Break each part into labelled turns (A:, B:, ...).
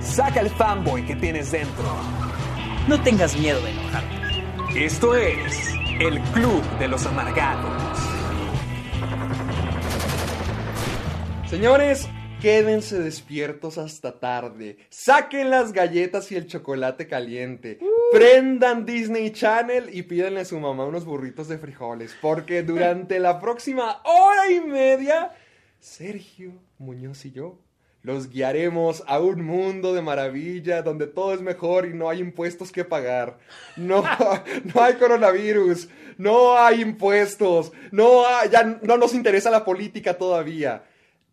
A: Saca el fanboy que tienes dentro.
B: No tengas miedo de enojarte.
A: Esto es el Club de los Amargados.
C: Señores, quédense despiertos hasta tarde. Saquen las galletas y el chocolate caliente. Prendan Disney Channel y pídanle a su mamá unos burritos de frijoles. Porque durante la próxima hora y media, Sergio Muñoz y yo los guiaremos a un mundo de maravilla donde todo es mejor y no hay impuestos que pagar. No, no hay coronavirus, no hay impuestos, no, hay- ya no nos interesa la política todavía.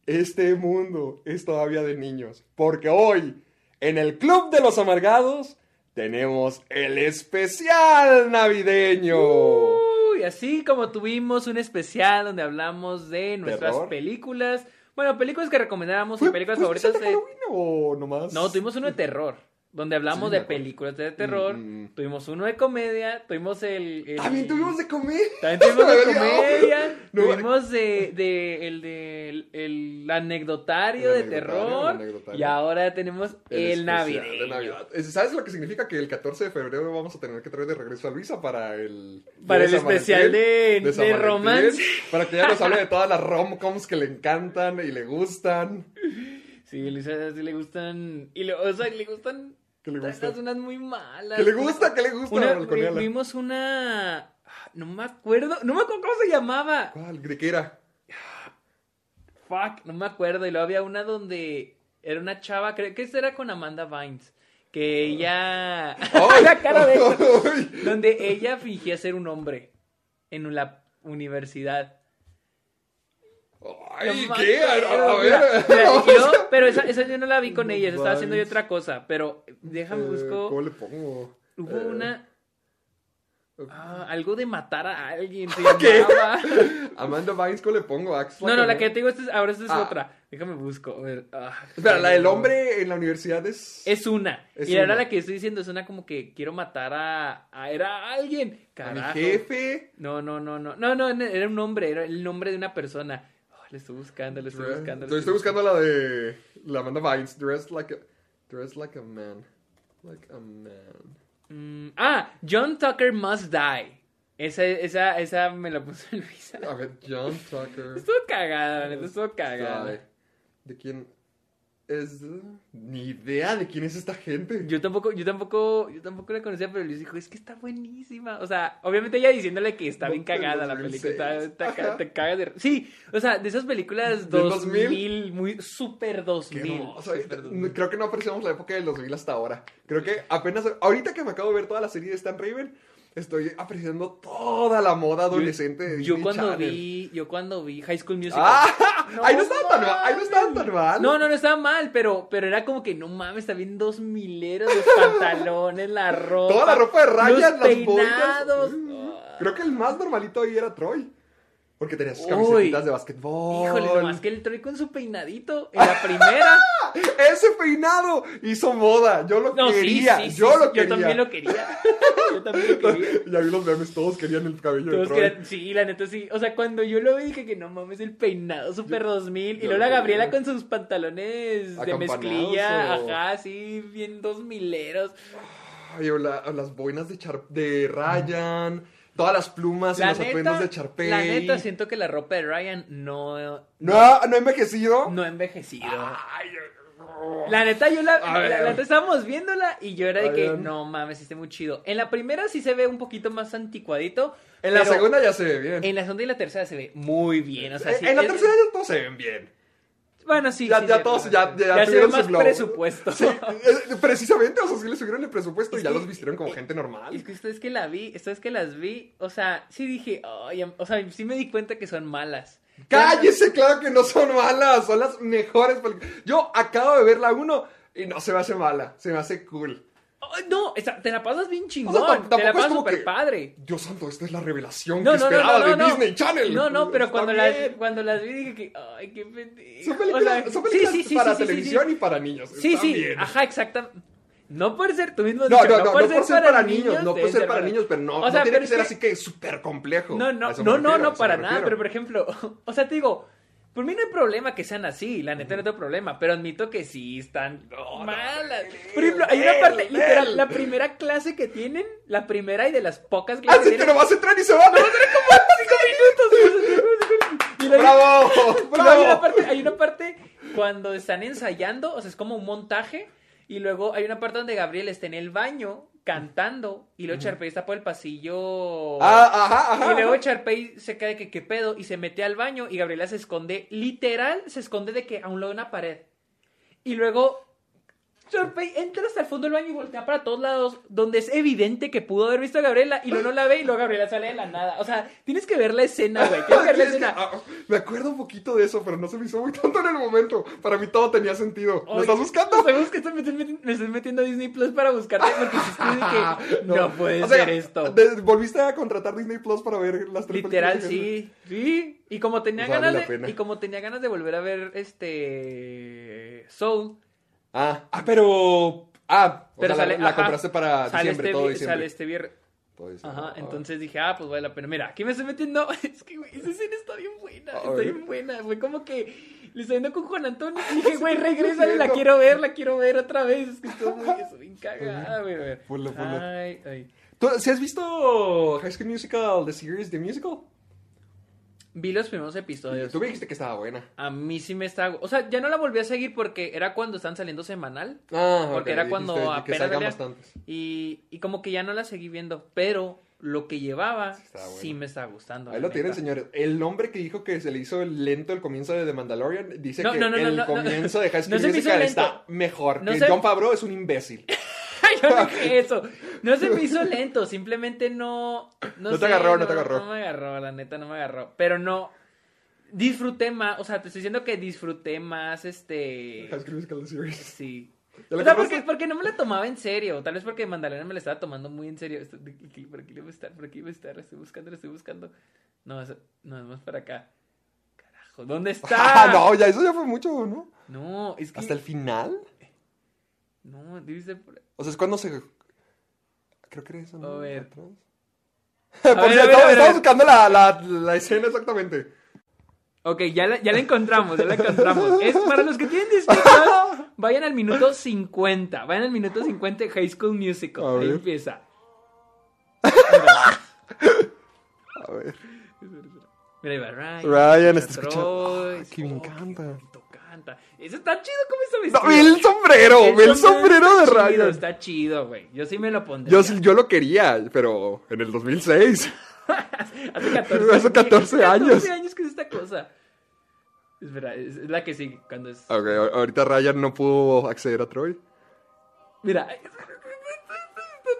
C: Este mundo es todavía de niños, porque hoy, en el Club de los Amargados, tenemos el especial navideño.
D: Uy, así como tuvimos un especial donde hablamos de nuestras
C: Terror.
D: películas. Bueno, películas que recomendábamos y
C: ¿Fue-
D: películas
C: fue especial
D: favoritas
C: de
D: de.
C: Halloween o nomás?
D: No, tuvimos uno de terror. Donde hablamos
C: Sí, me
D: de
C: acuerdo.
D: películas de terror.
C: Mm, mm.
D: Tuvimos uno de comedia. Tuvimos el. el-
C: También tuvimos de comer.
D: También tuvimos de
C: Me había
D: comedia.
C: olvidado. No, eh.
D: tuvimos de, de- el de el, el anecdotario
C: El
D: de
C: anecdotario,
D: terror.
C: el anecdotario.
D: Y ahora tenemos el,
C: especial
D: navideño.
C: de Navidad. Es- ¿Sabes lo que significa que el 14 de febrero vamos a tener que traer de regreso a Luisa para el...
D: Para
C: de
D: el
C: San Valentín,
D: especial de-
C: San
D: de
C: Valentín,
D: romance.
C: Para que ya nos hable de todas las rom-coms que le encantan y le gustan.
D: Sí, Luisa sí le gustan. Y lo- o sea, le gustan.
C: ¿Qué le gusta?
D: Unas, unas muy malas.
C: ¿Qué le gusta? ¿Qué le gusta?
D: Una,
C: Balconeala.
D: vi- vimos una. No me acuerdo. No me acuerdo cómo se llamaba.
C: ¿Cuál? ¿De qué era?
D: Fuck, no me acuerdo. Y luego había una donde era una chava, creo que esa era con Amanda Vines. Que ella. la cara de ella.
C: Ay.
D: Donde ella fingía ser un hombre en la universidad.
C: Ay,
D: No me
C: ¿qué? A, a- a
D: acuerdo.
C: ver.
D: Mira, mira,
C: Vamos
D: y yo-
C: a-
D: pero esa, esa yo no la vi con
C: Amanda
D: ella, estaba haciendo yo
C: Vines.
D: otra cosa. Pero déjame busco.
C: Eh, ¿Cómo le pongo?
D: Hubo
C: Eh,
D: una.
C: eh.
D: Ah, algo de matar a alguien. se
C: ¿Qué?
D: llamaba.
C: Amanda Vines, ¿cómo le pongo? Axe
D: No, no, la
C: Flack,
D: que te digo, esta es- ahora esta es
C: Ah.
D: otra. Déjame busco. a ver, ah,
C: Espera, la del
D: no.
C: hombre en la universidad es...
D: Es una.
C: Es
D: y ahora
C: una.
D: la que estoy diciendo es una como que quiero matar a. a era alguien.
C: a mi
D: Carajo.
C: jefe.
D: No, no, no, no. No, no, no, era un nombre, era el nombre de una persona. Oh, le estoy buscando, le estoy
C: Dress-
D: buscando. le
C: Estoy, buscando la de la Amanda Vines. Dressed like a, dressed like a man. Like a man.
D: Mm, ah, John Tucker Must Die. Esa, esa, esa me la puso Luisa.
C: A ver, John Tucker.
D: Estuvo cagada, la neta, estuvo cagada.
C: Ay, ¿De quién es? Ni idea de quién es esta gente.
D: Yo tampoco, yo tampoco, yo tampoco la conocía, pero Luis dijo, es que está buenísima. O sea, obviamente ella diciéndole que está bien
C: No te lo
D: cagada la
C: pensé.
D: película. está- está ca-
C: Ajá.
D: te cagas de... Sí, o sea, de esas películas
C: ¿Del
D: 2000,
C: 2000?
D: muy super 2000.
C: Qué hermoso.
D: super 2000.
C: Creo que no apreciamos la época del 2000 hasta ahora. Creo que apenas. Ahorita que me acabo de ver toda la serie de Stan Raven, estoy apreciando toda la moda adolescente de
D: Yo
C: Disney
D: cuando
C: Channel.
D: vi, yo cuando vi High School Musical.
C: ¡Ah! ahí no estaba tan mal.
D: mames.
C: Ahí no estaba tan mal.
D: No, no, no estaba mal, pero, pero era como que no mames, está bien dos mileros los pantalones, la ropa.
C: Toda la ropa de rayas,
D: los
C: las boinas.
D: peinados.
C: Mm. Creo que el más normalito ahí era Troy. Porque tenía sus
D: Uy.
C: camisetitas de basquetbol.
D: Híjole, nomás que el Troy con su peinadito en la primera.
C: Ese peinado hizo moda. Yo lo
D: No, sí,
C: quería.
D: sí, sí,
C: yo
D: sí,
C: lo quería.
D: Yo también lo quería. Yo también lo quería.
C: ya vi los memes, todos querían el cabello
D: Todos
C: de Troy.
D: querían- sí, la neta sí. O sea, cuando yo lo vi dije que no mames el peinado super 2000 y
C: yo
D: luego la
C: lo quería.
D: Gabriela con sus pantalones de
C: Acampanados
D: mezclilla,
C: o-
D: ajá, sí, bien dos mileros.
C: Ay, o, la- o las boinas de, char- de Ryan. Todas las plumas y
D: La
C: los atuendos
D: neta,
C: de Charpey.
D: la neta siento que la ropa de Ryan no
C: ¿No, ¿No he envejecido?
D: no ha envejecido.
C: Ay,
D: La neta, yo la,
C: A
D: la-
C: ver.
D: la neta estábamos viéndola y yo era de
C: A
D: que,
C: ver.
D: no mames, está muy chido. En la primera sí se ve un poquito más anticuadito.
C: en la
D: pero
C: segunda ya se ve bien.
D: En la segunda y la tercera se ve muy bien. O sea,
C: Eh,
D: sí,
C: en la
D: es-
C: tercera ya todos se ven bien.
D: Bueno, sí.
C: Ya,
D: sí,
C: ya
D: sí,
C: todos
D: sí.
C: ya, ya
D: Ya se ve
C: tuvieron su
D: más
C: globo.
D: presupuesto.
C: Sí, eh, precisamente, o sea, sí le subieron el presupuesto y
D: Es
C: ya
D: que-
C: los vistieron como gente
D: Es
C: normal.
D: que ustedes que la vi, ustedes que las vi, o sea, sí dije, "Ay, am-", o sea, sí me di cuenta que son malas.
C: ¡Cállese! Claro que no son malas, son las mejores películas. Yo acabo de ver la 1 y no se me hace mala, se me hace cool.
D: Ay, no, esa- te la pasas bien chingón,
C: tam-
D: te
C: tampoco
D: la
C: es
D: pasas
C: como
D: super
C: que-
D: padre.
C: Dios santo, esta es la revelación
D: No,
C: que
D: no, no,
C: esperaba
D: no, no,
C: de
D: no.
C: Disney Channel.
D: No, no, pero
C: Está
D: cuando las,
C: bien.
D: cuando las vi dije que, ay, qué pendejo.
C: Son películas,
D: O sea,
C: son películas
D: sí, sí, sí,
C: para
D: sí, sí, sí,
C: televisión
D: sí.
C: y para niños.
D: Sí,
C: está
D: sí,
C: bien.
D: ajá, exacta. No puede ser, tú mismo has
C: No,
D: dicho,
C: no, no, no puede ser para niños, no
D: debe
C: puede ser para niños, pero no,
D: O
C: no
D: sea,
C: tiene
D: pero
C: que
D: es
C: ser
D: que-
C: así que súper complejo.
D: No,
C: A
D: no,
C: eso me
D: no, no,
C: refiero, a
D: no,
C: eso
D: para
C: me
D: nada. Pero
C: refiero.
D: por ejemplo, o sea, te digo, por mí no hay problema que sean así, la neta no tengo problema, pero admito que sí están
C: no,
D: malas.
C: Nel,
D: Por ejemplo, hay una parte,
C: Nel, Nel.
D: literal, la primera clase que tienen, la primera y de las pocas clases
C: Así que
D: tienen,
C: nomás entran y se van.
D: cinco minutos. Y la-
C: ¡Bravo!
D: Porque hay una,
C: ¡Bravo!
D: parte, hay una parte cuando están ensayando, o sea, es como un montaje. Y luego hay una parte donde Gabriel está en el baño cantando y luego Charpey está por el pasillo.
C: Ah, ajá, ajá.
D: Y luego Charpey se cae que qué pedo y se mete al baño y Gabriela se esconde, literal, se esconde de que a un lado de una pared. Y luego Charpey entra hasta el fondo del baño y voltea para todos lados, donde es evidente que pudo haber visto a Gabriela y luego no la ve y luego Gabriela sale de la nada. O sea, tienes que ver la escena, güey. Tienes que ver la
C: Es que,
D: escena.
C: ah, me acuerdo un poquito de eso, pero no se me hizo muy tanto en el momento. Para mí todo tenía sentido. ¿Lo
D: Oye,
C: estás buscando?
D: estoy buscando, me, estoy metiendo, me estoy metiendo a Disney Plus para buscarte porque sí estoy de que no, puede
C: Ah, o sea,
D: ser esto.
C: de- volviste a contratar Disney Plus para ver las tres
D: Literal,
C: películas que-
D: sí, sí. Y como tenía
C: Pues Vale la
D: ganas
C: pena.
D: de, y como tenía ganas de volver a ver este Soul,
C: Ah, ah, pero. Ah, o
D: pero
C: sea,
D: sale,
C: la, la
D: ajá,
C: compraste para
D: sale
C: diciembre,
D: este
C: todo
D: vi-
C: diciembre.
D: Sale este viernes.
C: Todo diciembre.
D: Ajá,
C: Ah.
D: entonces dije, ah, pues vale la pena. Mira, aquí me estoy metiendo. Es que, güey, esa escena está bien buena.
C: A
D: Está
C: ver.
D: bien buena. Fue como que le estoy viendo con Juan Antonio. Y dije, güey, regresa,
C: estoy
D: la
C: viendo.
D: quiero ver, la quiero ver otra vez. Es que estuvo muy, estuvo bien cagada, güey. a ver.
C: Ponlo, ponlo.
D: Ay, ay.
C: ¿Tú, si has visto High School Musical, The Series, The Musical?
D: Vi los primeros episodios.
C: Tú me dijiste que estaba buena.
D: A mí sí me está. O sea, ya no la volví a seguir porque era cuando están saliendo semanal.
C: Ah, ok,
D: Porque era cuando
C: dijiste que
D: apenas
C: salgan
D: salía.
C: bastantes.
D: Y, y como que ya no la seguí viendo. Pero lo que llevaba sí,
C: estaba bueno.
D: me está gustando.
C: Ahí
D: la
C: lo tienen,
D: neta.
C: señores. El hombre que dijo que se le hizo lento el comienzo de The Mandalorian dice
D: No,
C: que
D: no, no, no,
C: el
D: no, no.
C: comienzo de High School
D: No se me hizo
C: Musical
D: lento.
C: está mejor.
D: No
C: que
D: se-
C: John Favreau es un imbécil.
D: Yo no dije eso. No se me hizo lento, simplemente no. No,
C: No te
D: sé,
C: agarró, no te agarró.
D: No me agarró, la neta, no me agarró. Pero no. Disfruté más, o sea, te estoy diciendo que disfruté más este.
C: High School Musical The Series.
D: Sí.
C: ¿Ya
D: O
C: la
D: sea,
C: conoces?
D: porque, porque no me la tomaba en serio. Tal vez porque Mandalorian me la estaba tomando muy en serio. Esto- de- de- Por aquí le voy a estar, por aquí voy a estar. La estoy buscando, la estoy buscando. No, es- no, es más para acá. Carajo, ¿dónde está?
C: Ah, no, ya eso ya fue mucho, ¿no?
D: No, es que.
C: Hasta el final.
D: No, dice. por-
C: O sea, es cuando se. Creo que era eso, ¿no?
D: A ver.
C: Atrás. Por
D: ver, a ver, a
C: cierto,
D: ver, a
C: estaba
D: ver.
C: buscando la, la, la escena exactamente.
D: Ok, ya la, ya la encontramos, ya la encontramos. Es, para los que tienen Disney Plus, vayan al minuto 50. Vayan al minuto 50 de High School
C: A
D: Musical. Ahí
C: ver.
D: empieza.
C: A ver.
D: Mira, ahí va Ryan.
C: Ryan está
D: Troy,
C: escuchando. Ah,
D: oh,
C: que me
D: qué
C: encanta.
D: bonito canta. Eso está chido cómo está
C: No,
D: vestido.
C: ve el sombrero, ve el sombrero de
D: está chido,
C: Ryan.
D: Está chido, güey. Yo sí me lo pondría.
C: Yo, sí- yo lo quería, pero en el 2006.
D: Hace 14,
C: hace 14 años.
D: 14 años que es esta cosa. Espera, es es la que sigue cuando es...
C: Ok, a- ahorita Ryan no pudo acceder a Troy.
D: Mira.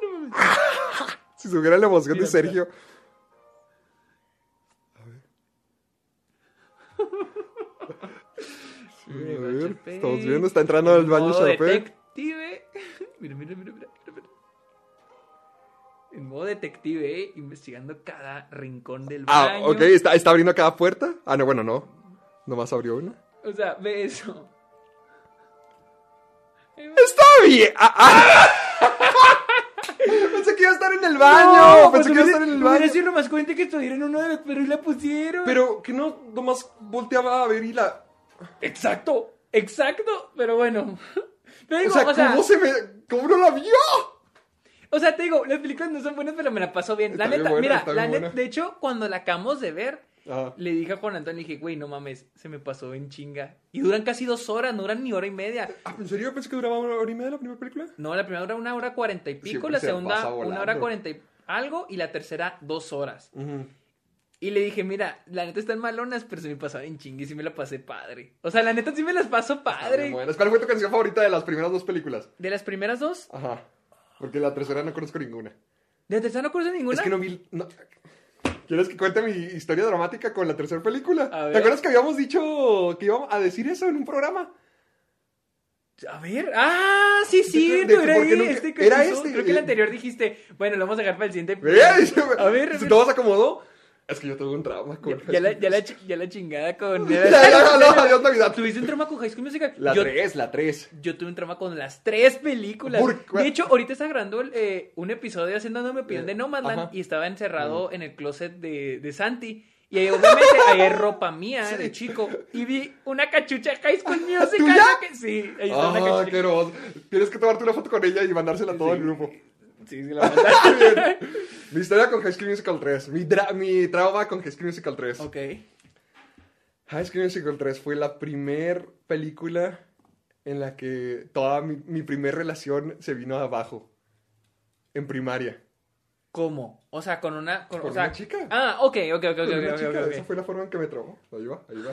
D: No mames.
C: Si supiera la emoción de
D: Mira,
C: Sergio. A ver, estamos viendo, está entrando al baño
D: modo
C: Sharpay.
D: detective. Mira, mira, mira, mira, mira, mira. En modo detective, eh, investigando cada rincón del
C: Ah,
D: baño.
C: ok, está, está abriendo cada puerta. Ah, no, bueno, no. Nomás abrió una.
D: O sea, ve eso.
C: Está bien. Ah, ah. Pensé que iba a estar en el baño.
D: No, pues
C: Pensé que iba a
D: hubiera-
C: estar en el
D: hubiera
C: baño.
D: sido lo más coherente que estuviera en uno de los, pero y la pusieron.
C: Pero que no, nomás volteaba a ver y la.
D: Exacto, exacto, pero bueno. Te digo,
C: O sea,
D: o sea,
C: ¿cómo se me. ¿Cómo no la vio?
D: o sea, te digo, las películas no son buenas, pero me la paso bien. La
C: Está bien
D: neta,
C: buena,
D: mira,
C: está
D: la
C: bien
D: neta,
C: buena.
D: de hecho, cuando la acabamos de ver,
C: Ajá.
D: le dije a Juan Antonio, le dije, güey, no mames, se me pasó en chinga. Y duran casi dos horas, no duran ni hora y media.
C: Ah, ¿En serio? Pensé que duraba una hora y media la primera película.
D: No, la primera hora una hora cuarenta y pico,
C: Siempre
D: la
C: se pasa
D: segunda una hora
C: volando.
D: cuarenta y algo, y la tercera dos horas. Y le dije, mira, la neta están malonas, pero se me pasaba en chingue y sí me la pasé padre. O sea, la neta sí me las pasó padre.
C: Ah, Bueno, ¿Cuál fue tu canción favorita de las primeras dos películas?
D: De las primeras dos,
C: Ajá. Porque la tercera no conozco ninguna.
D: de la tercera no conozco ninguna.
C: Es que no vi. no- ¿Quieres que cuente mi historia dramática con la tercera película?
D: A ver.
C: ¿Te acuerdas que habíamos dicho que íbamos a decir eso en un programa?
D: A ver, ah, sí,
C: De-
D: sí,
C: de-
D: era,
C: porque nunca-
D: este, era
C: era este,
D: Creo que el
C: eh.
D: anterior dijiste, bueno, lo vamos a dejar para el siguiente.
C: A
D: A ver, a ver.
C: ¿Todo se acomodó? Es que yo tuve un trauma con.
D: Ya, ya la, ya, la, chi- ya la chingada con.
C: Ya, ya, no, adiós, Navidad.
D: ¿Tuviste un trauma con High School Musical?
C: La
D: yo,
C: 3, la 3.
D: yo tuve un trauma con las tres películas.
C: Por-
D: De hecho, ahorita está grabando el, eh, un episodio haciendo una opinión de Nomadland
C: Eh, Ajá. Mm.
D: y estaba encerrado en el closet de, de Santi. Y ahí, obviamente ahí hay ropa mía de chico. Y vi una cachucha High School Musical.
C: ¿Ah, ¿Tuya?
D: que- Sí, ahí está una
C: Ah,
D: cachucha.
C: qué hermoso. Tienes que tomarte una foto con ella y mandársela a todo el grupo.
D: Sí, sí, la verdad.
C: Mi historia con High School Musical 3. Mi, dra- mi trauma con High School Musical 3.
D: ok.
C: High School Musical 3 fue la primer película en la que toda mi, mi primer relación se vino abajo. En primaria.
D: ¿Cómo? O sea, con una. Con,
C: Con
D: o sea,
C: una chica.
D: Ah, ok, ok, ok, ok.
C: Con una
D: ok,
C: chica,
D: ok, ok.
C: Esa fue la forma en que me traumó. Ahí va, ahí va.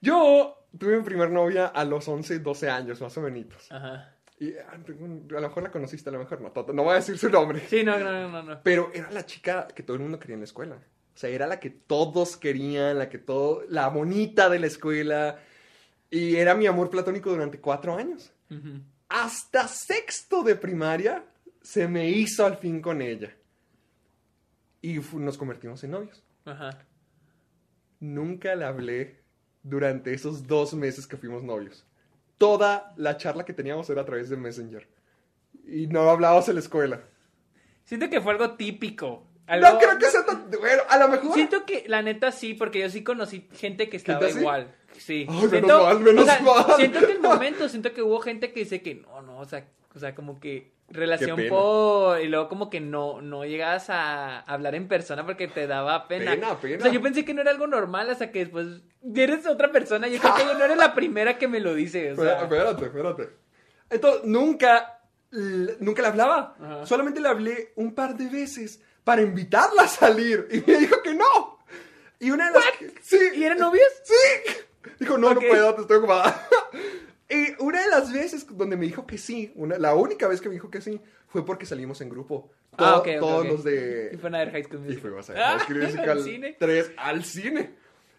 C: Yo tuve mi primer novia a los 11, 12 años, más o menos.
D: Ajá.
C: Y ah, tengo un- a lo mejor la conociste, a lo mejor no. Toto, No voy a decir su nombre.
D: Sí, no, no, no, no.
C: Pero era la chica que todo el mundo quería en la escuela. O sea, era la que todos querían, la que todo, la bonita de la escuela. Y era mi amor platónico durante cuatro años.
D: Ujú.
C: Hasta sexto de primaria se me hizo al fin con ella. Y fu- nos convertimos en novios.
D: Ajá.
C: Nunca la hablé durante esos dos meses que fuimos novios. Toda la charla que teníamos era a través de Messenger. Y no hablábamos en la escuela.
D: Siento que fue algo típico. Algo...
C: No creo que sea tan... Bueno, a lo mejor...
D: Siento que, la neta, sí, porque yo sí conocí gente que estaba
C: ¿Gente así?
D: igual. Sí.
C: Ay, menos
D: siento,
C: mal, menos
D: o sea,
C: mal.
D: Siento que el momento, siento que hubo gente que dice que no, no, o sea, o sea como que relación
C: Qué pena.
D: por. Y luego, como que no, no llegabas a hablar en persona porque te daba pena.
C: Pena, pena.
D: O sea, yo pensé que no era algo normal hasta que después eres otra persona. Yo creo que no eres la primera que me lo dice. O
C: Espera-
D: sea,
C: Espérate, espérate. Entonces, nunca, l- nunca le hablaba.
D: Ajá.
C: Solamente le hablé un par de veces para invitarla a salir. Y me dijo que no. Y una de las... que- Sí.
D: ¿Y eran novios?
C: Sí. Dijo, no,
D: Ok.
C: no puedo, te estoy ocupada. y una de las veces donde me dijo que sí, una- la única vez que me dijo que sí, fue porque salimos en grupo.
D: Ah,
C: Todo-
D: ok, ok,
C: todos
D: ok.
C: los de...
D: Y fueron a ver High School
C: Y
D: Musical.
C: fuimos a
D: Ah,
C: ver High School Musical
D: al cine.
C: 3 al cine.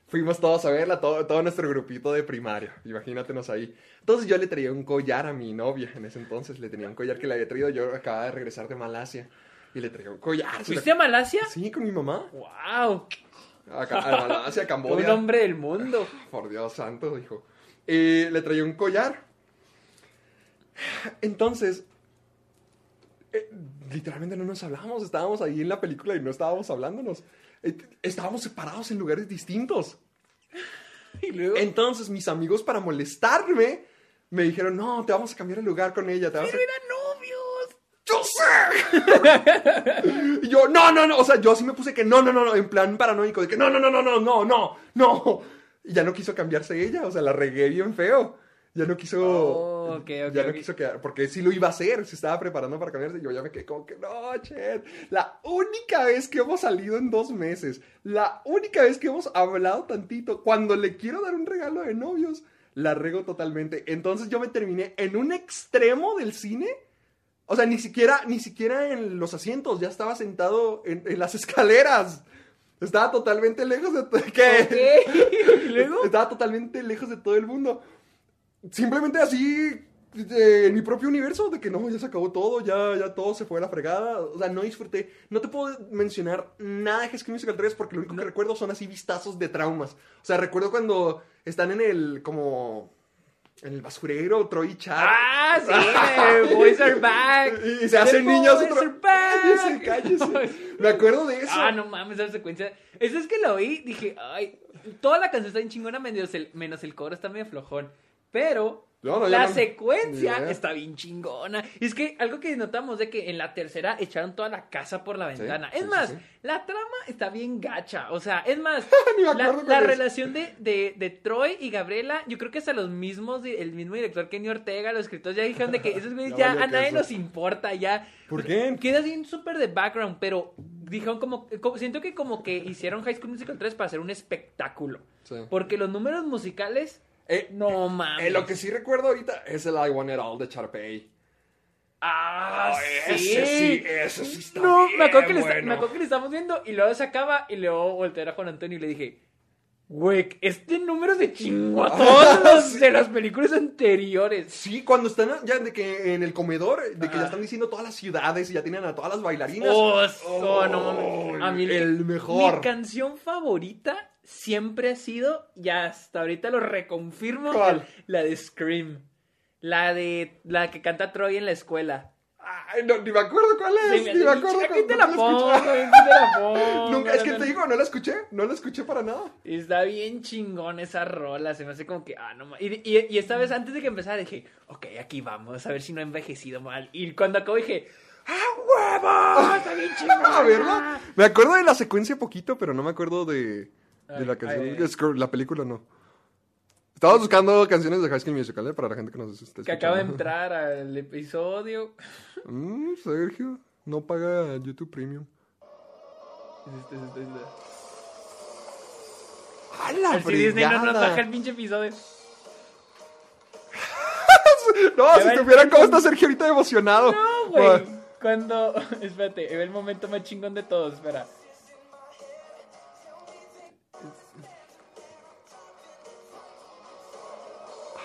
C: Fuimos todos a verla, todo, todo nuestro grupito de primaria. Imagínatelos ahí. Entonces yo le traía un collar a mi novia en ese entonces. Le tenía un collar que le había traído. Yo acababa de regresar de Malasia. Y le traía un collar.
D: ¿Fuiste a Malasia?
C: Sí, con mi mamá.
D: ¡Wow!
C: A, Ca- a Malasia, a
D: Un
C: Cambodia.
D: hombre del mundo.
C: Por Dios santo, dijo. Y le traía un collar. Entonces, eh, literalmente no nos hablábamos. Estábamos ahí en la película y no estábamos hablándonos. Eh, Estábamos separados en lugares distintos.
D: Y luego.
C: Entonces, mis amigos, para molestarme, me dijeron: No, te vamos a cambiar el lugar con ella. Te vas a...
D: ¡Eran novios!
C: ¡Yo sé! Y yo, no, no, no. O sea, yo sí me puse que no, no, no, no. En plan paranoico, de que no, no, no, no, no, no, no, no. Y ya no quiso cambiarse ella. O sea, la regué bien feo. Ya no quiso.
D: Oh, ok, ok,
C: ya no
D: ok.
C: quiso quedar. Porque sí lo iba a hacer. Se estaba preparando para cambiarse. Y yo ya me quedé como que no, Chet. La única vez que hemos salido en dos meses. La única vez que hemos hablado tantito. Cuando le quiero dar un regalo de novios. La rego totalmente. Entonces yo me terminé en un extremo del cine. O sea, ni siquiera, ni siquiera en los asientos, ya estaba sentado en, en las escaleras. Estaba totalmente lejos de to- que
D: Ok. ¿Y luego?
C: estaba totalmente lejos de todo el mundo. Simplemente así de- en mi propio universo de que no, ya se acabó todo, ya ya todo se fue a la fregada, o sea, no disfruté. No te puedo mencionar nada de High School Musical 3 porque lo único que recuerdo son así vistazos de traumas. O sea, recuerdo cuando están en el como en el basurero Troy y Chad.
D: ¡Ah, sí! eh, ¡Boys are back!
C: Y se hacen
D: The
C: niños
D: boys
C: otra-
D: are back.
C: Cállese, cállese. Me acuerdo de eso.
D: Ah, no mames, esa secuencia. Esa es que la oí, dije, ay, toda la canción está bien chingona, menos el, menos el coro está medio flojón. Pero
C: No, no, ya
D: la
C: no-
D: secuencia
C: ni idea.
D: está bien chingona. Y es que algo que notamos de que en la tercera echaron toda la casa por la ventana.
C: sí,
D: es
C: sí,
D: más,
C: sí.
D: la trama está bien gacha. O sea, es más,
C: Ni me
D: la,
C: acuerdo
D: la
C: cuál es.
D: relación de, de, de Troy y Gabriela, yo creo que hasta los mismos, di- el mismo director Kenny Ortega, los escritores ya dijeron de que esos güeyes
C: Ya
D: ya,
C: valió
D: a nadie
C: queso.
D: nos importa, ya.
C: ¿Por qué?
D: Queda bien súper de background, pero dijeron como, como- siento que como que hicieron High School Musical 3 para hacer un espectáculo.
C: Sí.
D: Porque los números musicales,
C: Eh,
D: no mames.
C: Eh, lo que sí recuerdo ahorita es el I Want It All de Charpey.
D: Ah,
C: Oh, ese
D: sí.
C: sí, ese sí está
D: No,
C: bien
D: me, acuerdo que le
C: bueno.
D: está- me acuerdo que le estamos viendo y luego se acaba y luego volteé a Juan Antonio y le dije, güey, este número se chingó a todos los de las películas anteriores.
C: Sí, cuando están ya de que en el comedor, de que ya están diciendo todas las ciudades y ya tienen a todas las bailarinas.
D: Oh, so- no mames. A mí
C: el
D: Mi
C: mejor.
D: canción favorita siempre ha sido, y hasta ahorita lo reconfirmo,
C: ¿Cuál?
D: la de Scream. La de la que canta Troy en la escuela.
C: Ay, no, ni me acuerdo cuál
D: Sí,
C: es.
D: me-
C: ni me acuerdo
D: aquí
C: cuál
D: te la
C: nunca
D: pongo,
C: escuché.
D: aquí te la pongo.
C: Nunca, es que
D: No,
C: te
D: no,
C: digo, no la escuché, no la escuché para nada.
D: Y Está bien chingón esa rola, se me hace como que, ah, no ma- y, y, y esta vez antes de que empezara dije, ok, aquí vamos, a ver si no he envejecido mal. Y cuando acabo dije, ¡ah, huevo! Está bien chingón. Ah.
C: A verla. Me acuerdo de la secuencia poquito, pero no me acuerdo de, de
D: Ay,
C: la canción.
D: ay, ay.
C: Es que La película no. Estaba buscando canciones de High School Musical, ¿eh? Para la gente que nos está
D: Que
C: escuchando.
D: acaba de entrar al episodio.
C: Mm, Sergio, no paga YouTube Premium.
D: Es este, es este, es este.
C: ¡A la
D: A ver si Disney no nos
C: fregada!
D: baja el pinche episodio.
C: No,
D: Ya
C: si
D: va el
C: tuvieran cómo
D: punto.
C: está Sergio ahorita emocionado.
D: No, güey.
C: Pues.
D: Cuando. Espérate, ve el momento más chingón de todos, espera.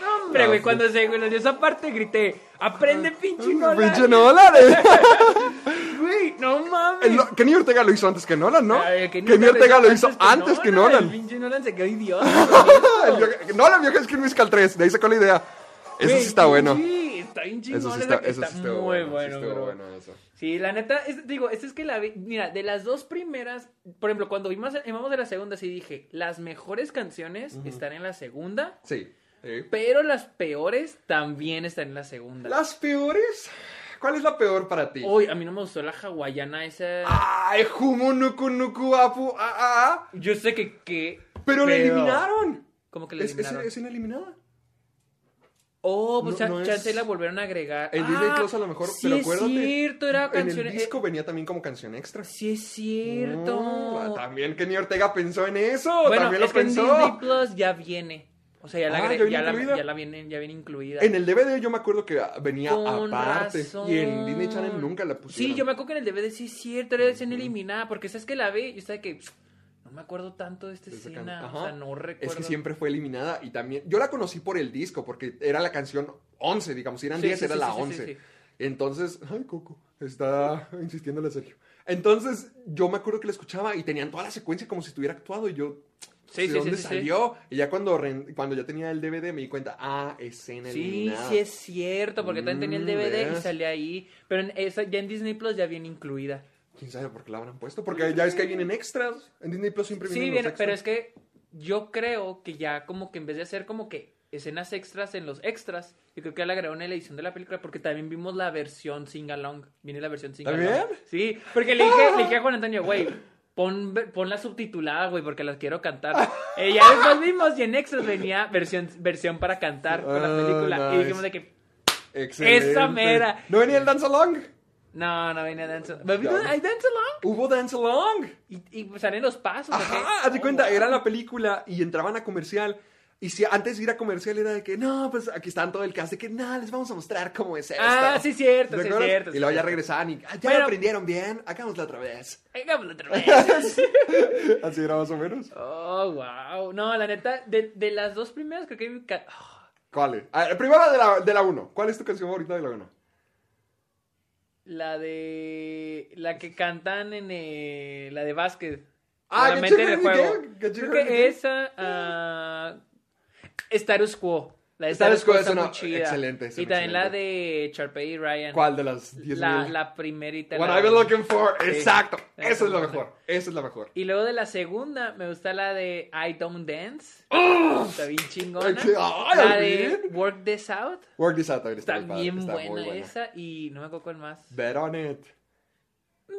D: No, hombre, güey, cuando se cuando dio esa parte grité, aprende pinche
C: Ah,
D: Nolan.
C: Pinche Nolan. eh.
D: Güey, no mames.
C: El no- Kenny Ortega lo hizo antes que Nolan, ¿no?
D: Ay, que ni
C: Kenny
D: te
C: Ortega lo
D: pensé
C: hizo antes que
D: El
C: Nolan.
D: pinche este Nolan se quedó idiota.
C: Ah, el
D: güey.
C: vio- Nolan vio High School Musical 3, de ahí sacó la idea. Eso
D: Güey,
C: sí está bueno.
D: Sí, está bien chingón.
C: Eso sí
D: está,
C: está, eso sí
D: está
C: estuvo
D: muy
C: sí
D: bueno,
C: estuvo
D: bro.
C: bueno eso.
D: Sí, la neta, es- digo, es, es que la vi- mira, de las dos primeras, por ejemplo, cuando vimos, vimos de la segunda, sí dije, las mejores canciones están en la segunda,
C: Sí. eh.
D: pero las peores también están en la segunda.
C: Las peores. ¿Cuál es la peor para ti?
D: Uy, a mí no me gustó la hawaiana esa.
C: Ay, Humo Nuku Nuku Apu. Ah, ah, ah.
D: Yo sé que, que
C: Pero la eliminaron.
D: ¿Cómo que la
C: Es, es,
D: eliminaron?
C: es una eliminada.
D: Oh, pues
C: No,
D: cha-
C: no
D: chance
C: es-
D: la volvieron a agregar.
C: El Disney Plus a lo mejor,
D: Ah, sí
C: pero
D: es
C: acuérdate.
D: cierto, era
C: En
D: canción.
C: el disco venía también como canción extra.
D: sí es cierto.
C: Mm, también Kenny Ortega pensó en eso.
D: Bueno,
C: también lo
D: es que en
C: pensó.
D: Disney Plus ya viene. O sea, ya la,
C: Ah,
D: agre-
C: ya viene
D: ya la-
C: incluida.
D: ya la viene, ya viene incluida.
C: En el DVD yo me acuerdo que venía
D: Con
C: aparte.
D: razón.
C: Y en Disney Channel nunca la pusieron.
D: Sí, yo me acuerdo que en el DVD sí es cierto, era escena eliminada, porque sabes que la vi y estaba de que "Pff, no me acuerdo tanto de esta
C: Esa can-
D: escena,
C: Ajá.
D: o sea, no recuerdo.
C: Es que siempre fue eliminada y también... Yo la conocí por el disco porque era la canción 11, digamos. Si eran
D: Sí,
C: 10,
D: sí,
C: era
D: sí,
C: la
D: sí, sí,
C: 11.
D: sí, sí.
C: Entonces... Ay, Coco. Está insistiéndole a Sergio. Entonces, yo me acuerdo que la escuchaba y tenían toda la secuencia como si estuviera actuado y yo...
D: Sí,
C: ¿De
D: sí,
C: dónde
D: sí, sí, sí.
C: salió? Y ya cuando, ren- cuando ya tenía el DVD me di cuenta, ah, escena
D: Sí,
C: eliminada.
D: sí es cierto, porque también tenía el
C: Mm,
D: DVD y
C: ¿ves?
D: salía ahí, pero en esa, ya en Disney Plus ya viene incluida.
C: ¿Quién sabe por qué la habrán puesto? Porque ya es que ahí vienen extras. En Disney Plus siempre
D: Sí,
C: vienen
D: bien,
C: los extras.
D: pero es que yo creo que ya como que en vez de hacer como que escenas extras en los extras, yo creo que ya la grabaron en la edición de la película porque también vimos la versión sing along. Viene la versión sing along.
C: ¿También?
D: Sí, porque le dije, le dije a Juan Antonio, güey, pon, ve- pon la subtitulada, güey, porque las quiero cantar. Eh, ya después vimos y en extras venía versión, versión para cantar con la
C: Ah,
D: película. Y
C: nice.
D: dijimos de que,
C: Excelente.
D: Esa mera.
C: ¿No venía el Dance Along?
D: no, no venía Dance Along.
C: Ya, no.
D: ¿Hay Dance Along?
C: Hubo Dance Along.
D: Y, y salen los pasos. ¿o qué?
C: Ajá, haz de
D: Oh,
C: cuenta,
D: wow.
C: era la película y entraban a comercial. Y si antes de ir a comercial era de que, no, pues aquí están todo el cast de que, nada, les vamos a mostrar cómo es esto.
D: Ah, sí, cierto,
C: ¿Te
D: sí,
C: acuerdas?
D: cierto,
C: Y
D: sí,
C: luego ya
D: cierto.
C: regresaban y, "Ah, ya
D: Bueno.
C: lo aprendieron bien, hagámoslo otra vez.
D: Hagámoslo otra vez.
C: Así era más o menos.
D: Oh, wow. No, la neta, de, de las dos primeras creo que... mi ca- Ah,
C: ¿Cuál es? A ver, primero de la, de la 1. ¿Cuál es tu canción favorita de la 1?
D: la de... La que cantan en... eh, la de básquet.
C: Ah,
D: La
C: que
D: mente
C: chequen
D: del
C: mi
D: juego.
C: game, que chequen
D: Creo
C: mi game.
D: que esa... ah, status Quo. La de
C: Star
D: Star
C: Squad
D: Squad está
C: es
D: muy
C: una
D: chida.
C: excelente, es
D: Y
C: una
D: también la
C: excelente.
D: de Sharpay y Ryan.
C: ¿Cuál de las 10
D: La, la primerita.
C: What
D: la-
C: I've been looking for.
D: Sí.
C: Exacto.
D: Esa
C: Esa es la
D: es
C: mejor. Esa es la mejor.
D: Y luego de la segunda, me gusta la de I Don't Dance. Está bien chingona.
C: ¡Ah! Ay, sí, ay,
D: la
C: al
D: de
C: fin.
D: Work This Out.
C: Work this out también está,
D: Está
C: padre,
D: bien
C: está muy
D: buena, esa. Y no me acuerdo cuál más.
C: Bet on it.
D: Pero.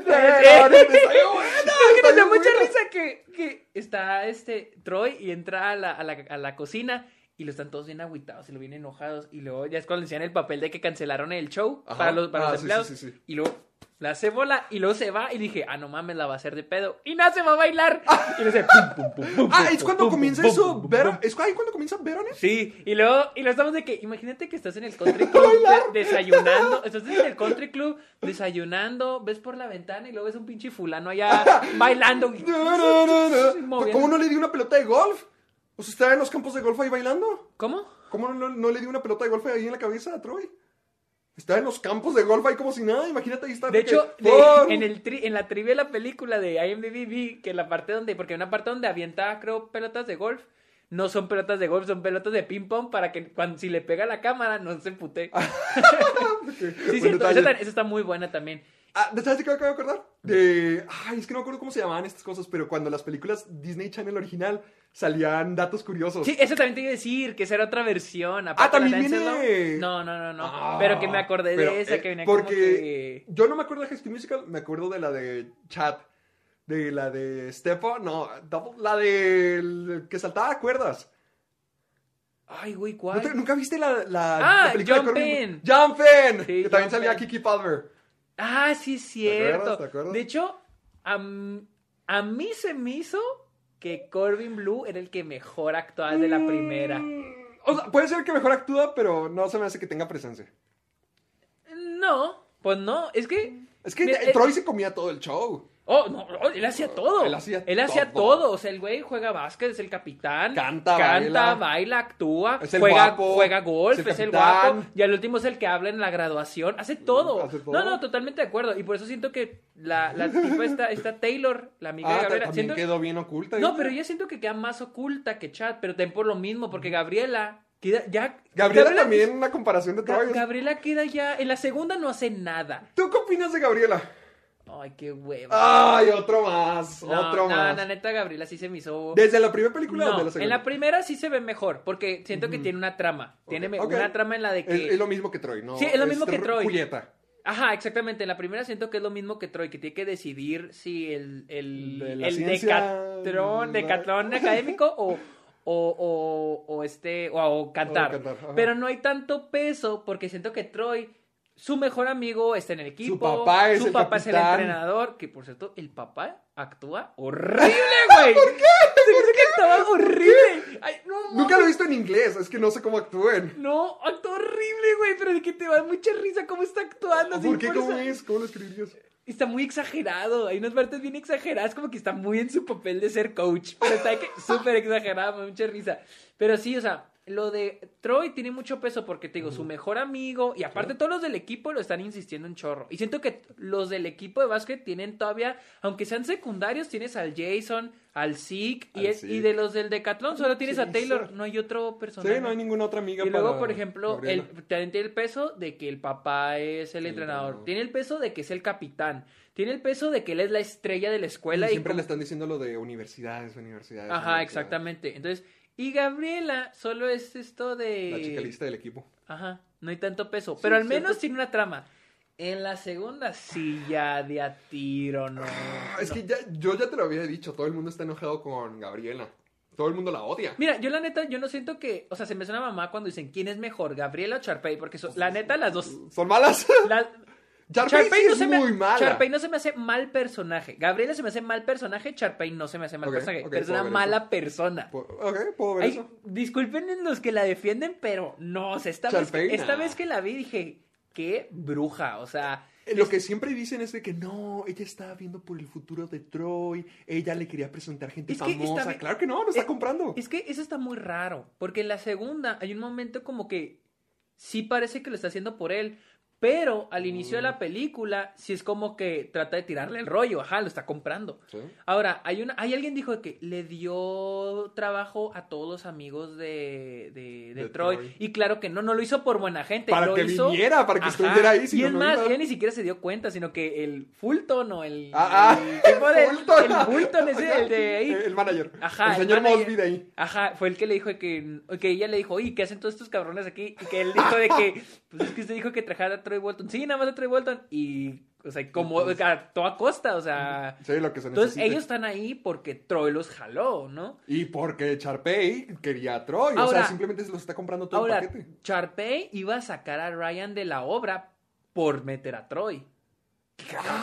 D: no
C: bet on it,
D: sé.
C: está bien buena,
D: No, que me
C: está
D: da
C: bien
D: mucha
C: buena.
D: risa que, que está este Troy y entra a la, a, la, a la cocina y lo están todos bien agüitados y lo bien enojados. Y luego ya es cuando le enseñan el papel de que cancelaron el show
C: Ajá.
D: para los, para
C: Ah,
D: los
C: sí,
D: empleados.
C: sí, sí, sí.
D: Y luego la hace bola y luego se va. Y dije, ah, no mames, la va a hacer de pedo. Y no se va a bailar. Y le dice, pum, pum, pum, pum.
C: Ah,
D: pum,
C: es
D: pum,
C: cuando
D: pum,
C: comienza
D: pum,
C: eso.
D: pum, pum,
C: bet-
D: pum.
C: Es ahí cuando comienza Bet on it.
D: Sí, y luego, y luego estamos de que, imagínate que estás en el country club de- desayunando, estás en el country club desayunando, ves por la ventana y luego ves un pinche fulano allá bailando. y-
C: No, no, no, no.
D: moviendo.
C: ¿Cómo no le di una pelota de golf? O sea, estaba en los campos de golf ahí bailando.
D: ¿Cómo?
C: ¿Cómo no, no le di una pelota de golf ahí en la cabeza a Troy? Estaba en los campos de golf ahí como si nada. Imagínate ahí está.
D: De
C: que-
D: hecho, de-
C: ¡Por!
D: en, el tri- en la trivia de la película de IMDb vi que la parte donde, porque hay una parte donde avienta, creo, pelotas de golf, no son pelotas de golf, son pelotas de ping-pong para que cuando, si le pega la cámara no se empute.
C: Ah, Buen
D: Sí, cierto,
C: detalle.
D: esa, ta- esa está muy buena también.
C: Ah, ¿Sabes de qué me acabo de acordar? De. Ay, es que no me acuerdo cómo se llamaban estas cosas, pero cuando las películas Disney Channel original salían datos curiosos.
D: Sí, eso también te iba a decir, que esa era otra versión. aparte
C: Ah,
D: de
C: también
D: Dance
C: viene.
D: Alone. No, no, no, no.
C: Ah,
D: pero que me acordé
C: pero,
D: de esa
C: eh,
D: que venía
C: Porque
D: como que...
C: yo no me acuerdo de High School Musical, me acuerdo de la de Chat. De la de Stefan, no, double- la de el que saltaba cuerdas.
D: Ay, güey,
C: ¿No
D: ¿cuál?
C: te- ¿Nunca viste la, la,
D: Ah,
C: la película
D: Jumpin'.
C: de Conan? ¡Jumpin'!
D: Sí,
C: que también
D: Jumpin'.
C: salía Kiki Palmer.
D: Ah, sí, es
C: acuerdas?
D: cierto.
C: ¿Te acuerdas?
D: De hecho, a, m- a mí se me hizo que Corbin Blue era el que mejor actuaba de
C: Mm.
D: la primera.
C: O sea, puede ser que mejor actúa, pero no se me hace que tenga presencia.
D: No, pues no, es que...
C: Es que
D: Mira,
C: eh,
D: eh,
C: Troy se comía todo el show.
D: Oh, no, no, él hacía todo.
C: Él hacía todo.
D: todo. O sea, el güey juega básquet, es el capitán.
C: Canta, baila.
D: Canta, baila, actúa.
C: Es el
D: juega,
C: guapo,
D: juega golf,
C: es
D: es
C: el
D: el,
C: capitán. Mm,
D: guapo. Y al último es el que habla en la graduación. Hace todo.
C: hace todo.
D: No, no, totalmente de acuerdo. Y por eso siento que la, la tipa esta, esta Taylor, la amiga
C: Ah,
D: de
C: ta-
D: Gabriela.
C: también
D: siento-
C: quedó bien oculta.
D: No,
C: ¿eh?
D: pero yo siento que queda más oculta que Chad, pero también por lo mismo, porque Gabriela queda ya.
C: Gabriela también, una comparación de
D: Ga-
C: Troy.
D: Gabriela queda ya. En la segunda no hace nada.
C: ¿Tú qué opinas de Gabriela?
D: Ay, qué hueva.
C: Ay, otro más,
D: No,
C: otro
D: no,
C: más.
D: la neta, Gabriela sí se me hizo.
C: Desde la primera película
D: No,
C: de la
D: en
C: segunda.
D: la primera sí se ve mejor, porque siento que tiene una trama. Tiene me-
C: Ok.
D: una trama en la de que...
C: Es, es lo mismo que Troy, ¿no?
D: Sí, es lo mismo que
C: Tr-
D: Troy.
C: Julieta.
D: Ajá, exactamente. En la primera siento que es lo mismo que Troy, que tiene que decidir si el, el,
C: De la
D: el
C: ciencia,
D: decatrón,
C: la-
D: decatrón académico o, o, o, o este, o, o cantar.
C: cantar, ajá.
D: Pero no hay tanto peso porque siento que Troy, su mejor amigo está en el equipo.
C: papá es
D: su
C: el
D: papá es el
C: capitán.
D: entrenador. Que por cierto, el papá actúa horrible, güey. ¿Por qué? Se me hace que actuaba horrible. Ay, no,
C: Nunca lo he visto en inglés, es que no sé cómo actúen.
D: no, actúa horrible, güey, pero de que te va mucha risa cómo está actuando. así
C: ¿Por qué?
D: por
C: ¿Cómo
D: esa-
C: es? ¿Cómo lo escribirías?
D: Está muy exagerado, hay unas partes bien exageradas, como que está muy en su papel de ser coach, pero está de que súper exagerada, me da mucha risa. Pero sí, o sea, lo de Troy tiene mucho peso porque te digo, su mejor amigo, y aparte todos los del equipo lo están insistiendo en chorro. Y siento que los del equipo de básquet tienen todavía, aunque sean secundarios, tienes al Jason, al Zeke,
C: Al
D: y, el- y
C: Zeke.
D: de los del Decathlon solo tienes a Taylor,
C: Jason.
D: no hay otro
C: Sí,
D: personaje.
C: no hay ninguna otra amiga
D: Y luego,
C: para
D: por ejemplo, el,
C: Gabriela.
D: también tiene el peso de que el papá es el entrenador.
C: entrenador.
D: Tiene el peso de que es el capitán. Tiene el peso de que él es la estrella de la escuela. Y
C: Y siempre
D: como-
C: le están diciendo lo de universidades, universidades.
D: Ajá,
C: universidades.
D: exactamente. Entonces, y Gabriela solo es esto de...
C: La chica lista del equipo.
D: Ajá, no hay tanto peso. pero al menos tiene una trama. En la segunda, sí, ya de a tiro, no.
C: Ah, Es que ya, yo ya te lo había dicho, todo el mundo está enojado con Gabriela. Todo el mundo la odia.
D: Mira, yo la neta, yo no siento que... O sea, se me suena mamá cuando dicen, ¿quién es mejor, Gabriela o Charpey? Porque so- la neta, las dos...
C: ¿Son malas?
D: las-
C: Charpey sí
D: no
C: es
D: se me-
C: muy mala.
D: Sharpay no se me hace mal personaje. Gabriela se me hace mal personaje, Charpey no se me hace mal
C: Ok,
D: personaje.
C: ok,
D: pero es
C: puedo
D: una
C: ver
D: mala
C: eso.
D: persona.
C: Po- Ok, puedo ver
D: Ay,
C: eso.
D: disculpen los que la defienden, pero no, o sea, esta, vez
C: Sharpay,
D: que, esta
C: nah.
D: vez que la vi dije, qué bruja, o sea...
C: Eh, Lo que siempre dicen es de que no, ella estaba viendo por el futuro de Troy, ella le quería presentar gente
D: Es que está
C: famosa.
D: bien-
C: Claro que no, no está
D: Eh,
C: comprando.
D: Es que eso está muy raro, porque en la segunda hay un momento como que sí parece que lo está haciendo por él, Pero al inicio de
C: Mm.
D: la película, sí es como que trata de tirarle el rollo, ajá, lo está comprando.
C: Sí.
D: Ahora, hay una, hay alguien dijo que le dio trabajo a todos los amigos de, de, de
C: De
D: Troy.
C: Troy.
D: Y claro que no, no lo hizo por buena gente.
C: Para
D: lo
C: que
D: hizo-
C: viniera, para que
D: Ajá,
C: estuviera ahí, si
D: y
C: no,
D: es
C: no
D: más,
C: iba.
D: ella ni siquiera se dio cuenta, sino que el Fulton o el.
C: Ah, ah,
D: el tipo de-
C: Fulton.
D: el Fulton ese, el de ahí.
C: El, el manager.
D: Ajá,
C: El señor
D: manager.
C: Mosby de ahí.
D: Ajá, fue el que le dijo que, que ella le dijo, oye, ¿qué hacen todos estos cabrones aquí? Y que él dijo de que, pues es que usted dijo que trajera a Troy Bolton. Sí, nada más a Troy Bolton. Y, o sea, como
C: pues,
D: a toda costa, o sea.
C: Sí, lo que se
D: Entonces
C: necesite.
D: ellos están ahí porque Troy los jaló, ¿no?
C: Y porque Charpey quería a Troy. o sea,
D: Ahora-
C: simplemente se los está comprando todo el
D: Ahora,
C: paquete.
D: Charpey iba a sacar a Ryan de la obra por meter a Troy.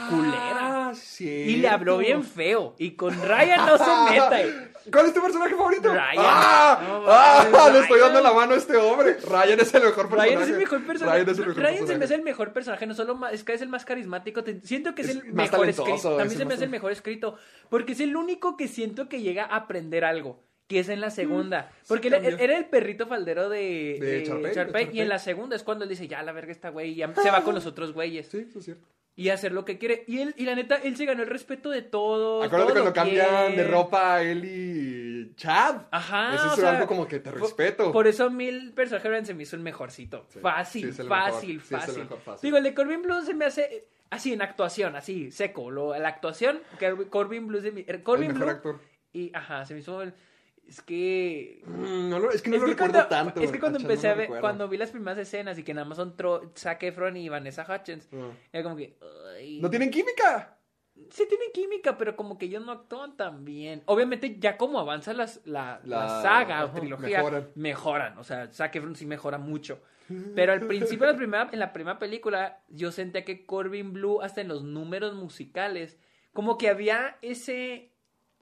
D: culera.
C: Ah,
D: Y le habló
C: cierto.
D: bien feo. Y con Ryan no se meta. eh.
C: ¿Cuál es tu personaje favorito?
D: Ryan.
C: ¡Ah!
D: No,
C: ¡Ah!
D: Ryan.
C: Le estoy dando la mano a este hombre. Ryan es el mejor personaje.
D: Ryan es el mejor personaje.
C: Ryan es el mejor
D: Ryan se me hace
C: personaje.
D: el mejor personaje, no solo más, es que es el más carismático. te- siento que es,
C: Es
D: el
C: más
D: mejor
C: talentoso,
D: escrito.
C: es el
D: También se me
C: más
D: hace el mejor escrito. Porque es el único que siento que llega a aprender algo. Que es en la segunda. Porque él- e-
C: cambió.
D: era, el perrito faldero de,
C: Mm, De Sharpay, de
D: Sharpay, Y
C: Sharpay.
D: en la segunda es cuando él dice, ya la verga esta güey. Y ya se va con los otros güeyes.
C: Sí, eso es cierto.
D: Y hacer lo que quiere. Y él, y la neta, él se ganó el respeto de todos.
C: Acuérdate
D: todos
C: cuando
D: lo
C: cambian de
D: quieren.
C: ropa él y Chad.
D: Ajá.
C: Eso
D: o
C: es
D: sea,
C: algo como que te
D: por-
C: respeto.
D: Por, eso mil personajes Ryan se me hizo el mejorcito.
C: Sí, sí
D: Fácil,
C: es el mejor,
D: fácil,
C: sí es el
D: fácil.
C: mejor fácil.
D: Digo, el de Corbin Blue se me hace eh, así en actuación, así, seco. Lo, la actuación, Cor- Corbin Blue se me. eh, Corbin
C: el mejor
D: Blue.
C: actor.
D: Y ajá, se me hizo el. Es que.
C: Mm, no lo- es que no
D: es
C: lo
D: que
C: recuerdo
D: cuando,
C: tanto.
D: es que cuando
C: Chad no
D: empecé
C: lo
D: a ver,
C: recuerdo.
D: cuando vi las primeras escenas y que nada más son Tro, Zac Efron y Vanessa Hutchins,
C: Ah.
D: era como que. ay.
C: No tienen química.
D: Sí tienen química, pero como que ellos no actúan tan bien. Obviamente, ya como avanza las, la, la
C: La-
D: saga o
C: ajá,
D: trilogía,
C: mejoran.
D: mejoran. O sea, Zac Efron sí mejora mucho. Pero al principio, la primera, en la primera película, yo sentía que Corbin Blue, hasta en los números musicales, como que había ese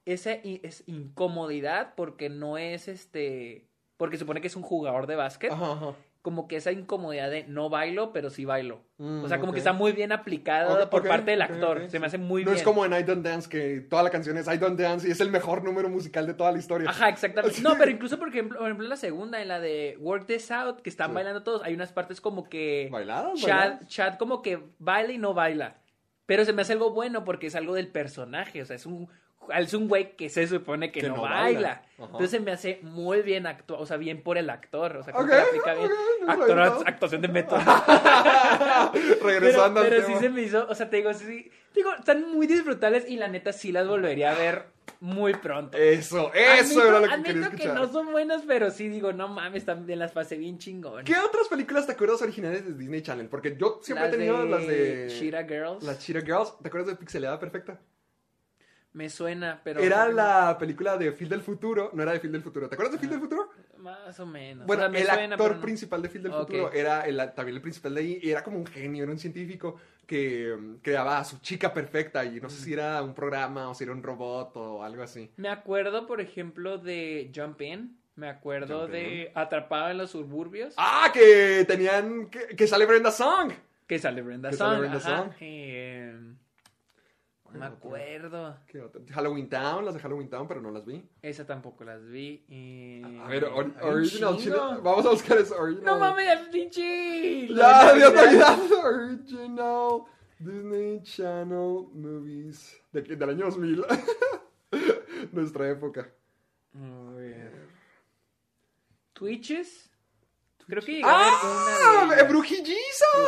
D: esa i- es incomodidad porque no es este... Porque supone que es un jugador de básquet
C: Ajá, ajá.
D: como que esa incomodidad de no bailo, pero sí bailo.
C: Mm,
D: o sea, como
C: ok.
D: que está muy bien aplicada
C: Ok,
D: por
C: ok,
D: parte del
C: ok,
D: actor.
C: ok,
D: Se me
C: sí.
D: hace muy
C: No
D: bien.
C: es como en I Don't Dance, que toda la canción es I Don't Dance y es el mejor número musical de toda la historia.
D: Ajá, exactamente. No, pero incluso, por ejemplo, por ejemplo, en la segunda, en la de Work This Out, que están bailando todos, hay unas partes como que...
C: ¿Bailadas?
D: Chad,
C: ¿Bailadas?
D: Chad como que baila y no baila. Pero se me hace algo bueno porque es algo del personaje. O sea, es un, es un güey que se supone que, no, baila.
C: Ajá.
D: Entonces se me hace muy bien actuado. O sea, bien por el actor. O sea, como
C: Ok,
D: que la aplica bien.
C: ok, no lo
D: Actor-
C: había notado.
D: actuación de método. pero,
C: Regresando al
D: pero sí
C: tema.
D: se me hizo, o sea, te digo, sí, digo, están muy disfrutables y la neta sí las volvería a ver muy pronto.
C: Eso, eso era lo que
D: admito
C: quería
D: que
C: escuchar.
D: no son buenas, pero sí digo, no mames, también las pasé bien chingón.
C: ¿Qué otras películas te acuerdas originales de Disney Channel? Porque yo siempre he
D: Las
C: tenido
D: de
C: las de.
D: Shira Girls.
C: Las Cheetah Girls. ¿Te acuerdas de Pixelada Perfecta?
D: Me suena, pero
C: Era la película de Phil del Futuro. No era de Phil del Futuro. ¿Te acuerdas de Phil del Futuro?
D: más Ah. o menos.
C: Bueno,
D: O sea, me
C: el
D: suena,
C: actor
D: pero no.
C: principal de Phil del
D: Ok.
C: Futuro era el, también el principal de ahí y era como un genio, era un científico que mm, creaba a su chica perfecta y no sé
D: Mm.
C: si era un programa o si era un robot o algo así.
D: Me acuerdo, por ejemplo, de Jump In, me acuerdo
C: Jump
D: de Atrapado en los suburbios,
C: ¡Ah! Que tenían. que, que sale Brenda Song.
D: que sale Brenda
C: Que sale
D: Song,
C: Brenda
D: ajá.
C: Song.
D: Eh, me acuerdo.
C: ¿Qué otra? Halloween Town, las de Halloween Town, pero no las vi.
D: Esa tampoco las vi. eh,
C: A ver, or-
D: hay un
C: Original
D: chingo.
C: Chile- Vamos a buscar eso. Original.
D: No mames, pinche.
C: Ya, Dios te
D: Original.
C: ayuda. Original Disney Channel Movies. De, aquí- del año 2000. Nuestra época.
D: A ver. Twitches. Creo que llegué a ver
C: ¡Ah!
D: una de ellas.
C: ¡Brujillizas!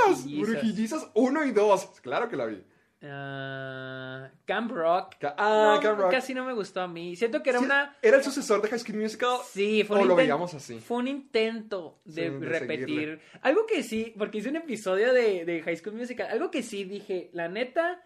D: Brujillizas.
C: Brujillizas 1 y 2. Claro que la vi.
D: Ah, Camp Rock.
C: Ca- ah,
D: No,
C: Camp Rock.
D: Casi no me gustó a mí. Siento que era
C: Sí,
D: una.
C: Era el sucesor de High School Musical.
D: Sí, fue
C: O
D: un
C: lo
D: inten-
C: veíamos así.
D: Fue un intento de,
C: Sí, de
D: repetir.
C: seguirle.
D: Algo que sí, porque hice un episodio de, de High School Musical. Algo que sí dije, la neta,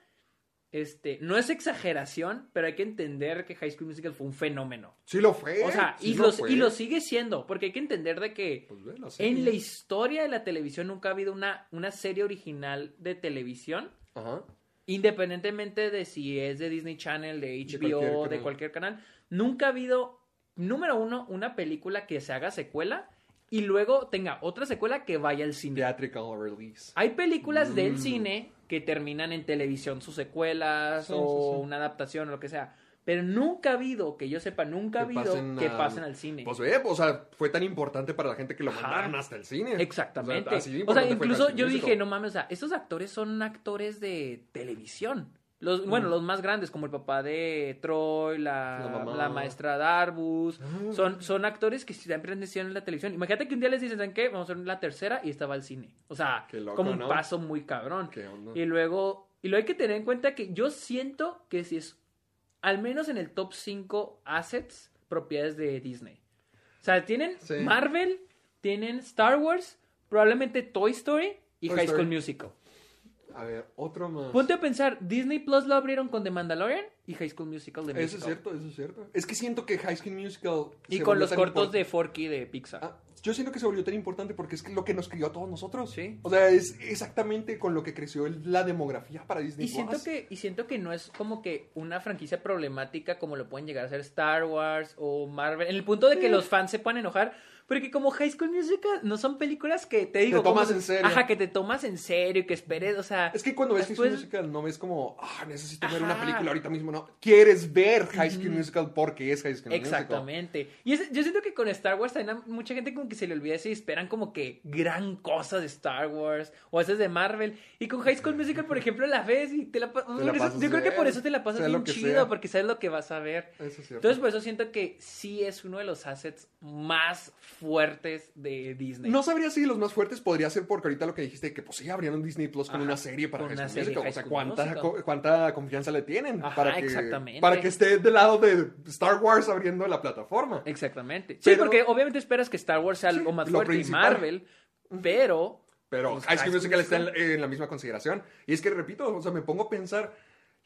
D: este, no es exageración, pero hay que entender que High School Musical fue un fenómeno.
C: Sí lo fue.
D: O sea,
C: sí
D: y, lo,
C: fue.
D: y lo sigue siendo, porque hay que entender de que
C: Pues ve la serie.
D: en la historia de la televisión nunca ha habido una, una serie original de televisión,
C: Ajá.
D: independientemente de si es de Disney Channel, de HBO, de
C: cualquier
D: cualquier,
C: canal.
D: canal, nunca ha habido, número uno, una película que se haga secuela y luego tenga otra secuela que vaya al cine.
C: Theatrical release.
D: Hay películas
C: Mm.
D: del cine que terminan en televisión sus secuelas
C: Sí,
D: o
C: sí, sí.
D: una adaptación o lo que sea. Pero nunca ha habido, que yo sepa, nunca ha habido que pasen al cine.
C: Pues ve, o sea, fue tan importante para la gente que lo mandaron hasta el cine.
D: Exactamente.
C: O sea, así de
D: O sea,
C: importante fue
D: incluso
C: High School
D: yo dije,
C: Musical.
D: no mames, o sea, estos actores son actores de televisión. Los, bueno, los más grandes, como el papá de Troy,
C: La
D: la,
C: mamá. Ah.
D: la maestra Darbus, son, son actores que siempre han sido en la televisión. Imagínate que un día les dicen, ¿saben qué? Vamos a hacer la tercera y esta va al cine. O sea,
C: Qué loco,
D: como un
C: ¿no?
D: paso muy cabrón.
C: ¿Qué onda?
D: Y luego, y luego hay que tener en cuenta que yo siento que si es, al menos en el top 5 assets, propiedades de Disney. O sea, tienen
C: Sí.
D: Marvel, tienen Star Wars, probablemente Toy Story y
C: Toy
D: High School
C: Story.
D: Musical.
C: A ver, otro más.
D: Ponte a pensar, Disney Plus lo abrieron con The Mandalorian y High School Musical de México.
C: Eso es cierto, eso es cierto. Es que siento que High School Musical.
D: Y
C: se
D: con
C: volvió
D: los
C: tan
D: cortos
C: import-
D: de Forky de Pixar.
C: Ah, yo siento que se volvió tan importante porque es que lo que nos crió a todos nosotros.
D: Sí.
C: O sea, es exactamente con lo que creció el- la demografía para Disney.
D: Y siento,
C: Plus.
D: que, y siento que no es como que una franquicia problemática como lo pueden llegar a ser Star Wars o Marvel. En el punto de que los fans se puedan enojar. Porque como High School Musical no son películas que te digo.
C: tomas
D: como-
C: en serio.
D: Ajá, que te tomas en serio y que esperes. O sea.
C: Es que cuando ves High School
D: después-
C: Musical no ves como, ah, necesito ver una
D: Ajá.
C: película ahorita mismo, no. Quieres ver High School Musical porque es High School Musical.
D: Exactamente. Y es- yo siento que con Star Wars también a mucha gente como que se le olvida eso y esperan como que gran cosa de Star Wars o esas de Marvel. Y con High School Musical, por ejemplo, la ves y te la, pa-
C: la
D: por eso-
C: pasas
D: Yo creo que
C: bien,
D: por eso te la pasas
C: sea lo
D: bien
C: que
D: chido,
C: sea.
D: porque sabes lo que vas a ver.
C: Eso es cierto.
D: Entonces, por eso siento que sí es uno de los assets más fuertes de Disney.
C: No sabría si los más fuertes podría ser porque ahorita lo que dijiste, que pues sí, abrieron Disney Plus con
D: Ajá,
C: una serie para
D: con
C: High
D: una
C: School
D: serie
C: Musical.
D: High
C: O sea,
D: School
C: cuánta,
D: Musical.
C: co- cuánta confianza le tienen
D: Ajá,
C: para, que,
D: exactamente.
C: para que esté del lado de Star Wars abriendo la plataforma.
D: Exactamente. sí,
C: Pero-
D: porque obviamente esperas que Star Wars sea algo más
C: lo
D: fuerte
C: principal.
D: y Marvel, pero
C: Pero
D: Pues, High
C: High School
D: School
C: Musical está en, en la misma consideración. Y es que, repito, o sea, me pongo a pensar,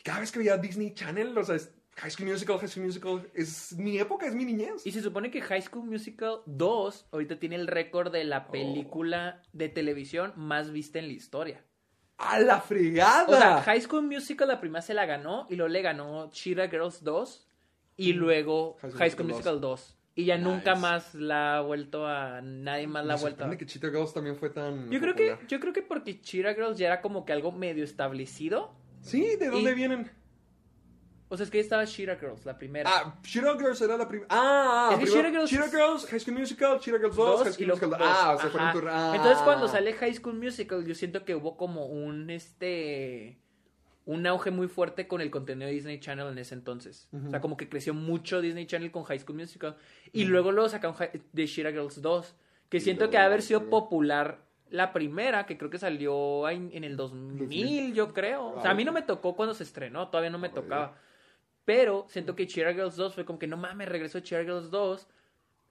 C: cada vez que veía Disney Channel, o sea, es High School Musical, High School Musical, es mi época, es mi niñez.
D: Y se supone que High School Musical 2 ahorita tiene el récord de
C: Oh.
D: la película de televisión más vista en la historia.
C: ¡A la fregada!
D: O sea, High School Musical la primera se la ganó y luego le ganó Cheetah Girls 2
C: Mm.
D: y luego High School, Musical 2. Y ya nunca
C: Nice.
D: más la ha vuelto a nadie más la ha
C: Me
D: vuelto. a-
C: sorprende que Cheetah Girls también fue tan
D: Yo creo que
C: popular.
D: yo creo que porque Cheetah Girls ya era como que algo medio establecido.
C: Sí, ¿de dónde
D: Y-
C: vienen?
D: O sea, es que ahí estaba Cheetah Girls la primera.
C: Ah, Cheetah Girls era la primera. Ah,
D: Es que
C: primero-
D: Cheetah Girls-
C: Cheetah Girls, High School Musical, Cheetah Girls 2,
D: dos
C: High
D: y
C: School
D: luego
C: Musical.
D: dos.
C: Ah, o sea, fueron
D: Ajá.
C: tur- ah.
D: Entonces cuando sale High School Musical, yo siento que hubo como un este un auge muy fuerte con el contenido de Disney Channel en ese entonces. O sea, como que creció mucho Disney Channel con High School Musical y luego luego sacaron Hi- The Shira Girls 2, que siento
C: luego
D: que ha de haber
C: la
D: sido
C: otra.
D: popular la primera, que creo que salió en, en el 2000, yo creo. O sea, a mí no me tocó cuando se estrenó, todavía no me tocaba. Pero siento que Cheetah Girls 2 fue como que no mames, regresó Cheetah Girls 2.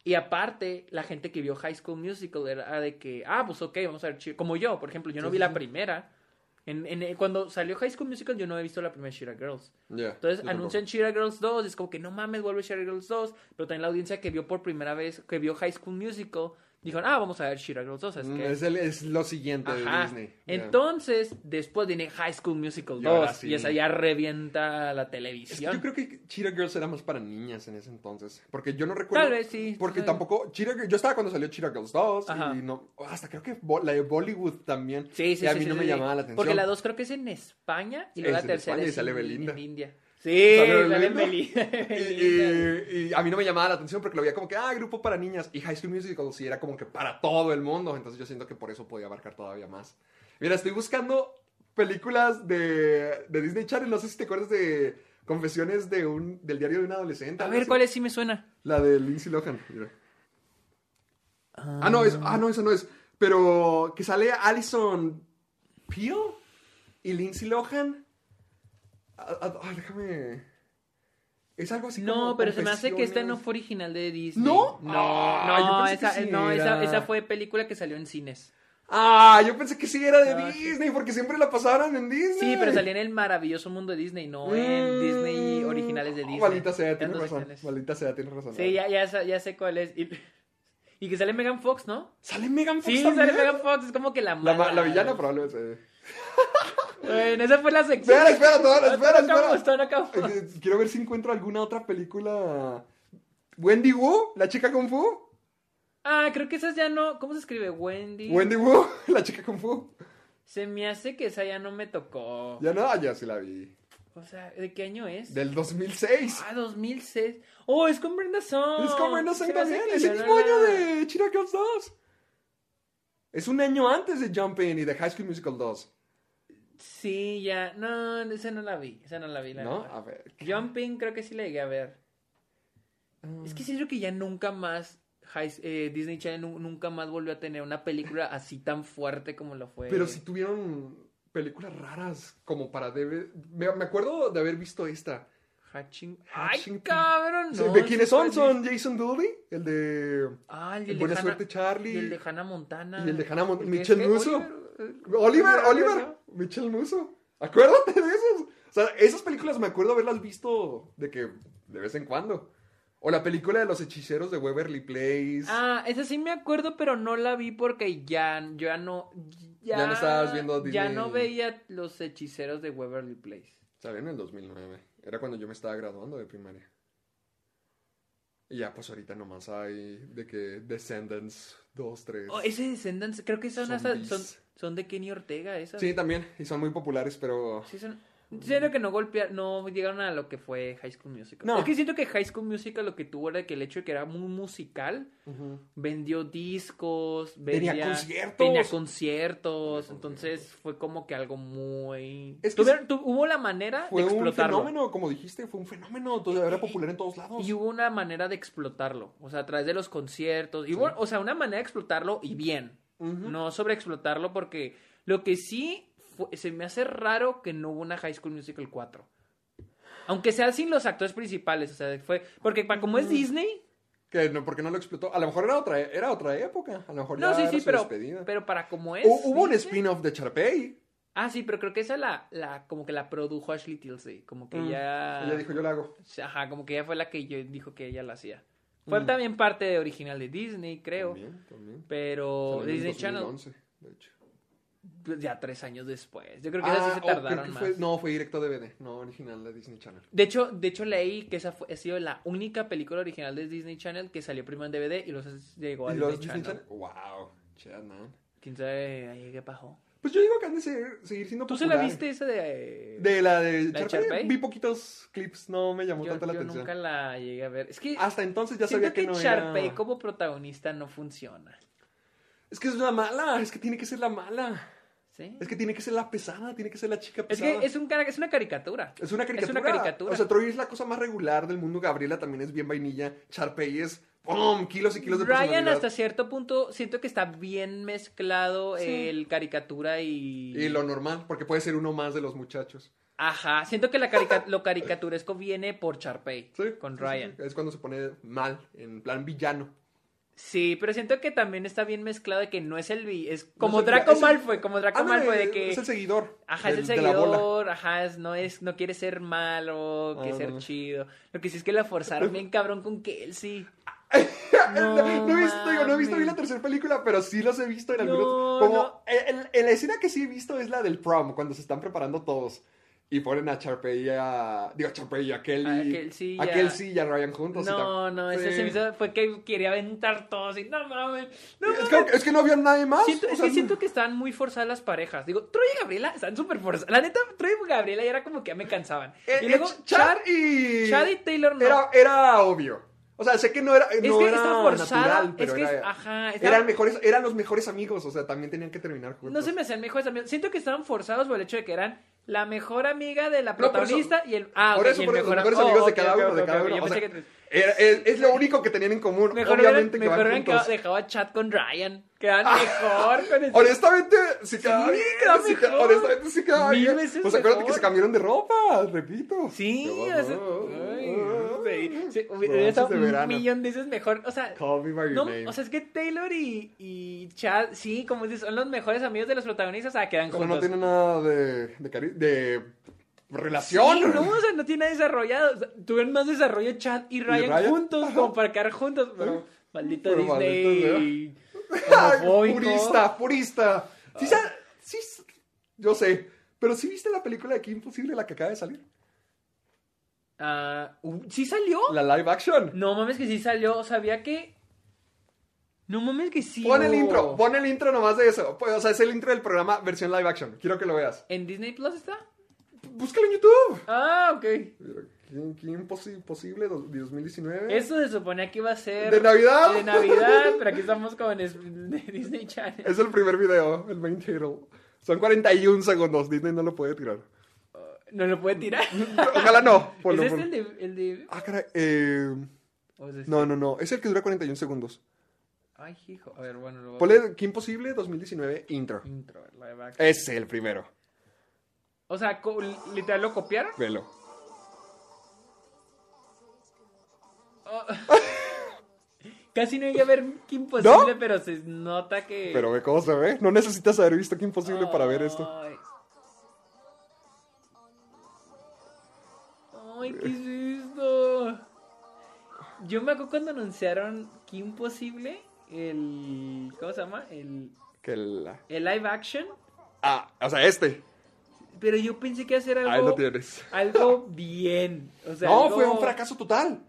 D: Y aparte, la gente que vio High School Musical era de que, ah, pues ok, vamos a ver, Cheer- como yo, por ejemplo, yo no vi la primera. En, en- cuando salió High School Musical, yo no he visto la primera Cheetah Girls.
C: Ya,
D: Entonces
C: yo tampoco.
D: anuncian Cheetah Girls 2, y es como que no mames, vuelve Cheetah Girls 2. Pero también la audiencia que vio por primera vez, que vio High School Musical, dijeron, ah, vamos a ver Cheetah Girls 2. ¿sabes
C: Mm,
D: qué?
C: Es, el- es lo siguiente de
D: Ajá.
C: Disney. Ya.
D: Entonces, después viene High School Musical
C: Y ahora
D: 2
C: sí.
D: y esa ya revienta la
C: Es que
D: televisión.
C: yo creo que Cheetah Girls era más para niñas en ese entonces. Porque yo no recuerdo.
D: Tal vez, sí. Tal
C: Porque
D: vez.
C: tampoco. Cheetah Girl- yo estaba cuando salió Cheetah Girls 2.
D: Ajá.
C: Y no, hasta creo que bo- la de Bollywood también.
D: Sí, sí,
C: Y a
D: sí,
C: mí
D: sí,
C: no
D: sí,
C: me
D: sí.
C: llamaba la atención.
D: Porque la 2 creo que es en España y luego
C: Es
D: la
C: en
D: tercera
C: España y
D: es
C: sale
D: en,
C: Belinda.
D: en India. Sí,
C: Sale
D: sale
C: Belinda.
D: Belinda.
C: Y,
D: Belinda.
C: y- y a mí no me llamaba la atención porque lo veía como que, ah, grupo para niñas. Y High School Musical sí era como que para todo el mundo. Entonces yo siento que por eso podía abarcar todavía más. Mira, estoy buscando películas de, de Disney Channel. No sé si te acuerdas de Confesiones de un, del diario de un adolescente.
D: A
C: algo
D: ver,
C: así.
D: ¿cuál es? Sí me suena.
C: La de Lindsay Lohan. mira. Ah, no, es, ah, no, esa no es. Pero que sale Allison Peel y Lindsay Lohan. Ah, ah, ah, déjame. Es algo así.
D: No,
C: como
D: pero se me hace que esta no
C: Confesiones.
D: fue original de Disney.
C: ¿No?
D: No,
C: Ah, yo
D: no,
C: pensé que
D: esa,
C: sí
D: no
C: era.
D: esa, esa fue película que salió en cines.
C: Ah, yo pensé que sí era de
D: Ah, sí.
C: Disney, porque siempre la pasaron en Disney.
D: Sí, pero salía en el maravilloso mundo de Disney, no en
C: Mm.
D: Disney originales de
C: Ah,
D: Disney.
C: Maldita sea, tienes
D: Tantos
C: razón.
D: originales.
C: Maldita sea, tienes razón.
D: Sí, ya, ya, sa- ya sé cuál es. Y, y que sale Megan Fox, ¿no?
C: Sale Megan Fox.
D: Sí,
C: también?
D: sale Megan Fox, es como que la
C: La,
D: mala.
C: ma- la villana probablemente. eh.
D: Bueno, esa fue la sección.
C: Espera, espera, no,
D: Todavía no
C: espera, espera.
D: acabamos, todavía no acabamos.
C: Eh, Quiero ver si encuentro alguna otra película. Wendy Wu, la chica Kung Fu.
D: Ah, creo que esas ya no. ¿Cómo se escribe? Wendy.
C: Wendy Wu, la chica Kung Fu.
D: Se me hace que esa ya no me tocó.
C: Ya no, ah, ya sí la vi.
D: O sea, ¿de qué año es?
C: Del 2006.
D: Ah, 2006. Oh, es con Brenda Song.
C: es como no
D: Se me hace
C: también.
D: que
C: Es
D: yo
C: el
D: no
C: mismo
D: la-
C: año de Cheetah Girls 2. Es un año antes de Jumping y de High School Musical 2.
D: Sí, ya. No, esa no la vi. Esa no la vi, la
C: ¿No?
D: verdad.
C: A ver. Ah.
D: Jumping creo que sí la llegué a ver. Es que siento que ya nunca más High- eh, Disney Channel nu- nunca más volvió a tener una película así tan fuerte como lo fue.
C: Pero si tuvieron películas raras como para DVD. Me, me acuerdo de haber visto esta.
D: Hatching. ¡Ay,
C: Hatching-
D: cabrón! No,
C: ¿De
D: sí
C: quiénes
D: fue
C: son?
D: así.
C: Son Jason Dooley, el de
D: Ah, el de
C: Buena
D: Hannah-
C: Suerte, Charlie.
D: Y el de Hannah Montana.
C: Y el de Hannah Mon-
D: El que
C: Michelle
D: es que
C: Musso.
D: Oliver, eh,
C: Oliver, Oliver,
D: ¿no?
C: Michel Musso. Acuérdate de esos. O sea, esas películas me acuerdo haberlas visto de que de vez en cuando. O la película de los hechiceros de Waverly Place.
D: Ah, esa sí me acuerdo, pero no la vi porque ya, yo ya no. Ya,
C: Ya no estabas viendo
D: Ya
C: Disney.
D: no veía los hechiceros de Waverly Place.
C: Salió en el 2009. Era cuando yo me estaba graduando de primaria. Y ya, pues ahorita nomás hay de que Descendants 2, 3.
D: Oh, ese Descendants, creo que son, hasta, son,
C: Zombies.
D: son de Kenny Ortega, esas.
C: Sí, también. Y son muy populares, pero...
D: Sí, son. Siento que no golpearon, no llegaron a lo que fue High School Musical.
C: No.
D: Es que siento que High School Musical lo que tuvo era que el hecho de que era muy musical, vendió discos,
C: Tenía
D: vendía,
C: conciertos.
D: tenía conciertos, entonces fue como que algo muy...
C: Es que
D: Tuvieron- tu- hubo la manera
C: Fue
D: de
C: un
D: explotarlo.
C: fenómeno, como dijiste, fue un fenómeno. Todo- Era popular en todos lados.
D: Y hubo una manera de explotarlo, o sea, a través de los conciertos, y hubo- o sea, una manera de explotarlo y bien, no sobreexplotarlo porque lo que sí fue- se me hace raro que no hubo una High School Musical 4. Aunque sea sin los actores principales, o sea, fue porque pa- como es Disney,
C: Que no, porque no lo explotó. A lo mejor era otra, era otra época. A lo mejor
D: no,
C: ya
D: sí,
C: era
D: sí,
C: su
D: pero,
C: despedida.
D: pero para como es
C: Hu- Hubo un
D: Disney-
C: spin-off de Charpey.
D: Ah, sí, pero creo que esa la, la como que la produjo Ashley Tilsey, como que ya
C: Mm. Ella dijo, yo lo hago.
D: ajá, como que ella fue la que yo dijo que ella la hacía. Fue también parte de original de Disney, creo.
C: Mm. También, también.
D: Pero
C: Salió en
D: Disney
C: 2011, de hecho.
D: Channel, ya tres años después. Yo creo que esas
C: Ah,
D: sí se
C: oh, creo
D: tardaron
C: que
D: más.
C: fue- no, fue directo DVD, no original de Disney Channel.
D: De hecho, de hecho leí que esa fue- ha sido la única película original de Disney Channel que salió primero en DVD y luego se- llegó a
C: ¿Y
D: Disney,
C: los Disney
D: Channel.
C: Channel? Wow, chat, man.
D: ¿Quién sabe ahí qué pasó?
C: Pues yo digo que han de seguir, seguir siendo
D: ¿Tú se la
C: populares.
D: viste esa de...?
C: De la de
D: ¿La de
C: Charpey,
D: Charpey?
C: vi poquitos clips, no me llamó
D: yo
C: tanto la
D: yo
C: atención.
D: nunca la llegué a ver. Es que
C: Hasta entonces ya
D: siento
C: sabía que, no
D: Sharpay
C: era...
D: como protagonista no funciona.
C: Es que es la mala, es que tiene que ser la mala.
D: ¿Sí?
C: Es que tiene que ser la pesada, tiene que ser la chica
D: Es
C: pesada.
D: que es, un cara- es una caricatura.
C: Es una caricatura.
D: Es una caricatura.
C: O sea, Troy es la cosa más regular del mundo. Gabriela también es bien vainilla. Charpey es ¡pum! kilos y kilos de
D: Ryan
C: personalidad.
D: hasta cierto punto siento que está bien mezclado el caricatura y...
C: Y lo normal, porque puede ser uno más de los muchachos.
D: Ajá, siento que la carica- lo caricaturesco viene por Charpey
C: Sí,
D: con
C: sí,
D: Ryan.
C: sí. Es cuando se pone mal, en plan villano.
D: Sí, pero siento que también está bien mezclado de que no es el vi, es como
C: No sé,
D: Draco
C: es el-
D: Malfoy, como Draco
C: Ándale,
D: Malfoy de que
C: Es el seguidor.
D: ajá, es el
C: del- de la bola.
D: seguidor, ajá, es- no es no quiere ser malo, que ser
C: Ándale.
D: chido. Lo que sí es que la forzaron bien cabrón con Kelsey.
C: No,
D: No
C: he visto, te digo, no he visto
D: mames.
C: bien la tercera película, pero sí los he visto en
D: No,
C: algunos. como
D: no.
C: el- el- el- la escena que sí he visto es la del prom, cuando se están preparando todos. Y ponen a Charpey a. Digo, a Charpey a Kelly.
D: A Kelsey y
C: a
D: a-
C: Kelsey y a Ryan juntos. y
D: No,
C: tal.
D: no, ese
C: Sí.
D: se me hizo- fue que quería aventar todo así, no mames. No
C: Es
D: mames.
C: que, es que no había nadie más.
D: Siento-
C: o
D: es
C: sea,
D: que siento que estaban muy forzadas las parejas. Digo, Troy y Gabriela están súper forzadas. La neta, Troy y Gabriela ya era como que ya me cansaban.
C: eh,
D: y luego,
C: eh,
D: Chad,
C: Chad y.
D: Chad y Taylor no.
C: Era, era obvio. O sea, sé que no era,
D: es
C: no
D: que
C: era
D: está forzada.
C: natural, pero
D: es que, es-
C: era-
D: ajá, está-
C: eran, mejores, eran los mejores amigos. O sea, también tenían que terminar juntos.
D: no se me hacían mejores amigos. Siento que estaban forzados por el hecho de que eran la mejor amiga de la
C: por eso.
D: protagonista y el. Ah,
C: Por
D: ok,
C: eso,
D: y el
C: por eso, los
D: mejor
C: mejores
D: oh,
C: amigos de
D: ok,
C: cada
D: ok,
C: uno. de
D: ok,
C: cada
D: ok,
C: uno.
D: yo
C: O sea,
D: pensé que-
C: era- es, es lo único que tenían en común.
D: Mejor hubieran,
C: obviamente que
D: mejor
C: van
D: hubieran
C: juntos. Ah.
D: quedado- dejado a Chad con Ryan. Quedan mejor con el.
C: Honestamente, sí quedaba
D: Sí,
C: bien.
D: quedaba
C: sí queda-
D: mejor.
C: honestamente, sí quedaba
D: Mil
C: bien.
D: veces
C: Pues acuérdate que
D: mejor.
C: se cambiaron de ropa, repito.
D: Sí,
C: Yo,
D: o sea,
C: ah,
D: ay,
C: ah,
D: sí, sí, hubiera
C: romances
D: estado
C: de
D: un
C: verano.
D: millón de veces mejor, o sea,
C: Call me by your
D: no,
C: name.
D: o sea, es que Taylor y, y Chad, sí, como dices, son los mejores amigos de los protagonistas, o sea, quedan
C: Pero
D: juntos.
C: no tiene nada de, de, cari- de relación.
D: Sí, no, o sea, no tiene nada desarrollado, o sea, tuvieron más desarrollo Chad y Ryan,
C: Ryan?
D: juntos,
C: Ajá.
D: como para quedar juntos, pero maldito
C: Pero
D: Disney,
C: Ay,
D: homofóbico. Ah.
C: purista, purista. Sí, sa- sí, s- yo sé. Pero sí viste la película de Kim Imposible, la que acaba de salir.
D: Ah, uh, ¿sí salió?
C: La live action.
D: No mames que sí salió, sabía que... No mames que sí.
C: Pon el
D: hubo.
C: intro, pon el intro nomás de eso. Pues, O sea, es el intro del programa versión live action. Quiero que lo veas.
D: ¿En Disney Plus está?
C: Búscalo en YouTube.
D: Ah, ok.
C: Pero, ¿Quién, quién posi- posible? dos- 2019.
D: Eso se suponía que iba a ser.
C: ¿De Navidad?
D: De Navidad, pero aquí estamos con es- de Disney Channel.
C: Es el primer video, el main title. Son 41 segundos. Disney no lo puede tirar.
D: No lo puede tirar.
C: Ojalá no. Ponlo,
D: ¿Es este
C: ponlo.
D: el de.? El de...
C: Ah, caray. eh,
D: o es este?
C: no, no, no. Es el que dura 41 segundos.
D: Ay, hijo. A ver, bueno, lo voy a-
C: Ponle Kim Posible 2019 intro.
D: Intro, live action.
C: Ese el primero.
D: O sea, co- literal lo copiaron.
C: Velo.
D: Casi no llegué a ver qué imposible,
C: ¿No?
D: pero se nota que.
C: Pero ve cómo se ve. No necesitas haber visto Kim Posible para ver esto.
D: Ay. Ay, ¿qué es esto? Yo me acuerdo cuando anunciaron que imposible el. ¿Cómo se llama? El,
C: Que la...
D: el live action.
C: Ah, o sea, este.
D: Pero yo pensé que hacer algo.
C: Ahí lo tienes.
D: Algo bien. O sea,
C: No,
D: algo-
C: fue un fracaso total.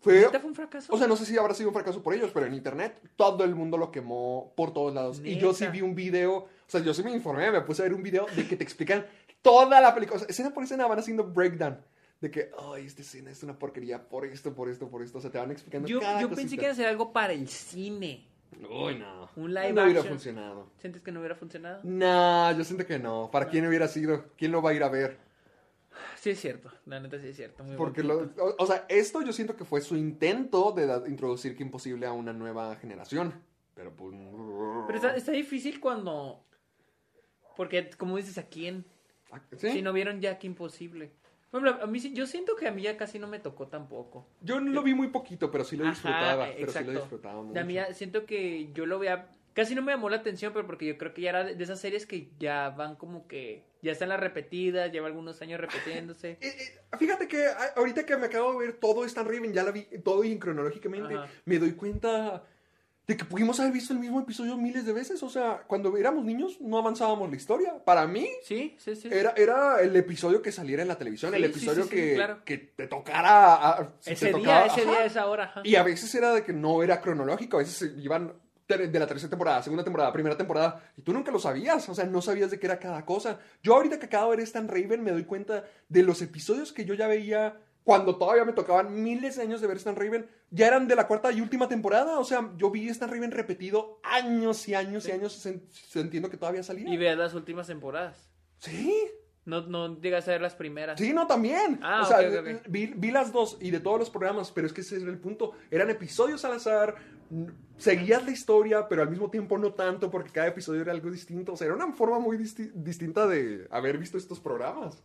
C: Fue...
D: ¿Neta fue un fracaso?
C: O sea, no sé si habrá sido un fracaso por ellos, pero en internet todo el mundo lo quemó por todos lados. Y yo sí
D: Neta.
C: vi un video, o sea, yo sí me informé, me puse a ver un video de que te explican toda la película. O sea, escena por escena van haciendo breakdown. De que, ay, esta escena es una porquería por esto, por esto, por esto. O sea, te van explicando
D: yo
C: cada
D: yo pensé que
C: cosita.
D: iba a hacer algo para el cine.
C: Uy, no.
D: un live
C: No hubiera
D: action.
C: funcionado.
D: ¿Sientes que no hubiera funcionado?
C: No, yo siento que no. ¿Para quién hubiera sido? ¿Quién lo va a ir a ver?
D: Sí, es cierto. La neta, sí es cierto. Muy
C: Porque
D: buen
C: lo,
D: punto.
C: o, o sea, esto yo siento que fue su intento de da- introducir que imposible a una nueva generación. Pero pues.
D: Pero está, está difícil cuando. Porque, como dices, ¿a quién?
C: Ah, ¿sí?
D: Si no vieron ya, que imposible. Por ejemplo, a mí, sí- yo siento que a mí ya casi no me tocó tampoco.
C: Yo lo vi muy poquito, pero sí lo
D: Ajá,
C: disfrutaba.
D: eh,
C: pero sí lo
D: exacto.
C: disfrutaba mucho.
D: A mí ya siento que yo lo veía. Casi no me llamó la atención, pero porque yo creo que ya era de de esas series que ya van como que. Ya están las repetidas, lleva algunos años repitiéndose.
C: Eh, eh, fíjate que a- ahorita que me acabo de ver todo Stan Raven, ya la vi todo y cronológicamente,
D: Ajá.
C: me doy cuenta de que pudimos haber visto el mismo episodio miles de veces. O sea, cuando éramos niños no avanzábamos la historia. Para mí,
D: Sí, sí, sí.
C: Era, era el episodio que saliera en la televisión,
D: Sí,
C: el
D: sí,
C: episodio
D: sí, sí,
C: que,
D: claro.
C: que te tocara. a- a- si
D: ese
C: te
D: día,
C: tocaba,
D: ese
C: ajá.
D: día, esa hora. ajá.
C: Y a veces era de que no era cronológico, a veces se iban ter- de la tercera temporada, segunda temporada, primera temporada, y tú nunca lo sabías, o sea, no sabías de qué era cada cosa. Yo ahorita que acabo de ver Stan Raven me doy cuenta de los episodios que yo ya veía cuando todavía me tocaban miles de años de ver Stan Raven, ya eran de la cuarta y última temporada, o sea, yo vi Stan Raven repetido años y años y años, se, se entiendo que todavía salía.
D: Y veas las últimas temporadas.
C: Sí.
D: No, no llegas a ver las primeras.
C: Sí, no, también.
D: Ah,
C: o sea,
D: ok, ok, ok.
C: Vi, vi las dos y de todos los programas, pero es que ese era el punto. Eran episodios al azar, n- seguías la historia, pero al mismo tiempo no tanto, porque cada episodio era algo distinto. O sea, era una forma muy disti- distinta de haber visto estos programas.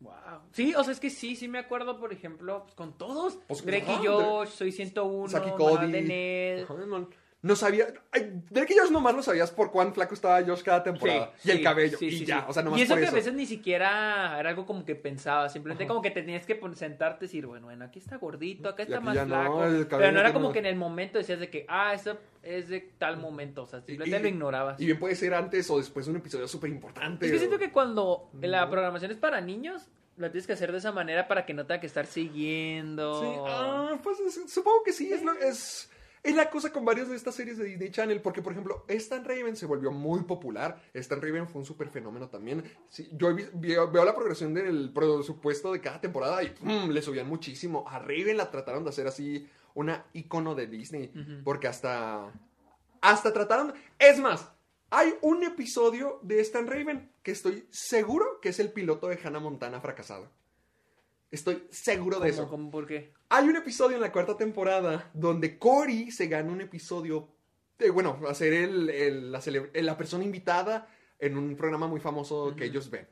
D: Wow. Sí, o sea, es que sí, sí me acuerdo, por ejemplo, pues, con todos.
C: Pues,
D: Drake
C: ajá,
D: y Josh, Soy 101,
C: Saki
D: Manuel
C: Cody.
D: de Ned.
C: Ajá, no- No sabía. Ay, de que Josh nomás lo sabías por cuán flaco estaba Josh cada temporada.
D: Sí,
C: y el
D: sí,
C: cabello.
D: sí,
C: y
D: sí,
C: ya.
D: sí.
C: O sea, nomás
D: Y eso
C: por
D: que
C: eso.
D: a veces ni siquiera era algo como que pensaba. Simplemente como que tenías que pon- sentarte y decir, bueno, bueno, aquí está gordito, acá está
C: aquí
D: más
C: ya no,
D: flaco.
C: el
D: Pero
C: cabello
D: no era
C: tiene
D: como
C: más-
D: que en el momento decías de que, ah, eso es de tal momento. O sea,
C: Y-
D: simplemente
C: y-
D: lo ignorabas.
C: Y bien puede ser antes o después de un episodio súper importante.
D: Es que siento
C: o-
D: que cuando la programación es para niños, la tienes que hacer de esa manera para que no tenga que estar siguiendo.
C: Sí, ah, pues es- supongo que sí, es, lo- es, es la cosa con varias de estas series de Disney Channel, porque por ejemplo, Stan Raven se volvió muy popular, Stan Raven fue un super fenómeno también, Sí, yo he vi- veo, veo la progresión del presupuesto de cada temporada y ¡pum! le subían muchísimo, a Raven la trataron de hacer así una icono de Disney, porque hasta, hasta trataron, es más, hay un episodio de Stan Raven que estoy seguro que es el piloto de Hannah Montana fracasado. Estoy seguro de eso.
D: ¿Cómo, cómo, por qué?
C: Hay un episodio en la cuarta temporada donde Cory se gana un episodio, de, bueno, a ser el, el- la, cele- la persona invitada en un programa muy famoso que ellos ven.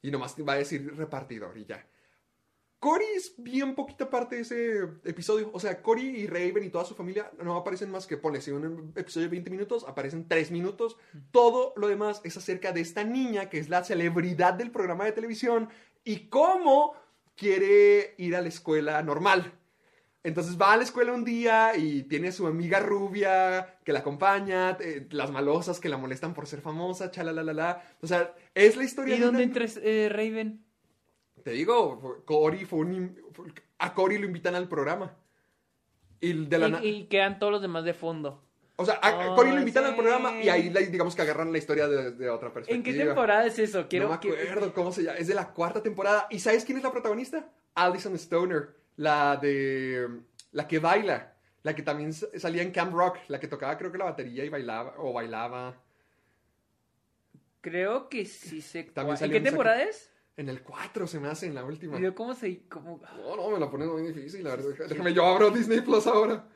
C: Y nomás va a decir repartidor y ya. Cory es bien poquita parte de ese episodio. O sea, Cory y Raven y toda su familia no aparecen más que, ponle, si un episodio de 20 minutos, aparecen 3 minutos. Todo lo demás es acerca de esta niña que es la celebridad del programa de televisión y cómo quiere ir a la escuela normal. Entonces va a la escuela un día y tiene a su amiga rubia que la acompaña, eh, las malosas que la molestan por ser famosa, chalalala. O sea, es la historia
D: ¿Y
C: de una-
D: dónde entres, eh, Raven?
C: te digo, Cory fue un... im- A Cory lo invitan al programa. Y de la... na-
D: Y, y quedan todos los demás de fondo.
C: O sea, a- a
D: Oh,
C: Cory lo invitan
D: sí.
C: al programa y ahí like, digamos que agarran la historia de, de otra perspectiva.
D: ¿En qué temporada es eso? Quiero
C: Pues, no me
D: que-
C: acuerdo cómo se llama. Es de la cuarta temporada. ¿Y sabes quién es la protagonista? Alison Stoner. La de. La que baila. La que también s- salía en Camp Rock. La que tocaba, creo que la batería y bailaba. O bailaba.
D: Creo que sí se.
C: También
D: ¿En
C: salió
D: qué
C: en esa-
D: temporada es?
C: En el 4 se me hace, en la última.
D: Yo cómo se. Cómo...
C: No, no, me la pones muy difícil. A ver, deja- déjame, yo abro Disney Plus ahora.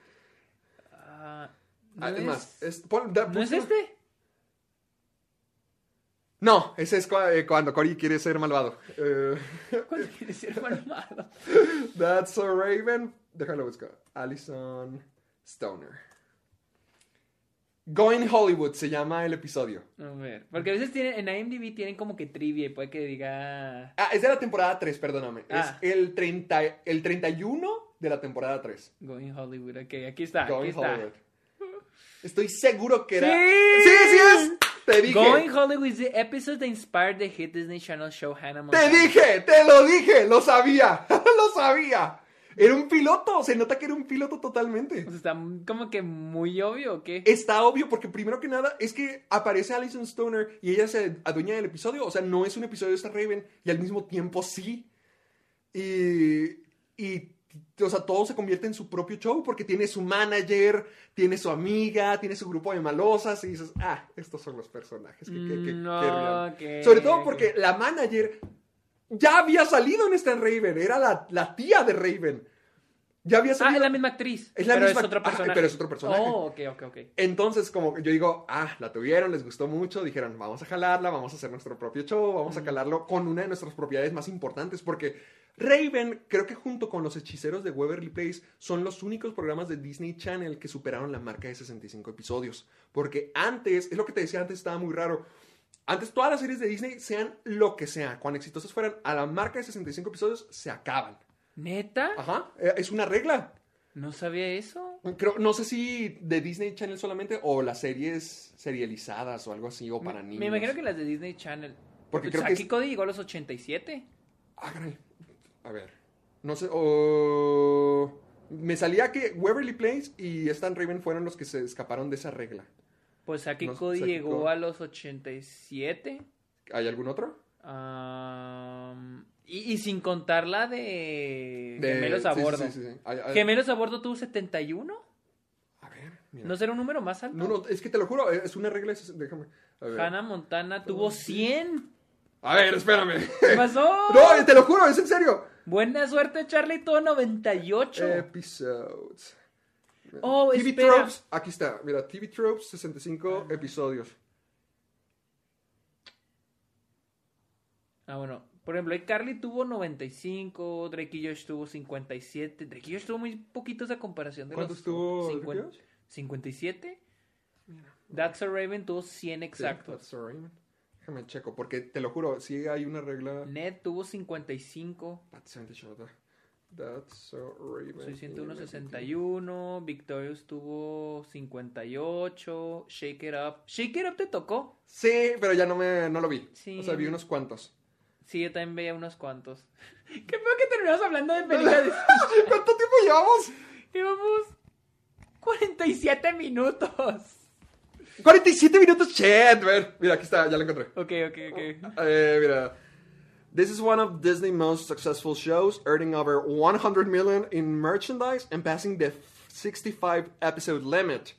D: Ah,
C: Ah,
D: ¿no
C: es más,
D: es,
C: es, pon- da-
D: ¿no es
C: busca-
D: este?
C: No, ese es cua- eh, cuando Cory quiere ser malvado. Eh,
D: ¿Cuál quiere ser malvado?
C: That's so Raven. Déjalo buscar. Allison Stoner. Going Hollywood se llama el episodio.
D: A ver, porque a veces tienen, en IMDb tienen como que trivia y puede que diga.
C: Ah, es de la temporada 3, perdóname.
D: Ah.
C: Es el, 30, el 31 de la temporada 3.
D: Going Hollywood, ok, aquí está, aquí
C: Going
D: está.
C: Hollywood. Estoy seguro que era.
D: ¡Sí!
C: ¡Sí, sí es! ¡Te dije!
D: Going Hollywood is the episode that inspired the hit Disney Channel show Hannah
C: ¡Te
D: Montana.
C: dije! ¡Te lo dije! ¡Lo sabía! ¡Lo sabía! Era un piloto. Se nota que era un piloto totalmente.
D: O sea, está como que muy obvio, ¿o qué?
C: Está obvio porque primero que nada es que aparece Alison Stoner y ella se adueña del episodio. O sea, no es un episodio de Star Raven y al mismo tiempo sí. Y, y, o sea, todo se convierte en su propio show porque tiene su manager, tiene su amiga, tiene su grupo de malosas y dices, ah, estos son los personajes que, que, que- que
D: No,
C: rían".
D: que-
C: Sobre todo porque la manager ya había salido en Star Raven, era la, la tía de Raven. Ya había
D: Ah,
C: salido.
D: es la misma actriz.
C: Es la
D: pero
C: misma-
D: Es otro
C: ah,
D: personaje.
C: pero es otro personaje.
D: Oh, ok, ok, ok.
C: Entonces, como yo digo, ah, la tuvieron, les gustó mucho, dijeron, vamos a jalarla, vamos a hacer nuestro propio show, vamos a calarlo con una de nuestras propiedades más importantes, porque Raven, creo que junto con los hechiceros de Waverly Place, son los únicos programas de Disney Channel que superaron la marca de 65 episodios. Porque antes, es lo que te decía antes, estaba muy raro. Antes todas las series de Disney, sean lo que sea, cuán exitosas fueran, a la marca de 65 episodios se acaban.
D: ¿Neta?
C: Ajá, eh, es una regla.
D: No sabía eso.
C: Creo- no sé si de Disney Channel solamente o las series serializadas o algo así o para
D: me,
C: niños.
D: me imagino que las de Disney Channel. Pues,
C: Porque creo que
D: Saki
C: es-
D: Cody llegó a los 87.
C: Ah, caray. A ver. No sé. o- Me salía que Waverly Place y Stan Raven fueron los que se escaparon de esa regla.
D: Pues Saki
C: No,
D: Cody
C: Saki
D: llegó
C: Cody.
D: a los 87.
C: ¿Hay algún otro?
D: Am, y, y sin contar la de,
C: De-
D: Gemelos a
C: sí, sí,
D: bordo.
C: sí, Ah. sí, sí. Ay, ay,
D: Gemelos a bordo tuvo 71.
C: A ver. mira.
D: ¿No será un número más alto?
C: No, no, es que te lo juro, es una regla. es- Déjame. A ver.
D: Hannah Montana tuvo 100.
C: A ver, espérame.
D: ¿Qué pasó?
C: No, eh. te lo juro, es en serio.
D: Buena suerte, Charlie. Todo 98.
C: Eh, Episodes.
D: oh,
C: TV
D: espera.
C: Tropes, aquí está, mira, TV Tropes, 65 episodios.
D: Ah, bueno. Por ejemplo, ahí Carly tuvo 95, Drake y Josh tuvo 57. Drake y Josh tuvo muy poquito esa comparación de
C: ¿Cuántos
D: los
C: tuvo Drake y
D: 50,
C: Josh?
D: 57. That's a Raven tuvo 100 exactos.
C: That's all right, man. Déjame checo, porque te lo juro, si hay una regla.
D: Ned tuvo 55.
C: That's all right, That's so
D: Soy 101.61. Victorious tuvo 58. Shake It Up. Shake It Up te tocó.
C: Sí, pero ya no me no lo vi.
D: Sí.
C: O sea, vi unos cuantos.
D: Sí, yo también veía unos cuantos. Qué feo que terminamos hablando de películas.
C: ¿Cuánto tiempo llevamos?
D: Llevamos 47 minutos.
C: 47 minutos, chat, ver. Mira, aquí está, ya lo encontré.
D: Ok, ok, ok.
C: Eh, mira. This is one of Disney's most successful shows, earning over 100 million in merchandise and passing the 65 episode limit.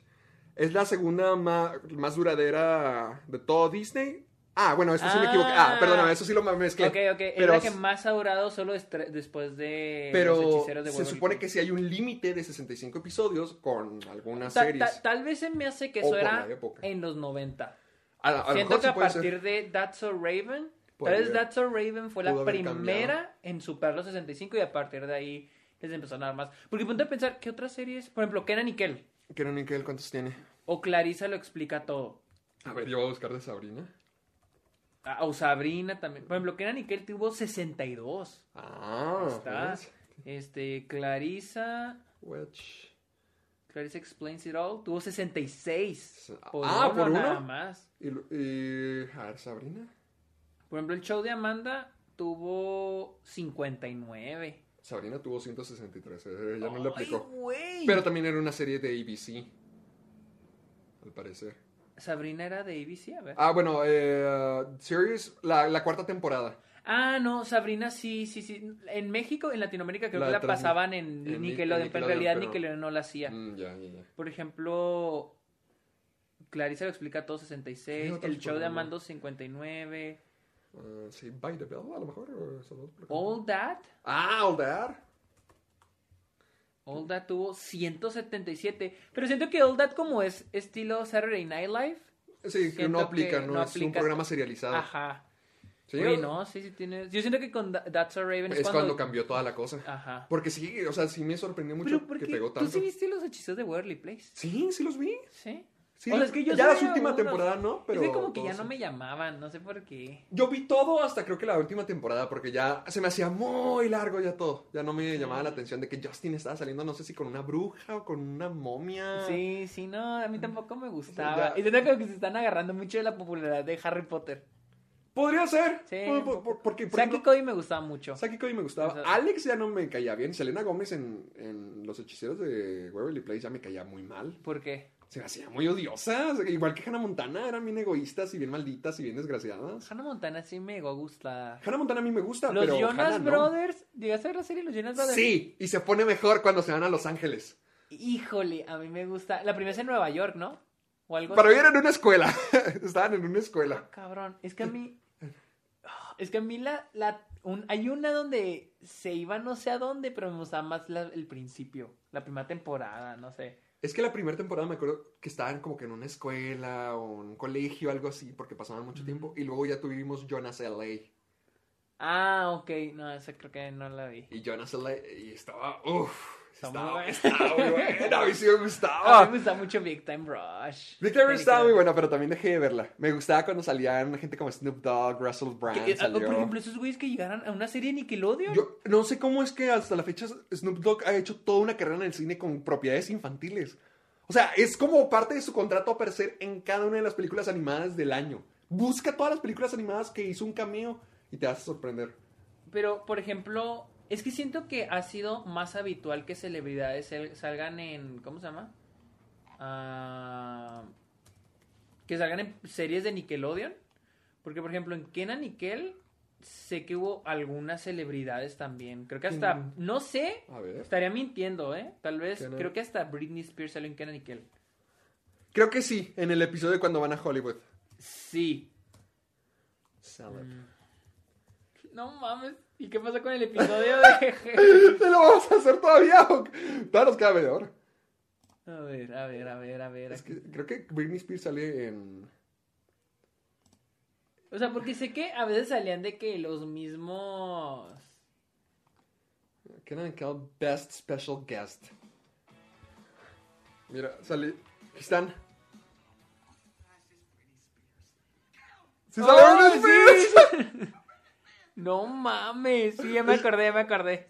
C: Es la segunda ma- más duradera de todo Disney. Ah, bueno, esto sí me
D: Ah.
C: equivoqué. Ah, perdóname, eso sí lo mezclé.
D: Ok, ok. Es
C: Pero,
D: la que más ha durado solo estre- después de los
C: pero
D: hechiceros de
C: se
D: Waverly
C: supone que
D: Place.
C: sí hay un límite de 65 episodios con algunas
D: Ta-
C: series.
D: ta- tal vez se me hace que
C: O
D: eso
C: por
D: era
C: la época.
D: en los 90.
C: a, a lo
D: Siento que
C: mejor sí
D: a
C: puede ser.
D: partir de That's So Raven,
C: Puede
D: tal vez
C: haber.
D: That's So Raven fue la
C: Pudo haber
D: primera
C: cambiado.
D: en superar los 65 y a partir de ahí les empezaron a dar más. Porque ponte a pensar, ¿qué otras series? Por ejemplo, Kenan y Kel
C: Quiero ni que él cuántos tiene.
D: o Clarisa lo explica todo.
C: A ver, yo voy a buscar de Sabrina.
D: A- O Sabrina también. Por ejemplo, Kenan y Kel tuvo 62.
C: Ah,
D: Está.
C: ¿ves?
D: Este, Clarisa,
C: Which-
D: Clarisa Explains It All, tuvo 66.
C: Ah, ¿por uno?
D: Nada más.
C: Y, lo- y- a ver, Sabrina.
D: Por ejemplo, el show de Amanda tuvo 59.
C: Sabrina tuvo 163, eh, ella no le
D: ¡Ay,
C: aplicó.
D: güey!
C: Pero también era una serie de ABC. al parecer.
D: Sabrina era de ABC, a ver.
C: Ah, bueno, eh, Series, la, la cuarta temporada.
D: Ah, no, Sabrina sí, sí, sí. En México, en Latinoamérica creo
C: La
D: que la
C: transmi-
D: pasaban en,
C: en
D: Nickelodeon,
C: Ni- en
D: pero en
C: Nickelodeon,
D: realidad
C: pero-
D: Nickelodeon no la hacía.
C: Mm, ya, ya, ya.
D: Por ejemplo, Clarisa lo explica todo 66,
C: ¿Qué
D: El
C: otros
D: show de
C: programas?
D: Amando 59,
C: Ah, sí, By the Bell, a lo mejor. o esos dos, por ejemplo.
D: All That.
C: Ah, All That.
D: All That tuvo 177. Pero siento que All That como es estilo Saturday Night Live.
C: Sí, que
D: Siento
C: no aplica,
D: que
C: ¿no?
D: no
C: es un
D: aplica.
C: programa serializado.
D: Ajá.
C: Sí,
D: Oye, no, sí, sí tiene... Yo siento que con Tha- That's a Raven es,
C: Es cuando cambió toda la cosa.
D: Ajá.
C: Porque sí, o sea, sí me sorprendió mucho
D: Ah. Pero porque
C: que pegó
D: tú
C: tanto.
D: sí viste los hechizos de Worldly Place.
C: Sí, sí los vi.
D: Sí.
C: Sí,
D: O sea,
C: los-
D: es que yo
C: ya
D: sí
C: la
D: veo
C: última
D: algunos.
C: temporada no, pero
D: Es que como que ya
C: todos
D: no
C: sí.
D: me llamaban, no sé por qué.
C: Yo vi todo hasta creo que la última temporada, porque ya se me hacía muy largo ya todo. Ya no me llamaba la atención de que Justin estaba saliendo, no sé si con una bruja o con una momia.
D: Sí, sí, no, a mí tampoco me
C: Ah. Ya.
D: gustaba. Y siento como que se están agarrando mucho de la popularidad de Harry Potter.
C: Podría ser.
D: Sí.
C: Por- por- por- porque, por
D: Saki
C: ejemplo,
D: Cody me gustaba mucho.
C: Saki Cody me gustaba.
D: O sea-
C: Alex ya no me caía bien. Selena Gómez en, en Los Hechiceros de Waverly Place ya me caía muy mal.
D: ¿Por qué?
C: Se me hacía muy odiosa. o sea, igual que Hannah Montana, eran bien egoístas y bien malditas y bien desgraciadas.
D: Hannah Montana sí me gusta.
C: Hannah Montana a mí me gusta,
D: Los
C: pero.
D: Jonas
C: Hannah no.
D: Brothers. ¿Llegaste a ver la serie Los Jonas Brothers?
C: Sí, y se pone mejor cuando se van a Los Ángeles.
D: Híjole, a mí me gusta. La primera es en Nueva York, ¿no? O algo
C: Para
D: así.
C: mí eran en una escuela. Estaban en una escuela.
D: Cabrón, es que a mí. Es que a mí la. la un- hay una donde se iba no sé a dónde, pero me gustaba más la- el principio. La primera temporada, no sé.
C: Es que la primera temporada me acuerdo que estaban como que en una escuela o un colegio, algo así, porque pasaban mucho tiempo. Y luego ya tuvimos Jonas L.A.
D: Ah, ok. No, esa creo que no la vi.
C: Y Jonas L.A. y estaba, uff,
D: Está muy
C: estaba,
D: buena.
C: estaba muy buena. A mí sí me
D: A mí
C: gustaba.
D: me gusta mucho Big Time Rush.
C: Ah. Big Time Rush estaba muy
D: Película.
C: buena, pero también dejé de verla. Me gustaba cuando salían gente como Snoop Dogg, Russell
D: Que-
C: Brand,
D: ah, Por
C: salió.
D: ejemplo, esos güeyes que llegaran a una serie de Nickelodeon.
C: Yo no sé cómo es que hasta la fecha Snoop Dogg ha hecho toda una carrera en el cine con propiedades infantiles. O sea, es como parte de su contrato aparecer en cada una de las películas animadas del año. Busca todas las películas animadas que hizo un cameo y te vas a sorprender.
D: Pero, por ejemplo, es que siento que ha sido más habitual que celebridades sal- salgan en. ¿Cómo se llama? Ah, que salgan en series de Nickelodeon. Porque, por ejemplo, en Kenan Nickel sé que hubo algunas celebridades también. Creo que hasta.
C: Mm.
D: No sé.
C: A ver.
D: Estaría mintiendo, ¿eh? Tal vez.
C: Kenan-
D: Creo que hasta Britney Spears salió en Kenan Nickel.
C: Creo que sí, en el episodio de cuando van a Hollywood.
D: Sí. No mames. ¿Y qué pasa con el episodio de.?
C: ¿Te lo vamos a hacer todavía? o qué? Todavía nos queda media hora.
D: A ver, a ver, a ver, a ver.
C: Es
D: aquí.
C: que creo que Britney Spears sale en...
D: O sea, porque sé que a veces salían de que los mismos.
C: Kenan Cal Best Special Guest. Mira, sale. Aquí están. ¡Sí sale
D: ¡Ay,
C: Britney Spears!
D: sí! No mames, sí, ya me acordé, ya me acordé.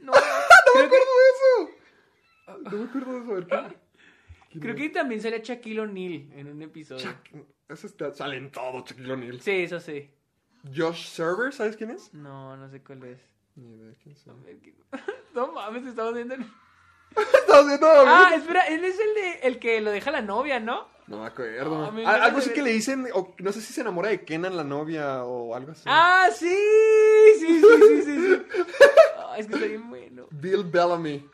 D: No,
C: ¡No
D: creo,
C: me acuerdo
D: que,
C: de eso! No me acuerdo de eso. a ver, ¿qué?
D: creo que también salía Shaquille O'Neal en un episodio.
C: Shaq- Eso está, sale en todo, Shaquille O'Neal.
D: Sí, eso sí.
C: Josh Server, ¿sabes quién es?
D: No, no sé cuál es.
C: Ni idea quién es.
D: No mames, estamos viendo. el-
C: Estamos viendo a Britney.
D: Ah, espera, él es el de el que lo deja la novia, ¿no?
C: No me acuerdo.
D: Ah, me-
C: Al- algo así
D: me-
C: que le dicen, o no sé si se enamora de Kenan la novia o algo así.
D: Ah, sí, sí, sí, sí, sí. sí. Ah, es que está bien bueno.
C: Bill Bellamy.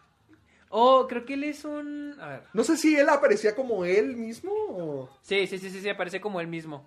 D: Oh, creo que él es un. A ver.
C: No sé si él aparecía como él mismo o...
D: Sí, sí, sí, sí, sí, aparece como él mismo.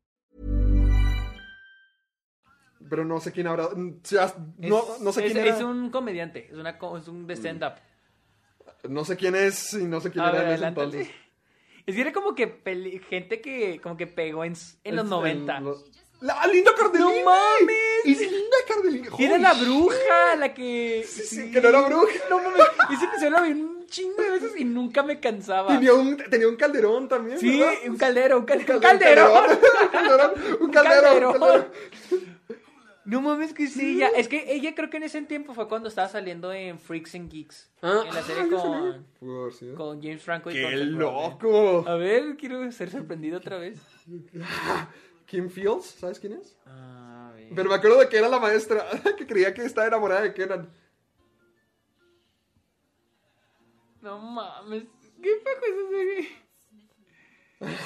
C: Pero no sé quién habrá. mm, ya- no,
D: Es-
C: no sé
D: es,
C: quién era. Mm.
D: es un comediante, es, una, co- es un de stand-up.
C: No sé quién es y no sé quién
D: A
C: era
D: ver,
C: en ese
D: adelántale.
C: entonces.
D: Es que era como que peli- gente que como que pegó en, s- en los
C: Es-
D: 90.
C: en los- ¡La ¡Ah, Linda Cardellini!
D: ¡No mames!
C: ¡Es Linda Cardellini!
D: Era la bruja, la que.
C: Sí, sí, que no era bruja.
D: No mames. Ese episodio lo vi un chingo de veces y nunca me cansaba.
C: Tenía un, tenía un calderón también,
D: Sí,
C: ¿verdad?
D: un caldero, un caldero. Un
C: Un
D: calderón.
C: calderón, un calderón, un Mm. calderón.
D: No mames que sí, ya. Es que ella creo que en ese tiempo fue cuando estaba saliendo en Freaks and Geeks.
C: Ah,
D: en la serie
C: ah, ya
D: con,
C: Pudo haber sido.
D: con ¿eh? James Franco y
C: ¡Qué
D: Conrad Robin.
C: loco!
D: A ver, quiero ser sorprendido otra vez.
C: Kim Fields, ¿sabes quién es?
D: Ah. A ver.
C: Pero me acuerdo de que era la maestra que creía que estaba enamorada de Kenan.
D: No mames. ¿Qué fue esa serie?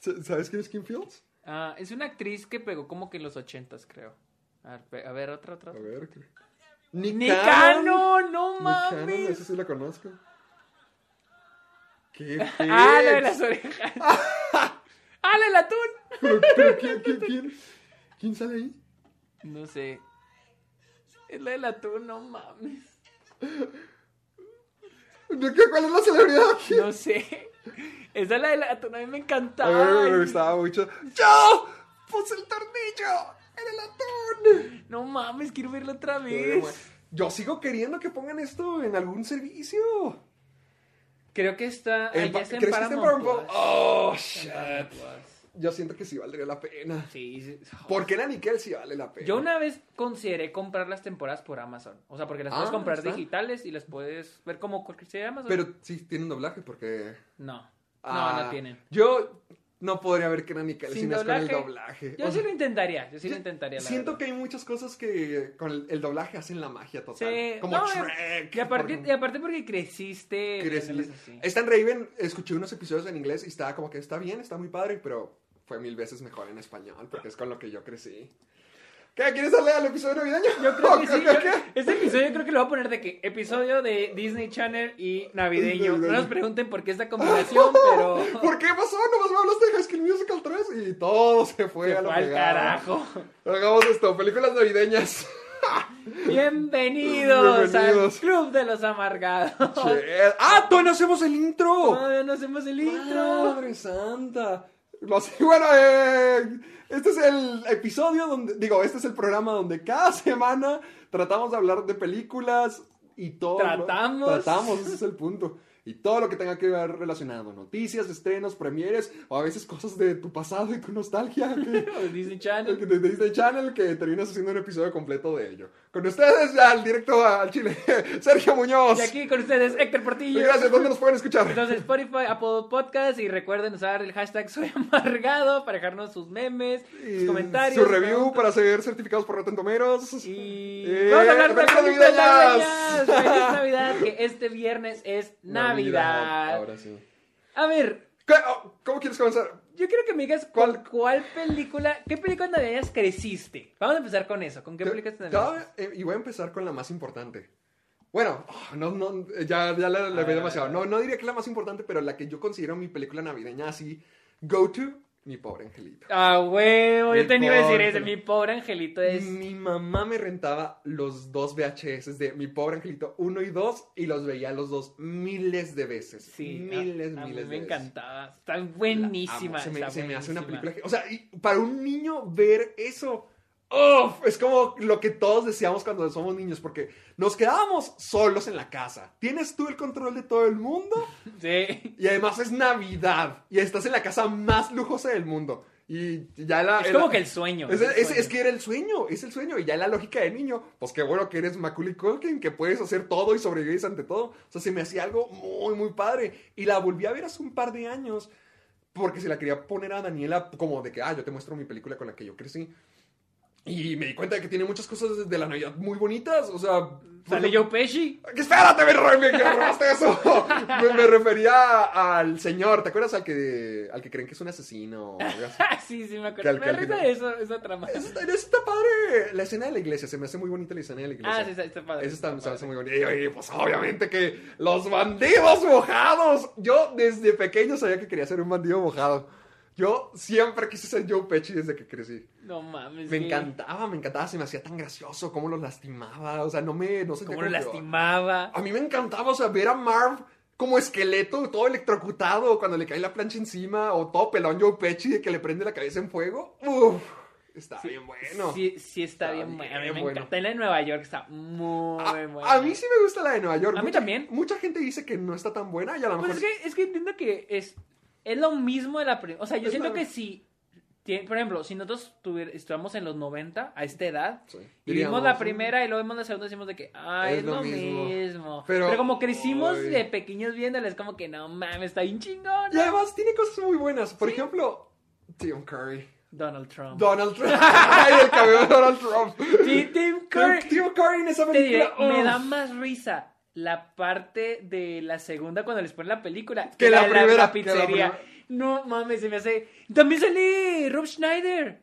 C: S- ¿Sabes quién es Kim Fields?
D: Ah, es una actriz que pegó como que en los ochentas, creo. A ver, pe- a ver, otra, otra.
C: A
D: otra.
C: ver. que-
D: ¡Nicano! ¡No
C: Nick Cannon,
D: mames!
C: esa sí la conozco. ¡Qué feo!
D: ¡Ah, la de las orejas! ¡Ah, la del atún!
C: ¿Pero, pero ¿quién, quién, quién, quién sale ahí?
D: No sé. Es la del atún, no mames.
C: ¿De qué- ¿Cuál es la celebridad aquí?
D: No sé. Esa es la del atún, a mí me
C: A ver, me
D: encantaba.
C: gustaba mucho. ¡Yo! ¡Puse el tornillo! ¡En el atún!
D: No mames, quiero verla otra
C: Pero,
D: vez.
C: Yo sigo queriendo que pongan esto en algún servicio.
D: Creo que está.
C: En
D: Allá
C: pa-
D: está en
C: ¿Crees que esté en
D: Paramount.
C: Paramount?
D: Plus.
C: ¡Oh, shit!
D: Paramount Plus.
C: Yo siento que sí valdría la pena.
D: Sí, sí.
C: Porque la Nickel sí vale la pena.
D: Yo una vez consideré comprar las temporadas por Amazon. O sea, porque las puedes
C: Ah,
D: comprar
C: está.
D: digitales y las puedes ver como cualquier serie de Amazon.
C: Pero sí tienen doblaje porque...
D: No. No,
C: ah,
D: no tienen.
C: Yo no podría ver que la Nickel si no es con el doblaje.
D: Yo
C: O
D: sí
C: sea,
D: lo intentaría. Yo sí lo
C: yo
D: intentaría. la
C: Siento
D: verdad.
C: que hay muchas cosas que con el, el doblaje hacen la magia total.
D: Sí.
C: Como
D: no,
C: Shrek.
D: Y aparte,
C: por
D: y aparte porque creciste.
C: crecí.
D: viéndolas así.
C: Esta en Raven escuché unos episodios en inglés y estaba como que está bien, está muy padre, pero fue mil veces mejor en español porque es con lo que yo crecí. ¿Qué? ¿Quieres darle al episodio navideño?
D: Yo creo que
C: Ok,
D: sí.
C: ok,
D: yo-
C: ok.
D: este episodio creo que lo voy a poner de que episodio de Disney Channel y navideño. No nos pregunten por qué esta combinación, pero.
C: ¿Por qué pasó? Nomás me hablaste de High School Musical 3 y todo se fue
D: Se
C: a la
D: fue al
C: fregada.
D: carajo.
C: Hagamos esto, películas navideñas.
D: Bienvenidos,
C: Bienvenidos.
D: al Club de los Amargados.
C: Che, ¡Ah, todavía no hacemos el intro!
D: Todavía no hacemos el intro.
C: ¡Madre santa! Lo sé, bueno, eh, este es el episodio donde, digo, este es el programa donde cada semana tratamos de hablar de películas y todo. lo-
D: Tratamos.
C: Tratamos, ese es el punto. Y todo lo que tenga que ver relacionado, noticias, estrenos, premieres, o a veces cosas de tu pasado y tu nostalgia. que-
D: Disney
C: El que
D: Channel.
C: te dice el Channel que terminas haciendo un episodio completo de ello. Con ustedes, al directo al Chile, Sergio Muñoz.
D: Y aquí con ustedes, Héctor
C: Y
D: Portillo.
C: gracias, ¿dónde nos pueden escuchar?
D: Entonces, Spotify, Apple Podcast y recuerden usar el hashtag Soy Amargado para dejarnos sus memes,
C: Y
D: sus comentarios.
C: Eh, Su review
D: preguntas.
C: para ser certificados por Rotten Tomatoes.
D: Y
C: Eh,
D: vamos a hablar de
C: ¡Felices
D: películas
C: navideñas!
D: navideñas. Feliz Navidad, que este viernes es Navidad.
C: Ahora sí.
D: A ver,
C: ¿Qué? Oh, ¿Cómo quieres comenzar?
D: yo quiero que me digas
C: ¿Cuál?
D: cuál, cuál película, qué películas navideñas creciste. Vamos a empezar con eso. ¿Con qué películas navideñas?
C: Cada- eh, y voy a empezar con la más importante. Bueno, oh, no, no, eh, ya, ya la, la vi demasiado. No, no diría que es la más importante, pero la que yo considero mi película navideña así, Go To, Mi Pobre Angelito.
D: Ah, huevo,
C: Mi
D: yo te iba a decir
C: pobre
D: eso.
C: angelito.
D: Mi pobre angelito es.
C: Mi mamá me rentaba los dos VHS de Mi Pobre Angelito 1 y 2 y los veía los dos miles de veces.
D: Sí,
C: miles,
D: a- a mí
C: miles de
D: me
C: veces.
D: encantaba. Está
C: La amo.
D: buenísima.
C: Se me,
D: está
C: se me hace una
D: buenísima.
C: película. que- O sea, y para un niño ver eso. ¡uf! es como lo que todos deseamos cuando somos niños, porque nos quedábamos solos en la casa. Tienes tú el control de todo el mundo
D: Sí.
C: y además es Navidad y estás en la casa más lujosa del mundo. Y ya la.
D: Es
C: la-
D: como que el sueño, es
C: Es,
D: el
C: es-
D: sueño.
C: es que era el sueño, es el sueño. Y ya la lógica de niño, pues qué bueno que eres Macaulay Culkin, que puedes hacer todo y sobrevives ante todo. O sea, se me hacía algo muy, muy padre. Y la volví a ver hace un par de años porque se la quería poner a Daniela como de que, ah, yo te muestro mi película con la que yo crecí. Y me di cuenta de que tiene muchas cosas de la Navidad muy bonitas. O sea, pues por
D: Sale
C: ejemplo-
D: Joe Pesci.
C: Espérate, me, ro- me robaste eso. Me, me refería al señor, ¿te acuerdas al que al que creen que es un asesino? o algo así?
D: Ah, sí, sí, me acuerdo.
C: Que
D: Me
C: al- que
D: da
C: al
D: risa
C: final-
D: eso, esa trama.
C: Eso está, eso está padre. La escena de la iglesia, se me hace muy bonita la escena de la iglesia.
D: Ah, sí, está, está padre.
C: Eso está,
D: está
C: se me
D: padre.
C: hace muy bonito. Y, oye, pues obviamente que los bandidos mojados. Yo desde pequeño sabía que quería ser un bandido mojado. Yo siempre quise ser Joe Pesci desde que crecí.
D: No mames.
C: Me
D: sí.
C: encantaba, me encantaba, se me hacía tan gracioso cómo los lastimaba. O sea, no me. No sentía
D: Cómo lo
C: como que-
D: lastimaba.
C: a mí me encantaba, o sea, ver a Marv como esqueleto, todo electrocutado, cuando le cae la plancha encima, o todo pelón Joe Pesci de que le prende la cabeza en fuego. Uf, Está bien bueno.
D: Sí, sí está,
C: Está
D: bien,
C: bien
D: buena. A mí me
C: bueno.
D: encanta. En la de Nueva York está muy
C: A,
D: buena.
C: a mí sí me gusta la de Nueva York.
D: A mí
C: Mucha-
D: también.
C: Mucha gente dice que no está tan buena y a lo mejor.
D: Pues es que, es que entiendo que es, es lo mismo de la primera. O sea, yo
C: Es
D: siento
C: la-
D: que si. tien- por ejemplo, si nosotros tuvier- estuviéramos en los 90, a esta edad,
C: Sí.
D: y
C: Diríamos,
D: vimos la
C: mm.
D: primera y luego vimos la segunda, decimos de que, ay, es, lo mismo.
C: Pero-
D: Pero, como crecimos
C: Ay.
D: de pequeños viéndola, es como que no mames, está bien chingón.
C: Y además tiene cosas muy buenas. Por ejemplo, Tim Curry.
D: Donald Trump.
C: Donald Trump. Ay, el cabello de Donald Trump.
D: Sí, Tim Curry.
C: Tim, Tim Curry en esa
D: Te
C: película.
D: diré, me
C: uf.
D: da más risa la parte de la segunda cuando les ponen la película
C: Que la
D: de
C: primera, que la
D: pizzería.
C: primera.
D: No mames, se me hace. También sale Rob Schneider.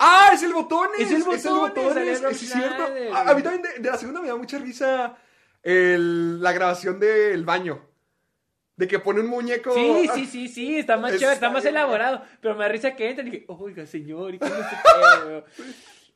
C: ¡Ah! ¡Es el botones!
D: Es el Botones,
C: Botones,
D: Alejandro
C: sí, es cierto.
D: Schneider.
C: A, a mí también de, de la segunda me da mucha risa el- la grabación del baño. De que pone un muñeco.
D: Sí, sí, sí, sí, está más
C: Está
D: chévere, está más
C: bien,
D: elaborado. Pero me da risa que entra y dije, oiga, señor, ¿y qué no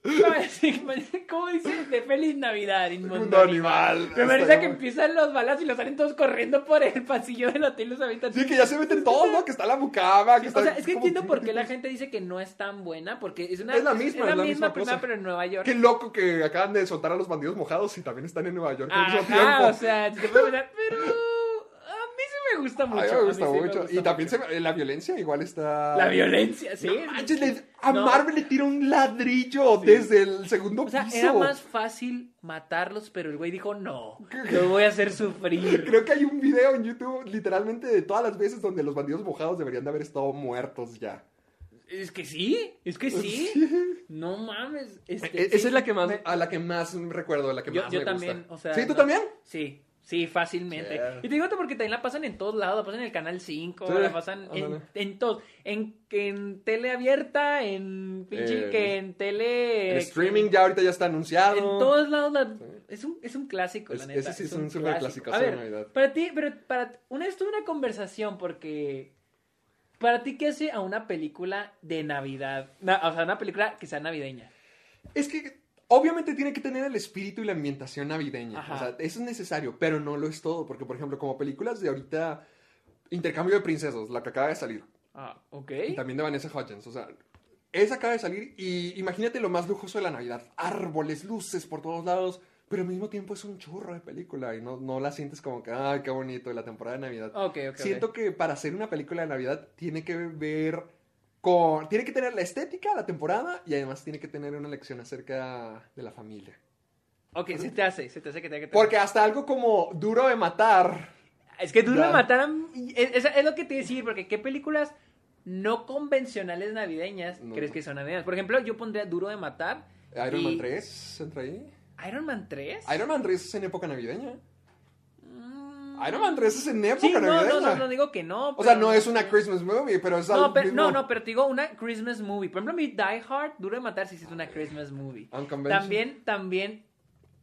D: sé qué, bro?" ¿Cómo dice? De feliz Navidad,
C: Mundo
D: inmundo
C: animal.
D: animal. Pero me da
C: Está
D: risa que
C: bien.
D: empiezan los balazos y los salen todos corriendo por el pasillo del hotel y los avientan.
C: Sí, que ya se meten todos, ¿no? Que está la mucama. Que está
D: O sea, es que
C: como-
D: entiendo por qué la gente dice que no es tan buena, porque es una
C: Es la misma,
D: es la misma
C: cosa.
D: primera, pero en Nueva York.
C: Qué loco que acaban de soltar a los bandidos mojados y también están en Nueva York al mismo tiempo.
D: Ajá, o sea, te puedo pensar, pero a mí sí me gusta
C: A
D: mucho.
C: mí
D: a
C: me
D: mí
C: gusta
D: sí me
C: mucho.
D: gusta
C: y también
D: mucho.
C: se- eh, la violencia igual está.
D: la violencia, sí.
C: No manches, le- a
D: No.
C: Marvel le tira un ladrillo desde el segundo
D: O sea,
C: piso.
D: era más fácil matarlos, pero el güey dijo, no, lo voy a hacer sufrir.
C: Creo que hay un video en YouTube, literalmente, de todas las veces donde los bandidos mojados deberían de haber estado muertos ya.
D: Es que sí, es que sí.
C: Sí.
D: No mames.
C: E-
D: este,
C: Esa
D: sí,
C: es la que más,
D: me-
C: a la que más recuerdo, la que
D: Yo,
C: más
D: yo
C: me
D: también,
C: gusta.
D: o sea.
C: ¿Sí, tú
D: no-
C: también?
D: Sí, sí, fácilmente.
C: Yeah.
D: Y te digo esto porque también la pasan en todos lados, la pasan en el Canal 5,
C: Sí,
D: la pasan en,
C: ándale.
D: en todos. En, en tele abierta, en pinche,
C: Eh,
D: que en tele...
C: El streaming ya ahorita ya está anunciado.
D: Eh, En todos lados la- es, un, es un clásico, la
C: Es-
D: neta.
C: ese sí es un superclásicazo
D: A
C: de
D: ver,
C: Navidad.
D: Para ti, pero para una vez tuve una conversación porque para ti qué hace a una película de Navidad, Na- o sea, una película que sea navideña.
C: Es que obviamente tiene que tener el espíritu y la ambientación navideña.
D: Ajá.
C: O sea, eso es necesario, pero no lo es todo. Porque, por ejemplo, como películas de ahorita, Intercambio de Princesas, la que acaba de salir.
D: Ah, ok.
C: Y también de Vanessa Hudgens. O sea, esa acaba de salir y imagínate lo más lujoso de la Navidad. Árboles, luces por todos lados. Pero al mismo tiempo es un churro de película y no, no la sientes como que, ay, qué bonito, la temporada de Navidad.
D: Ok, ok,
C: Siento
D: ok.
C: que para hacer una película de Navidad tiene que ver con... Tiene que tener la estética, la temporada y además tiene que tener una lección acerca de la familia.
D: Ok, se te hace, se te hace que tenga que
C: Porque hasta algo como duro de matar.
D: Es que duro
C: Ya.
D: de matar a... Es, es- es lo que te iba a decir, porque ¿qué películas no convencionales navideñas
C: No.
D: crees que son navideñas? Por ejemplo, yo pondría Duro de Matar.
C: Iron
D: y-
C: Man 3 entra ahí.
D: ¿Iron Man 3?
C: Iron Man 3 es en época navideña.
D: Mm.
C: Iron Man 3 es en época
D: Sí, no, no,
C: navideña.
D: no, no digo que no.
C: O sea,
D: pero-
C: no es una Christmas movie, pero es algo.
D: No, pero, no, no, pero te digo una Christmas movie. Por ejemplo, mi Die Hard, Duro de Matar, sí sí es una Christmas movie.
C: Ah, Unconventional.
D: También, también,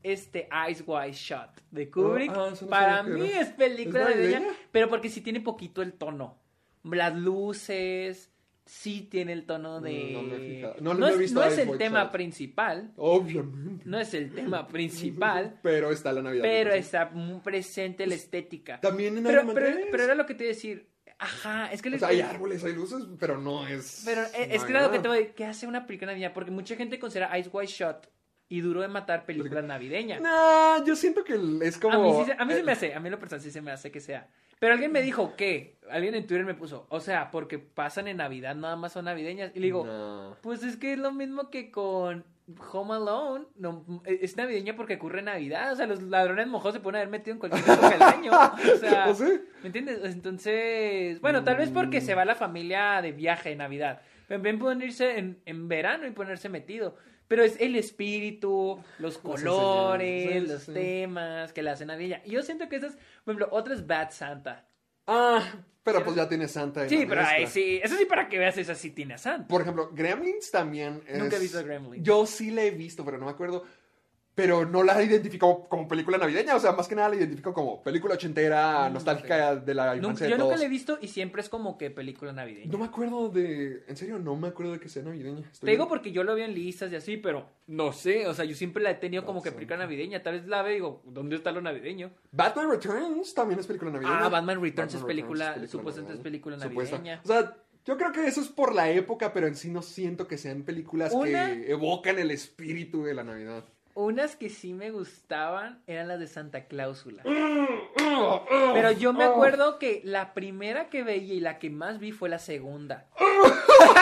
D: este Eyes Wide Shut de Kubrick.
C: ah, eso no
D: para
C: sabía que
D: mí
C: era.
D: es película
C: ¿Es
D: navideña,
C: navideña?
D: pero porque sí tiene poquito el tono. Las luces, sí tiene el tono de...
C: Mm, No, no me he fijado. No, no he
D: es,
C: visto
D: no es
C: Eyes
D: el
C: Wide
D: tema
C: Shut.
D: principal,
C: Obviamente.
D: no es el tema principal,
C: Pero está la Navidad.
D: pero
C: entonces.
D: está muy presente la estética.
C: Pues, También en
D: pero,
C: Iron Man
D: pero,
C: 3.
D: pero era lo que te iba a decir. Ajá, es que...
C: O
D: les-
C: sea, hay árboles, hay luces, pero no es.
D: Pero eh, es que era lo que te voy a decir, ¿Qué hace una película navideña? Porque mucha gente considera Ice White Shot y Duro de Matar películas navideñas.
C: Nah, yo siento que es como.
D: a mí, sí se, a mí se
C: eh,
D: me hace, a mí en lo personal sí se me hace que sea. Pero alguien me dijo que, alguien en Twitter me puso, o sea, porque pasan en Navidad, nada más son navideñas. Y le digo,
C: No.
D: pues es que es lo mismo que con Home Alone. No, e, es navideña porque ocurre en Navidad. O sea, los ladrones mojados se pueden haber metido en cualquier época del año. O sea,
C: ¿O ¿Ah, sí? Mm.
D: ¿me entiendes? Entonces, bueno, tal vez porque se va la familia de viaje en Navidad. También pueden irse en, en verano y ponerse metido. Pero es el espíritu, los colores,
C: enseñanzas,
D: los
C: sí.
D: temas que la hacen navideña. Y Yo siento que esas, por ejemplo, otra es Bad Santa.
C: Ah, pero pues ya tiene Santa. en
D: Sí,
C: la
D: pero
C: mezcla.
D: ahí sí, eso sí para que veas, esa sí tiene a Santa.
C: Por ejemplo, Gremlins también es.
D: Nunca he visto Gremlins.
C: Yo sí la he visto, pero no me acuerdo. Pero no la identifico como película navideña. O sea, más que nada la identifico como película ochentera, nostálgica de la
D: Mm, Nunca-
C: infancia. de
D: yo nunca
C: todos.
D: la he visto y siempre es como que película navideña.
C: No me acuerdo de. En serio, no me acuerdo de que sea navideña. Estoy-
D: Te digo porque yo lo veo en listas y así, pero no sé, o sea, yo siempre la he tenido como que película navideña. Tal vez la veo y digo, ¿dónde está lo navideño?
C: Batman Returns también es película navideña.
D: Ah, Batman Returns es película- supuestamente es película
C: Supuesta.
D: navideña.
C: O sea, Yo creo que eso es por la época, pero en sí no siento que sean películas
D: Una-
C: que evocan el espíritu de la Navidad.
D: Unas que sí me gustaban eran las de Santa Cláusula.
C: Mm,
D: Pero yo
C: Oh.
D: me acuerdo que la primera que veía y la que más vi fue la segunda.
C: Oh,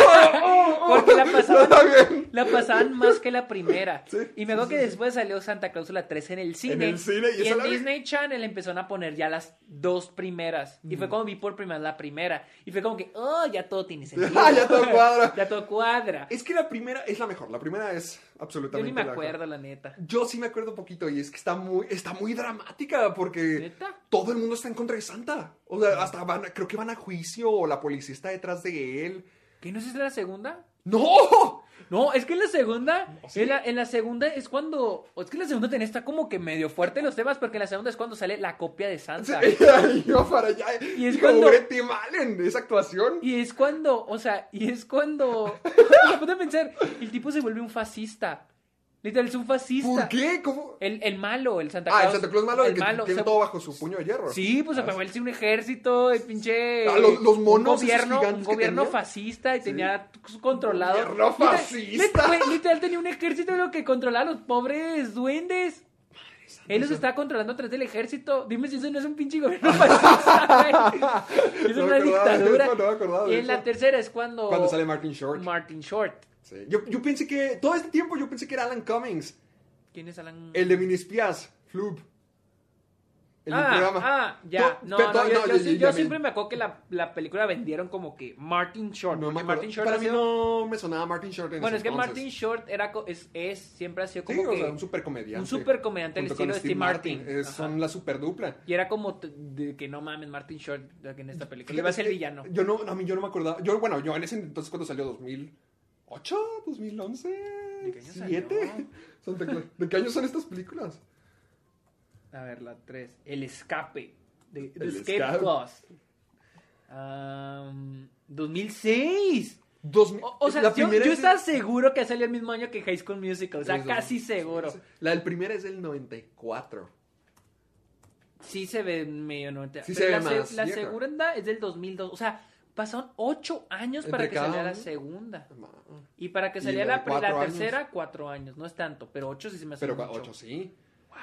D: Porque la pasaban,
C: Está bien.
D: la pasaban más que la primera.
C: Sí,
D: y me acuerdo que después salió Santa Cláusula 3 en el cine.
C: el cine, y
D: y
C: esa
D: en
C: la vi.
D: Disney Channel empezaron a poner ya las dos primeras. Y
C: Mm.
D: fue como vi por primera la primera. Y fue como que, oh, ya todo tiene sentido.
C: Ya todo cuadra.
D: ya todo cuadra.
C: Es que la primera es la mejor, la primera es
D: Yo
C: absolutamente
D: ni me
C: la mejor.
D: acuerdo, la neta.
C: Yo sí me acuerdo poquito y es que está muy, está muy dramática porque
D: ¿Neta?
C: todo el mundo está en contra de Santa. O sea, hasta van, a- creo que van a juicio o la policía está detrás de él.
D: ¿Qué no es esta la segunda?
C: ¡No!
D: No, es que en la segunda,
C: ¿Ah,
D: en, la, en la segunda es cuando, o es que en la segunda tenés está como que medio fuerte los temas, porque en la segunda es cuando sale la copia de Santa.
C: Iba para allá.
D: Y es
C: Digo,
D: cuando-
C: "Pobre Tim Allen, esa actuación.
D: Y es cuando, o sea, y es cuando, me puse a pensar, el tipo se vuelve un fascista. Literal, es un fascista.
C: ¿Por qué? ¿Cómo?
D: El, el malo, el Santa Claus.
C: Ah, el Santa Claus malo, el, que tiene
D: se-
C: todo bajo su puño de hierro.
D: Sí, pues apagó él sí, un ejército, el pinche.
C: Ah, los- los monos
D: Un gobierno,
C: esos gigantes
D: un
C: que
D: gobierno
C: tenía.
D: fascista y tenía controlado.
C: Gobierno
D: Literal-
C: fascista.
D: Literal, literal tenía un ejército de lo que controlaba a los pobres duendes. Él los está controlando a través del ejército. Dime si eso no es un pinche gobierno fascista. güey. es
C: No
D: una
C: me acordaba de
D: dictadura.
C: eso, no me acordaba de
D: y en la
C: eso.
D: tercera es cuando.
C: Cuando sale Martin Short.
D: Martin Short.
C: Sí. Yo, yo pensé que, todo este tiempo yo pensé que era Alan Cummings,
D: ¿Quién es Alan?
C: el de Minispías, Flub. El del
D: ah,
C: programa.
D: ah, ya.
C: To-
D: No,
C: pero
D: no,
C: to-
D: yo,
C: no,
D: yo
C: ya-
D: sí-
C: ya-
D: yo
C: ya
D: siempre me acuerdo que la, la película vendieron como que Martin Short.
C: No me
D: porque
C: acuerdo.
D: Martin Short
C: Para
D: ha
C: mí
D: sido-
C: no me sonaba Martin Short en
D: Bueno, es
C: ese
D: que
C: entonces.
D: Martin Short era, co- es, es- siempre ha sido como
C: Sí, o
D: que
C: sea, un supercomediante.
D: un supercomediante al
C: Junto con
D: estilo de Steve Martin.
C: Eh,
D: Ajá.
C: son la superdupla.
D: Y era como t- de que no mames, Martin Short de que en esta película
C: Fíjate
D: iba a ser
C: que
D: villano.
C: Yo no, no, a mí yo no me acordaba. Yo, bueno, yo en ese entonces cuando salió 2008, 2011,
D: ¿De qué año
C: 7.
D: salió?
C: Santa Claus. ¿De qué año son estas películas?
D: A ver, la 3. El escape. De, de
C: El
D: Escape
C: escape.
D: Clause. Am, 2006.
C: Dos, mil-
D: O, o sea,
C: la
D: yo,
C: primera
D: yo
C: es-
D: estaba seguro que salió el mismo año que High School Musical. O sea,
C: Eso.
D: casi seguro.
C: La del primera es del 94.
D: Sí se ve medio 90.
C: Sí
D: pero
C: se ve
D: la, se-
C: más
D: la
C: vieja.
D: segunda es del 2002. O sea, pasaron 8 años para
C: Entre
D: que
C: cada
D: saliera la
C: uno.
D: segunda.
C: Ma-
D: Y para que
C: Y
D: saliera
C: la de
D: la, pri- la
C: cuatro años.
D: tercera, 4 años. No es tanto, pero 8 sí se me hace
C: Pero
D: mucho.
C: 8 sí.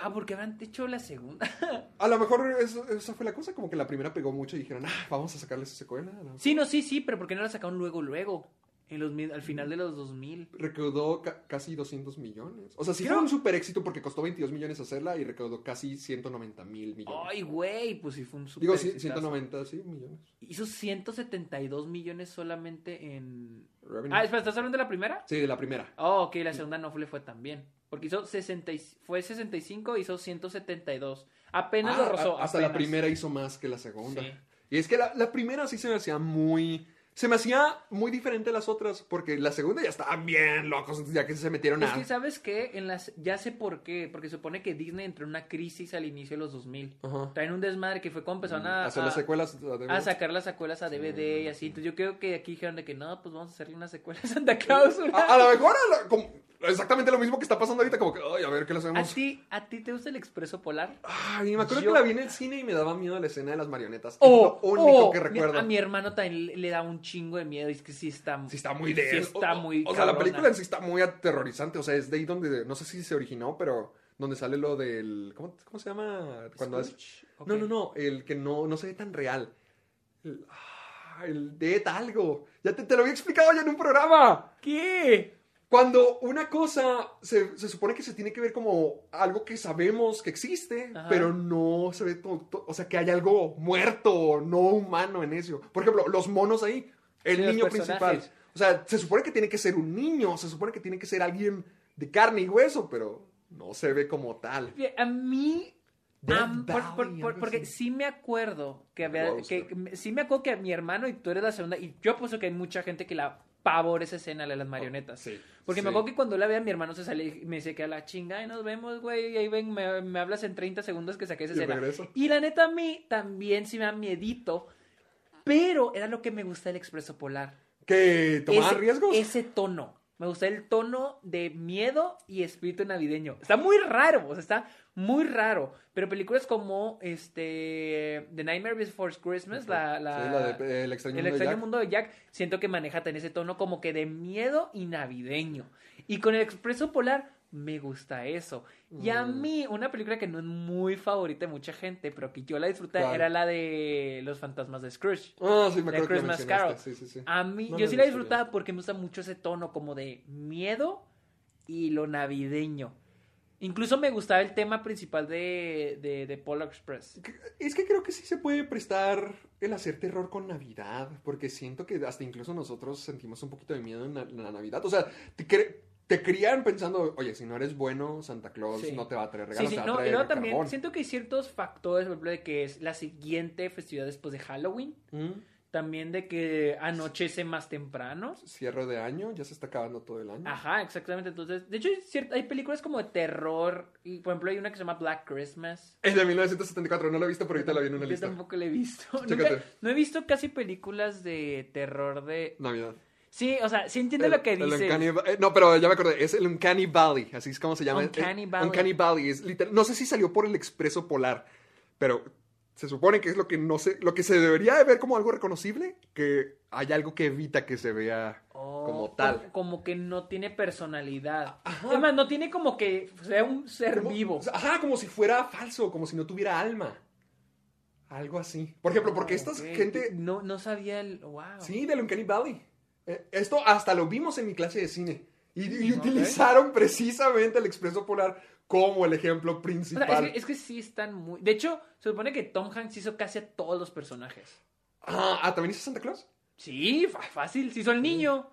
D: Wow, ¿por qué habrán hecho la segunda?
C: A lo mejor eso- esa fue la cosa, como que la primera pegó mucho y dijeron, ah, vamos a sacarle su secuela. A lo-
D: sí, no, sí, sí, pero ¿por qué no la sacaron luego, luego? En los, mil- al final de los 2000.
C: recaudó ca- casi 200 millones. O sea, sí
D: Creo-
C: fue un super éxito porque costó 22 millones hacerla y recaudó casi 190 mil millones.
D: Ay, güey, pues sí fue un super
C: Digo, sí,
D: exitazo.
C: 190, sí, millones.
D: Hizo 172 millones solamente en...
C: Revenue.
D: Ah, espera, ¿estás hablando de la primera?
C: Sí, de la primera.
D: Oh, ok, la segunda no le fue tan bien. Porque hizo 60 y- fue 65, hizo 172. Apenas
C: Ah,
D: lo rozó.
C: a- hasta la
D: apenas.
C: primera hizo más que la segunda.
D: Sí.
C: Y es que la, la primera sí se me hacía muy... Se me hacía muy diferente a las otras porque la segunda ya estaban bien locos ya que se metieron
D: Es
C: a...
D: que, ¿sabes qué? En las, ya sé por qué. Porque supone que Disney entró en una crisis al inicio de los 2000.
C: Ajá. Mm,
D: Traen un desmadre que fue cuando empezaron a,
C: hacer las
D: a-
C: secuelas. la de-
D: ah, a sacar las secuelas a DVD y así. Entonces, yo creo que aquí dijeron de que no, pues vamos a hacerle una secuela a Santa Clausula.
C: A, a lo mejor a lo- como- exactamente lo mismo que está pasando ahorita, como que, ay, a ver qué le
D: ¿A
C: hacemos.
D: ti, ¿A ti te gusta el expreso polar?
C: Ay, me acuerdo
D: Yo-
C: que la vi en el cine y me daba miedo la escena de las marionetas.
D: Oh,
C: es lo único
D: oh,
C: que
D: mi-
C: recuerdo.
D: A mi hermano también le- le da un chingo de miedo. y Es que sí está.
C: Sí está muy de...
D: Sí está
C: o- o-
D: muy.
C: O, sea, la
D: cabrona.
C: película en sí está muy aterrorizante. O sea, es de ahí donde... No sé si se originó, pero... Donde sale lo del... ¿Cómo, cómo se llama? Cuando es...
D: Scrooge, ok.
C: No, no, no. El que no, no se ve tan real. El, ah, el de algo. Ya te, te lo había explicado ya en un programa.
D: ¿Qué?
C: Cuando una cosa se, se supone que se tiene que ver como algo que sabemos que existe,
D: Ajá.
C: pero no se ve todo, todo- o sea, que hay algo muerto, no humano en eso. Por ejemplo, los monos ahí, el
D: Sí, los
C: niño
D: personajes.
C: principal. O sea, se supone que tiene que ser un niño, se supone que tiene que ser alguien de carne y hueso, pero no se ve como tal.
D: Fie- A mí.
C: Death
D: am- por-
C: Valley,
D: por-
C: algo
D: por- porque
C: así.
D: sí me acuerdo que había. Que,
C: Roadster.
D: que- sí me acuerdo que mi hermano y tú eres la segunda. Y yo puesto que hay mucha gente que la pavor esa escena, la de las marionetas.
C: Oh, sí,
D: Porque
C: sí.
D: me acuerdo que cuando la veía, mi hermano se salía y me dice que a la chinga y nos vemos, güey. Y ahí ven, me, me hablas en 30 segundos que saqué esa
C: Y
D: escena.
C: regreso.
D: Y la neta, a mí también sí me da miedito. Pero era lo que me gusta del expreso polar.
C: ¿Que tomar
D: Ese-
C: riesgos?
D: Ese tono. Me gusta el tono de miedo y espíritu navideño. Está muy raro, o sea, está muy raro. Pero películas como este The Nightmare Before Christmas, la, la,
C: Sí, la de, eh, El extraño
D: El
C: mundo de
D: extraño
C: Jack.
D: mundo de Jack, siento que maneja en ese tono como que de miedo y navideño. Y con El Expreso Polar me gusta eso. Y a
C: Mm.
D: mí, una película que no es muy favorita de mucha gente, pero que yo la disfruté,
C: Claro.
D: era la de Los Fantasmas de Scrooge.
C: Ah, sí, me
D: The
C: acuerdo que la
D: Christmas
C: mencionaste,
D: Carol.
C: sí, sí, sí.
D: A mí,
C: No la
D: yo
C: he
D: sí la
C: visto
D: disfrutaba porque me gusta mucho ese tono como de miedo y lo navideño. Incluso me gustaba el tema principal de, de, de Polar Express.
C: Es que creo que sí se puede prestar el hacer terror con Navidad, porque siento que hasta incluso nosotros sentimos un poquito de miedo en la, en la Navidad. O sea, te, cre- te crían pensando, oye, si no eres bueno, Santa Claus
D: Sí.
C: no te va a traer
D: Sí,
C: regalos,
D: sí,
C: te va a
D: no, y
C: traer
D: luego también
C: carbón.
D: siento que hay ciertos factores, por ejemplo, de que es la siguiente festividad después de Halloween.
C: Mm,
D: También de que anochece más temprano.
C: Cierre de año, ya se está acabando todo el año.
D: Ajá, exactamente. Entonces, de hecho, hay, ciert- hay películas como de terror. Y, por ejemplo, hay una que se llama Black Christmas.
C: Es de 1974, no lo he visto, pero ahorita la vi en una
D: Yo
C: lista.
D: tampoco la he visto. Nunca-
C: Chécate.
D: no he visto casi películas de terror de...
C: Navidad.
D: Sí, o sea, sí entiendo lo que
C: El- el
D: dices.
C: Uncanny Va- eh, no, pero ya me acordé, es el Uncanny Valley, así es como se llama.
D: Uncanny
C: Eh,
D: Valley.
C: Uncanny Valley, es literal- no sé si salió por el Expreso Polar, pero se supone que es lo que no se, lo que se debería de ver como algo reconocible, que hay algo que evita que se vea
D: Oh,
C: como tal.
D: Como, que no tiene personalidad. Además, no tiene como que sea un ser
C: Como-
D: vivo.
C: Ajá, como si fuera falso, como si no tuviera alma. Algo así. Por ejemplo, porque esta
D: Ah, Ok,
C: gente...
D: No, no sabía el. ¡Wow!
C: Sí, del Uncanny Valley. Eh, esto hasta lo vimos en mi clase de cine. Y, y utilizaron precisamente el Expreso Polar como el ejemplo
D: O
C: principal.
D: sea, es, que, es que sí están muy. De hecho, se supone que Tom Hanks hizo casi a todos los personajes.
C: Ah, ah, ¿también hizo Santa Claus?
D: Sí, fa- fácil. Se hizo el niño.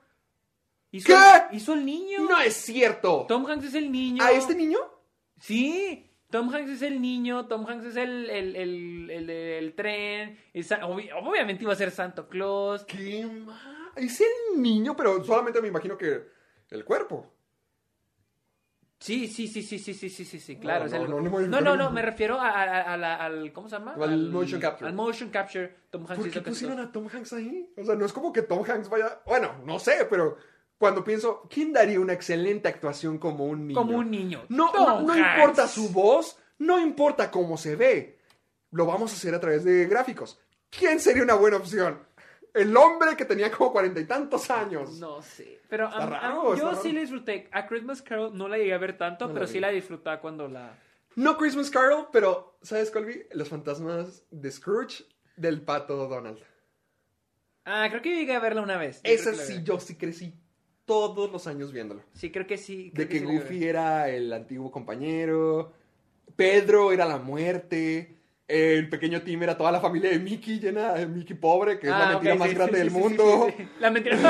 D: Hizo
C: ¿Qué?
D: Hizo el niño.
C: No es cierto.
D: Tom Hanks es el niño.
C: ¿A este niño?
D: Sí. Tom Hanks es el niño, Tom Hanks es el, el, el, el, el tren, es- obvi- obviamente iba a ser Santo Claus.
C: ¿Qué ma- Es el niño, pero solamente me imagino que el cuerpo.
D: Sí, sí, sí, sí, sí, sí, sí, sí, sí, claro.
C: No,
D: es algo-
C: no, no, no,
D: no, no,
C: no.
D: no, me refiero a, a- a la- al, ¿cómo se llama?
C: Al motion capture.
D: Al motion capture, Tom Hanks
C: ¿Por qué
D: hizo casi
C: pusieron
D: todo.
C: a Tom Hanks ahí? O sea, no es como que Tom Hanks vaya... Bueno, no sé, pero cuando pienso, ¿quién daría una excelente actuación como un niño?
D: Como un niño.
C: No, no,
D: Tom
C: no
D: Hanks.
C: importa su voz, no importa cómo se ve. Lo vamos a hacer a través de gráficos. ¿Quién sería una buena opción? El hombre que tenía como cuarenta y tantos años.
D: No sé, pero a- a-
C: raro,
D: yo
C: está
D: sí
C: raro.
D: la disfruté. A Christmas Carol no la llegué a ver tanto, pero sí la disfrutaba cuando la...
C: No Christmas Carol, pero ¿sabes cuál vi? Los fantasmas de Scrooge del pato Donald.
D: Ah, creo que llegué a verla una vez. Yo
C: Esa
D: creo que la
C: sí,
D: vi.
C: yo sí crecí todos los años viéndolo.
D: Sí, creo que sí. creo
C: De que
D: sí la llegué a ver.
C: Goofy era el antiguo compañero, Pedro era la muerte, el pequeño Tim era toda la familia de Mickey, llena de Mickey pobre, que es
D: Ah,
C: la
D: ok,
C: mentira
D: sí,
C: más
D: sí,
C: grande
D: sí,
C: del
D: sí,
C: mundo.
D: sí, sí, sí. La mentira No,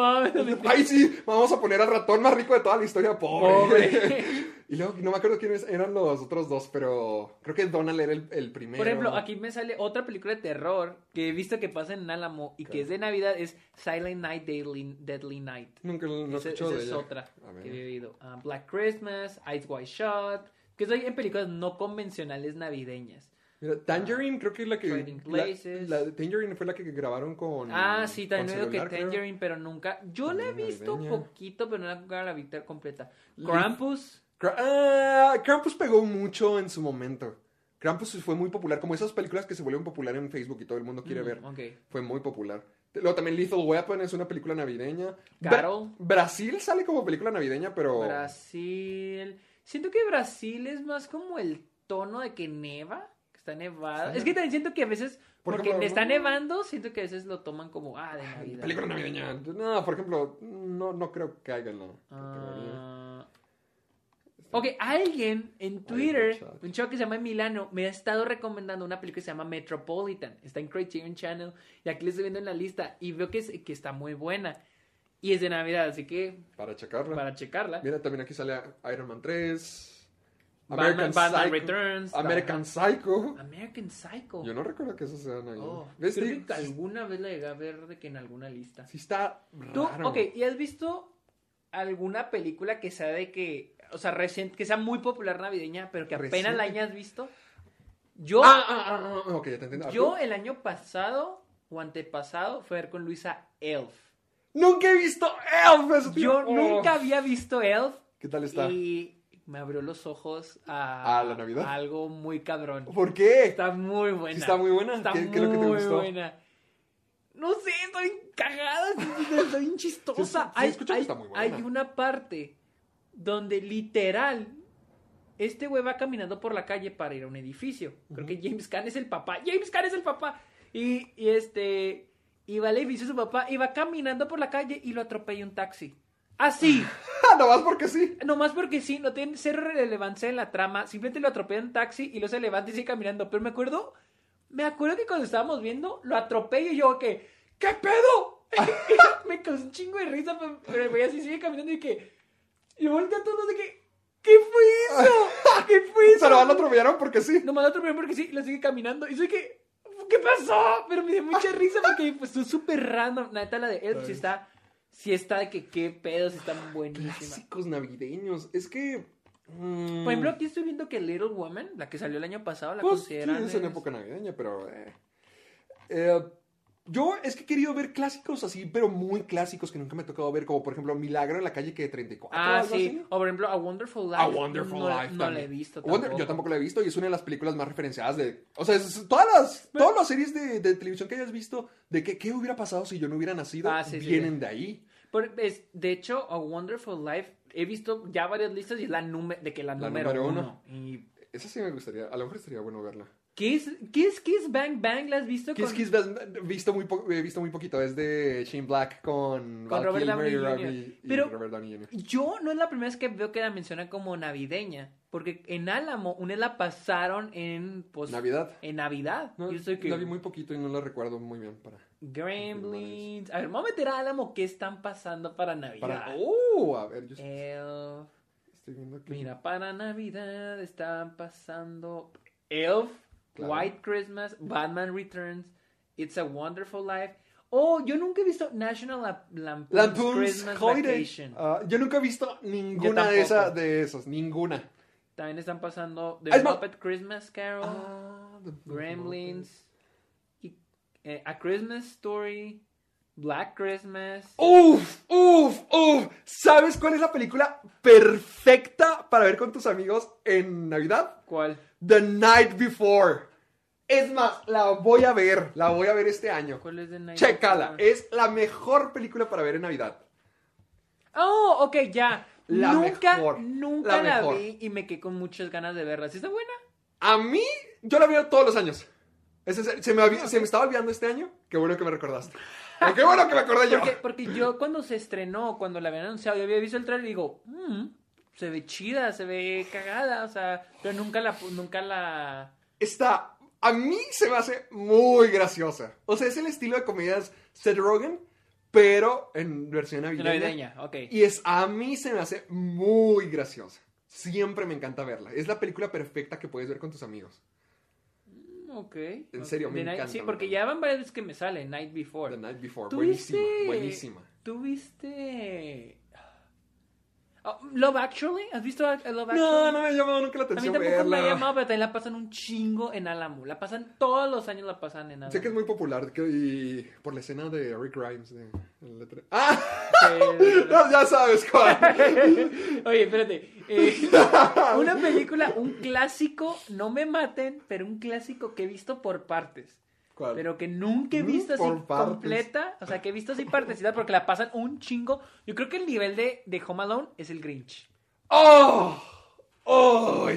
D: mames, la mentira.
C: Ay, sí, vamos a poner al ratón más rico de toda la historia, pobre.
D: Pobre.
C: y luego, no me acuerdo quiénes eran los otros dos, pero creo que Donald era el, el primero.
D: Por ejemplo, aquí me sale otra película de terror que he visto que pasa en Álamo y que es de Navidad, es Silent Night, Deadly, Deadly Night.
C: Nunca lo no
D: Esa,
C: escucho
D: esa
C: de
D: es
C: ella.
D: otra
C: A ver.
D: que he oído. Ah, Black Christmas, Eyes Wide Shut, que soy en películas no convencionales navideñas.
C: Mira, Tangerine creo que es la que...
D: Trading
C: la-
D: Places.
C: La, Tangerine fue la que grabaron con...
D: Ah, sí,
C: Mm, con
D: también veo que
C: celular, creo.
D: Tangerine, pero nunca. Yo la he
C: También
D: visto
C: navideña.
D: poquito, pero no la- nunca la vi ter- completa. Krampus.
C: Cra- ah, Krampus pegó mucho en su momento. Krampus fue muy popular, como esas películas que se vuelven popular en Facebook y todo el mundo quiere ver.
D: ok.
C: Fue muy popular. Luego también Lethal Weapon es una película navideña. Bra-
D: Carol.
C: Brasil sale como película navideña, pero...
D: Brasil. Siento que Brasil es más como el tono de que neva, que está nevada.
C: Está
D: Es que también siento que a veces,
C: Por
D: porque
C: ejemplo,
D: está
C: no-
D: nevando, siento que a veces lo toman como, ah, de Navidad.
C: Película navideña. No, por ejemplo, no, no creo que caiga en la categoría.
D: Ah. Ok, alguien en Twitter,
C: muchacho.
D: un chavo que se llama Milano, me ha estado recomendando una película que se llama Metropolitan. Está en Criterion Channel y aquí la estoy viendo en la lista y veo que, es- que está muy buena. Y es de Navidad, así que
C: Para checarla.
D: para checarla.
C: Mira, también aquí sale Iron Man 3.
D: Batman- Batman Returns.
C: American Psycho.
D: American Psycho.
C: Yo no recuerdo que eso sea una.
D: Oh,
C: ¿Ves?
D: creo
C: Sí,
D: que
C: sí-
D: alguna vez la llegué a ver de que en alguna lista.
C: sí está
D: ¿Tú,
C: raro.
D: ok, ¿y has visto alguna película que sea de que, o sea, recien- que sea muy popular navideña, pero que apenas
C: Reciente.
D: la hayas visto? Yo,
C: Ah, ah, ah, ah, ok, ya te entiendo.
D: yo el año pasado o antepasado fue a ver con Luisa Elf.
C: Nunca he visto Elf. es-
D: Yo
C: Oh.
D: nunca había visto Elf
C: ¿Qué tal está?
D: y me abrió los ojos a,
C: ¿A la Navidad? Oh,
D: a algo muy cabrón.
C: ¿Por qué?
D: Está muy buena.
C: Sí está muy buena.
D: Está
C: ¿Qué- qué es lo que te
D: muy
C: gustó?
D: buena. No sé, estoy cagada, estoy bien
C: Sí, sí,
D: chistosa.
C: sí, escucho que está muy buena.
D: hay una parte donde literal este güey va caminando por la calle para ir a un edificio. Creo que James Caan es el papá. James Caan es el papá. Y, y este y va al edificio su papá y va caminando por la calle y lo atropella un taxi. Así.
C: Ah, nomás porque sí.
D: Nomás porque sí, no tiene cero relevancia en la trama. Simplemente lo atropellan en taxi y luego se levanta y sigue caminando. Pero me acuerdo, me acuerdo que cuando estábamos viendo, lo atropello y yo que, ¿qué pedo? me causó un chingo de risa, pero- pero el güey así sigue caminando y que, y voltea a todos de que, ¿qué fue eso? ¿Qué fue eso?
C: Pero lo atropellaron porque sí.
D: Nomás lo atropellaron porque sí, y lo sigue caminando. Y soy que, ¿qué pasó? Pero me dio mucha risa porque pues, fue súper random. La neta, la de Elf sí está, sí está de que, ¿qué pedo? Sí está buenísima.
C: Clásicos navideños. Es que. mm,
D: Por ejemplo, aquí estoy viendo que Little Woman, la que salió el año pasado, la
C: pues, sí,
D: consideran.
C: es en
D: es-
C: época navideña, pero. eh. Eh, yo es que he querido ver clásicos así, pero muy clásicos que nunca me ha tocado ver, como por ejemplo Milagro en la calle que 34. o
D: Ah,
C: algo
D: sí.
C: así.
D: O por ejemplo, A Wonderful Life.
C: A Wonderful
D: no,
C: Life.
D: No la
C: también.
D: he visto.
C: Wonder-
D: Tampoco.
C: yo tampoco la he visto y es una de las películas más referenciadas de. O sea, es- todas las, todas las series de, de televisión que hayas visto de que, qué hubiera pasado si yo no hubiera nacido
D: Ah, sí, sí,
C: vienen de ahí.
D: Por- es- de hecho, A Wonderful Life, he visto ya varias listas y es la número. De que la,
C: La
D: número,
C: número
D: uno.
C: uno.
D: Y-
C: Esa sí me gustaría, a lo mejor estaría bueno verla.
D: Kiss, Kiss, Kiss, Bang, Bang, ¿la has visto?
C: Kiss
D: con-
C: Kiss Bang- visto muy, po- he visto muy poquito, es de Shane Black con, Val
D: Robert
C: Kilmer y,
D: Downey
C: Robbie-
D: Jr..
C: y
D: Pero-
C: Robert Downey Jr.
D: Yo no es la primera vez que veo que la mencionan como navideña. Porque en Álamo, una la pasaron en. pues,
C: Navidad.
D: En Navidad.
C: No,
D: Yo estoy que-
C: La vi muy poquito y no la recuerdo muy bien para...
D: Gremlins. A ver, vamos a meter a Álamo qué están pasando para Navidad.
C: para ¡Oh! A ver, yo
D: Eh, Elf.
C: estoy viendo que...
D: Mira, para Navidad están pasando Elf,
C: Claro.
D: White Christmas, Batman Returns, It's a Wonderful Life. Oh, yo nunca he visto National Lamp- Lampoon's,
C: Lampoon's
D: Christmas
C: Holiday.
D: Vacation.
C: Ah, yo nunca he visto ninguna de
D: tampoco.
C: esas, de esos, ninguna.
D: También están pasando The
C: Es más-
D: Muppet Christmas Carol,
C: Ah, The- The
D: Gremlins, y, eh, A Christmas Story, Black Christmas.
C: Oh. Uf, uf, uf. ¿Sabes cuál es la película perfecta para ver con tus amigos en Navidad?
D: ¿Cuál?
C: The Night Before. Es más, la voy a ver, la voy a ver este año.
D: ¿Cuál es de Night
C: Chécala,
D: Before?
C: es la mejor película para ver en Navidad.
D: Oh, ok, ya.
C: La
D: nunca,
C: mejor,
D: nunca
C: la
D: la,
C: mejor.
D: vi y me quedé con muchas ganas de verla. ¿Sí está buena?
C: A mí, yo la veo todos los años. Es en serio, se, me había- se me estaba olvidando este año. Qué bueno que me recordaste. Pero Qué bueno que me acordé yo.
D: Porque, porque yo cuando se estrenó, cuando la habían anunciado, yo había visto el trailer y digo, "Mm, se ve chida, se ve cagada, o sea, pero nunca la, pu- nunca la...
C: Está, a mí se me hace muy graciosa. O sea, es el estilo de comedias Seth Rogen, pero en versión navideña.
D: Navideña, ok.
C: Y es, a mí se me hace muy graciosa. Siempre me encanta verla. Es la película perfecta que puedes ver con tus amigos.
D: ok.
C: En serio, me
D: The Night-
C: encanta,
D: Sí,
C: me
D: porque
C: encanta.
D: ya van varias veces que me sale, Night Before.
C: The Night Before.
D: ¿Tuviste-
C: Buenísima, buenísima.
D: ¿Tuviste... Oh, Love Actually? ¿Has visto a- a Love Actually?
C: No, no me ha llamado nunca la
D: A mí
C: atención
D: tampoco me ha
C: verla.
D: llamado, pero también la pasan un chingo en Álamo. La pasan todos los años, la pasan en Álamo.
C: Sé que es muy popular que- y por la escena de Rick Grimes de el letre- ¡Ah!
D: Pero-
C: No, ya sabes cuál.
D: Oye, espérate. Eh, una película, un clásico, no me maten, pero un clásico que he visto por partes.
C: ¿Cuál?
D: Pero que nunca he
C: Mm,
D: visto así
C: por partes.
D: completa. O sea, que he visto así partecita porque la pasan un chingo. Yo creo que el nivel de, de Home Alone es el Grinch.
C: ¡Oh! ¡Oh!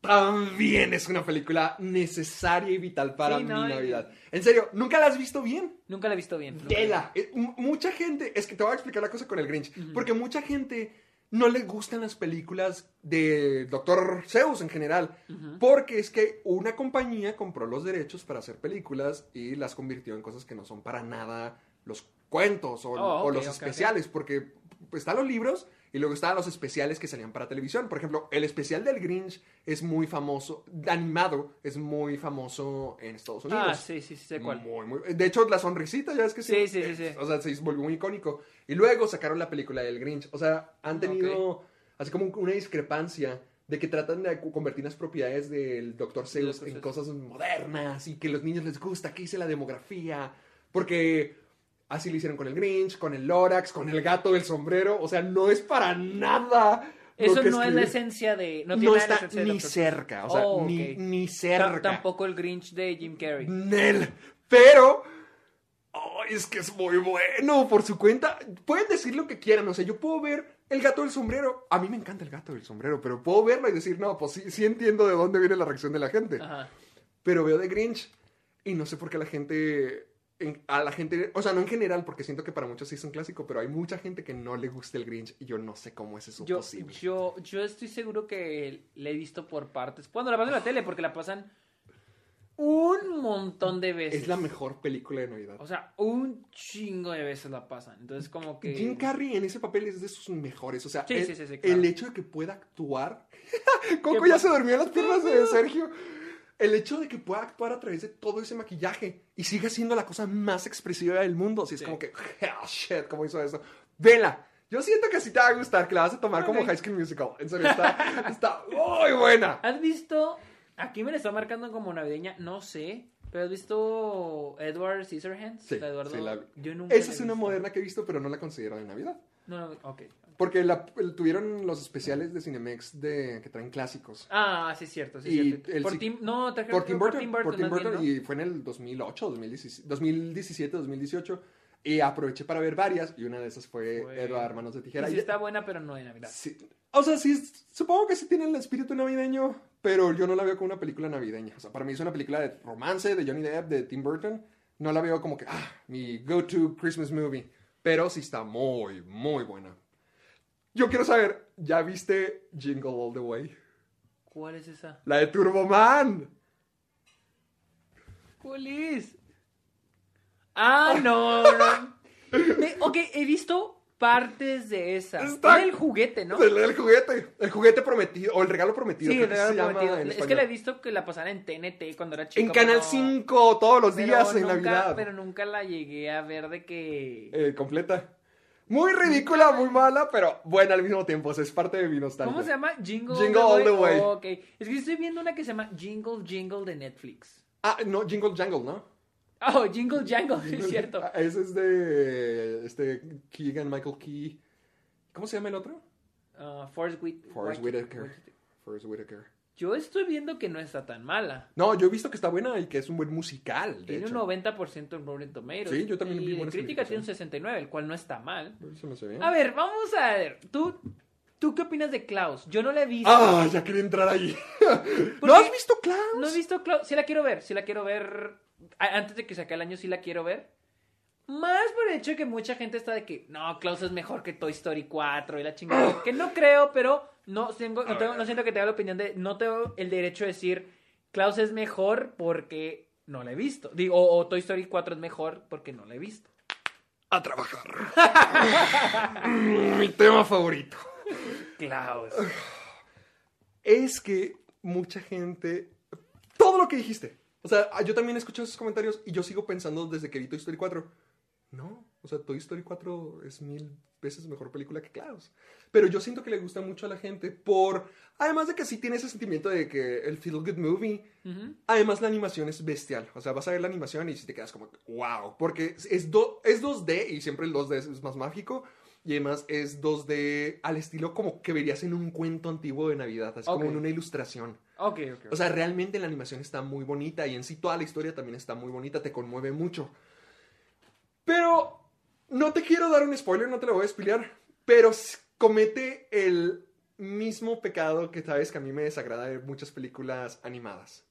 C: También es una película necesaria y vital para
D: Sí,
C: mi
D: no, y-
C: Navidad. En serio, ¿nunca la has visto bien?
D: Nunca la he visto bien. nunca la he visto.
C: Tela. Eh, m- Mucha gente, es que te voy a explicar la cosa con el Grinch, porque mucha gente no le gustan las películas de Doctor Zeus en general, porque es que una compañía compró los derechos para hacer películas y las convirtió en cosas que no son para nada los cuentos o,
D: Oh,
C: o
D: ok,
C: los
D: ok, ok.
C: especiales, porque pues, están los libros y luego estaban los especiales que salían para televisión. Por ejemplo, el especial del Grinch es muy famoso, animado, es muy famoso en Estados Unidos.
D: Ah, sí, sí, sí, sé cuál.
C: Muy, muy- De hecho, la sonrisita, ya es que
D: Sí, sí, sí, sí.
C: eh, O sea, se volvió muy icónico. Y luego sacaron la película del Grinch. O sea,
D: Ah,
C: han tenido así como un- una discrepancia de que tratan de cu- convertir las propiedades del Dr. Seuss
D: Dr.
C: en
D: Seuss.
C: cosas modernas y que a los niños les gusta, que hice la demografía. Porque Así lo hicieron con el Grinch, con el Lorax, con el gato del sombrero. O sea, no es para nada. lo
D: Eso
C: que
D: no es
C: escribí.
D: la esencia de. No,
C: No,
D: tiene nada de la
C: está
D: esencia de
C: ni
D: Doctor Who.
C: cerca. O sea,
D: Oh,
C: ni,
D: ok.
C: ni
D: Tam-
C: cerca.
D: Tampoco el Grinch de Jim Carrey.
C: Nel. Pero. ay, es que es muy bueno por su cuenta. Pueden decir lo que quieran. O sea, yo puedo ver el gato del sombrero. A mí me encanta el gato del sombrero, pero puedo verlo y decir, no, pues sí, sí entiendo de dónde viene la reacción de la gente.
D: Ajá.
C: Pero veo The Grinch y no sé por qué la gente. en- a la gente, o sea, no en general, porque siento que para muchos sí es un clásico, pero hay mucha gente que no le gusta el Grinch y yo no sé cómo es eso
D: Yo,
C: posible.
D: yo, yo estoy seguro que le he visto por partes. Cuando la pasan en la tele, porque la pasan un montón de veces.
C: es la mejor película de Navidad.
D: O sea, un chingo de veces la pasan. Entonces, como que.
C: Jim Carrey en ese papel es de sus mejores. O sea,
D: Sí,
C: el,
D: sí, sí, sí, claro.
C: el hecho de que pueda actuar. Coco
D: Que
C: ya
D: pu-
C: se durmió en las piernas de Sergio. El hecho de que pueda actuar a través de todo ese maquillaje y siga siendo la cosa más expresiva del mundo. Así es como que, "Ah, shit, ¿cómo hizo eso? Vela. Yo siento que sí te va a gustar, que la vas a tomar como
D: Ok.
C: High School Musical. En serio, está, está muy buena.
D: ¿Has visto? Aquí me la está marcando como navideña, no sé. Pero ¿has visto Edward Scissorhands?
C: Sí,
D: La de Eduardo-
C: sí, la-
D: Yo nunca
C: Esa
D: la
C: es
D: he
C: una
D: visto.
C: moderna que he visto, pero no la considero de Navidad.
D: No, no, ok.
C: Porque la, tuvieron los especiales de Cinemex de, que traen clásicos.
D: Ah, sí es cierto, sí es
C: Y
D: cierto.
C: el
D: por
C: sí-
D: Tim, no, trajeron
C: por Tim
D: por
C: Burton, por Tim
D: más bien,
C: Burton,
D: ¿no?
C: y fue en el 2008, 2017, 2017, 2018 y aproveché para ver varias y una de esas fue
D: Fue-
C: Edward Hermanos de
D: Y
C: Tijera.
D: sí
C: Y-
D: está buena, pero no de Navidad.
C: sí, o sea, sí, es- supongo que sí tiene el espíritu navideño, pero yo no la veo como una película navideña. O sea, para mí es una película de romance de Johnny Depp, de Tim Burton. No la veo como que, ah, mi go-to Christmas movie. Pero sí está muy, muy buena. Yo quiero saber, ¿ya viste Jingle All the Way?
D: ¿Cuál es esa?
C: La de Turboman.
D: ¿Cuál es? Ah, no, no. Me- ok, he visto partes de esa.
C: Está-
D: Era el juguete, ¿no?
C: Pues, El, el juguete, el juguete prometido, o el regalo prometido.
D: Sí,
C: creo
D: el
C: que se
D: regalo
C: llama
D: prometido.
C: en
D: Es que la he
C: español.
D: visto que la pasaban en TNT cuando era chico.
C: En Canal
D: pero-
C: 5 todos los
D: pero
C: días en
D: nunca-
C: Navidad.
D: Pero nunca la llegué a ver de que...
C: Eh, completa. Muy ridícula, muy mala, pero buena al mismo tiempo. o sea, es parte de mi nostalgia.
D: ¿Cómo se llama? Jingle,
C: Jingle All the Way.
D: Oh, ok. Es que estoy viendo una que se llama Jingle Jingle de Netflix.
C: Ah, no, Jingle Jangle, ¿no?
D: Oh, Jingle Jangle, sí, es cierto.
C: Ah, Ese es de este Keegan Michael Key. ¿Cómo se llama el otro?
D: Uh, Forrest Whit-
C: Forrest
D: Whit-
C: Whitaker.
D: Whit-
C: Forrest Whitaker.
D: Yo estoy viendo que no está tan mala.
C: No, yo he visto que está buena y que es un buen musical, de
D: Tiene
C: hecho.
D: un 90% en Rotten Tomatoes.
C: Sí, yo también
D: y
C: vi
D: en
C: buenas
D: crítica
C: críticas,
D: tiene un 69,
C: ¿eh?
D: el cual no está mal.
C: Se me hace bien.
D: A ver, vamos a ver. ¿Tú, ¿Tú qué opinas de Klaus? Yo no la he visto.
C: Ah, ya quería entrar ahí.
D: ¿Por
C: ¿No
D: qué?
C: has visto Klaus?
D: No he visto Klaus. Sí la quiero ver, sí la quiero ver. A- Antes de que saque el año, sí la quiero ver. Más por el hecho de que mucha gente está de que no, Klaus es mejor que Toy Story 4 y la chingada. que no creo, pero no, tengo, no, tengo- no siento que tenga la opinión de. No tengo el derecho de decir Klaus es mejor porque no la he visto. Digo, o, o Toy Story 4 es mejor porque no la he visto.
C: a trabajar. Mi tema favorito.
D: Klaus.
C: Es que mucha gente... Todo lo que dijiste. O sea, ah, yo también escucho esos comentarios y yo sigo pensando desde que vi Toy Story 4. No, o sea, Toy Story 4 es mil veces mejor película que Klaus. Pero yo siento que le gusta mucho a la gente por... Además de que sí tiene ese sentimiento de que el feel good movie... Además la animación es bestial. O sea, vas a ver la animación y si te quedas como, wow. Porque es- es, do- es 2D y siempre el 2D es, es más mágico. Y además es 2D al estilo como que verías en un cuento antiguo de Navidad. Así
D: Ok.
C: como en una ilustración.
D: Ok, ok.
C: O sea, realmente la animación está muy bonita y en sí toda la historia también está muy bonita, te conmueve mucho. Pero no te quiero dar un spoiler, no te lo voy a espilear, pero s- comete el mismo pecado que sabes que a mí me desagrada de muchas películas animadas.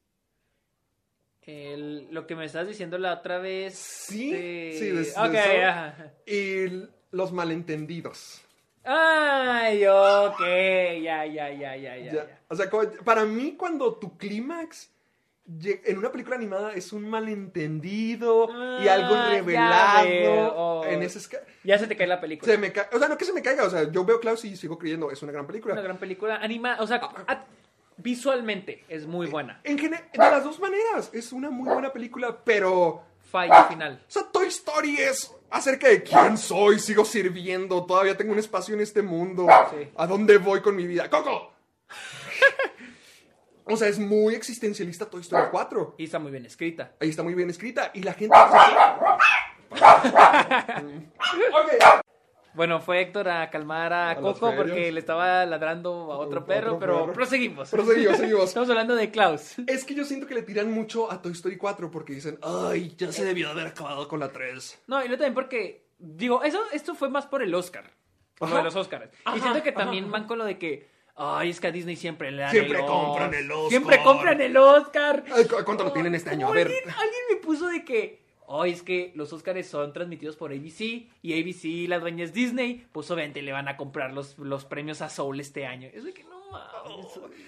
D: El- lo que me estabas diciendo la otra vez.
C: Sí,
D: de-
C: sí, de- de
D: Ok,
C: eso.
D: ajá.
C: Y l- los malentendidos.
D: Ay, ok, ya, ya, ya, ya, ya.
C: Ya,
D: ya.
C: O sea, como- para mí cuando tu clímax lle- en una película animada es un malentendido y algo
D: Ah, ya veo.
C: revelado
D: Oh.
C: en ese... esca-
D: Ya se te cae la película.
C: Se me ca- O sea, no que se me caiga. O sea, yo veo Klaus y sigo creyendo. Es una gran película.
D: Una gran película anima, o sea,
C: Ah.
D: a- visualmente es muy buena.
C: En gene- de las dos maneras. Es una muy buena película, pero.
D: Falla final.
C: O sea, Toy Story es acerca de quién soy. Sigo sirviendo. Todavía tengo un espacio en este mundo.
D: Sí.
C: ¿A dónde voy con mi vida? ¡Coco! o sea, es muy existencialista Toy Story 4.
D: Y está muy bien escrita.
C: Ahí está muy bien escrita. Y la gente. "Mm".
D: Bueno, fue Héctor a calmar a,
C: los
D: Coco porque
C: perros.
D: le estaba ladrando a otro
C: Otro
D: perro, pero
C: perro.
D: proseguimos.
C: Proseguimos, seguimos.
D: Estamos hablando de Klaus.
C: Es que yo siento que le tiran mucho a Toy Story 4 porque dicen, ay, ya se debió de haber acabado con la 3.
D: No, y lo también porque, digo, eso, esto fue más por el Oscar. Por lo de los Oscars. y siento que también van con lo de que, ay, es que a Disney siempre le dan
C: Siempre
D: el Os-
C: compran el Oscar.
D: Siempre compran el Oscar.
C: Ay, ¿cu- ¿Cuánto lo tienen este año? A ver.
D: Alguien, alguien me puso de que, ay, es que los Oscars son transmitidos por ABC y ABC, la dueña es Disney, pues obviamente le van a comprar los, los premios a Soul este año. Es de que no mames.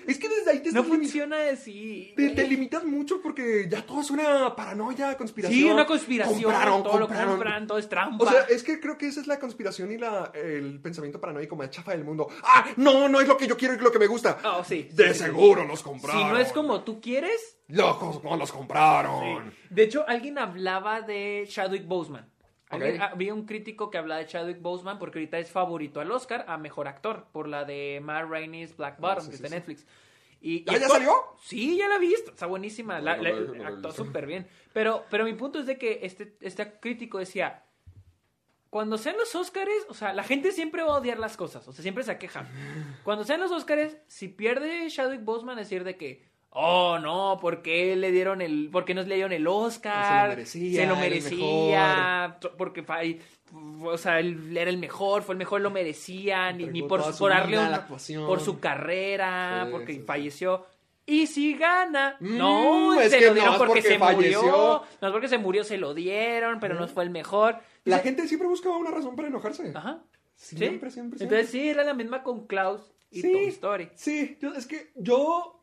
C: Es que desde ahí te
D: No
C: estás limi-
D: funciona así.
C: Te, te limitas mucho porque ya todo es una paranoia, conspiración.
D: Sí, una conspiración,
C: Compraron,
D: todo lo
C: compraron.
D: compran, todo es trampa.
C: O sea, es que creo que esa es la conspiración y la, el pensamiento paranoico más chafa del mundo. ¡Ah! No, no es lo que yo quiero y lo que me gusta.
D: Ah, sí, sí,
C: De
D: sí, sí.
C: seguro los compraron.
D: si no es como tú quieres,
C: Locos, no los compraron.
D: De hecho, alguien hablaba de Chadwick Boseman. Alguien- ah,
C: Ok.
D: Había un crítico que hablaba de Chadwick Boseman porque ahorita es favorito al Oscar a mejor actor por la de Matt Rainey's Black Bottom, que está en Netflix. Y, y
C: ¿Ah, ya
D: actúa-
C: salió?
D: Sí, ya la vi, está está buenísima. La-
C: no
D: la-
C: la he visto, no la he
D: actuó
C: visto.
D: súper bien. Pero, pero mi punto es de que este, este crítico decía, cuando sean los Óscares, o sea, la gente siempre va a odiar las cosas, o sea, siempre se quejan. Cuando sean los Óscares, si pierde Chadwick Boseman, decir de que, oh no, ¿por qué le dieron el, por qué nos le dieron el Oscar?
C: merecía,
D: Se lo
C: era el
D: merecía, porque fa- y- o sea, él era el mejor, fue el mejor, lo merecía, ni, ni
C: Entregó
D: por,
C: toda
D: su-
C: su
D: por
C: vida
D: darle
C: a
D: un-
C: la actuación.
D: por su carrera,
C: Sí,
D: porque
C: sí, sí.
D: falleció. Y si gana,
C: Mm,
D: no,
C: es
D: se
C: que
D: lo dieron
C: nomás
D: porque,
C: porque
D: se murió,
C: falleció. Mm.
D: no es porque se murió, se lo dieron, pero no fue el mejor.
C: La
D: Dice-
C: gente siempre buscaba una razón para enojarse.
D: Ajá.
C: Siempre, siempre,
D: Sí.
C: siempre.
D: Entonces sí, era la misma con Klaus y
C: Sí,
D: Toy Story.
C: Sí, yo- es que yo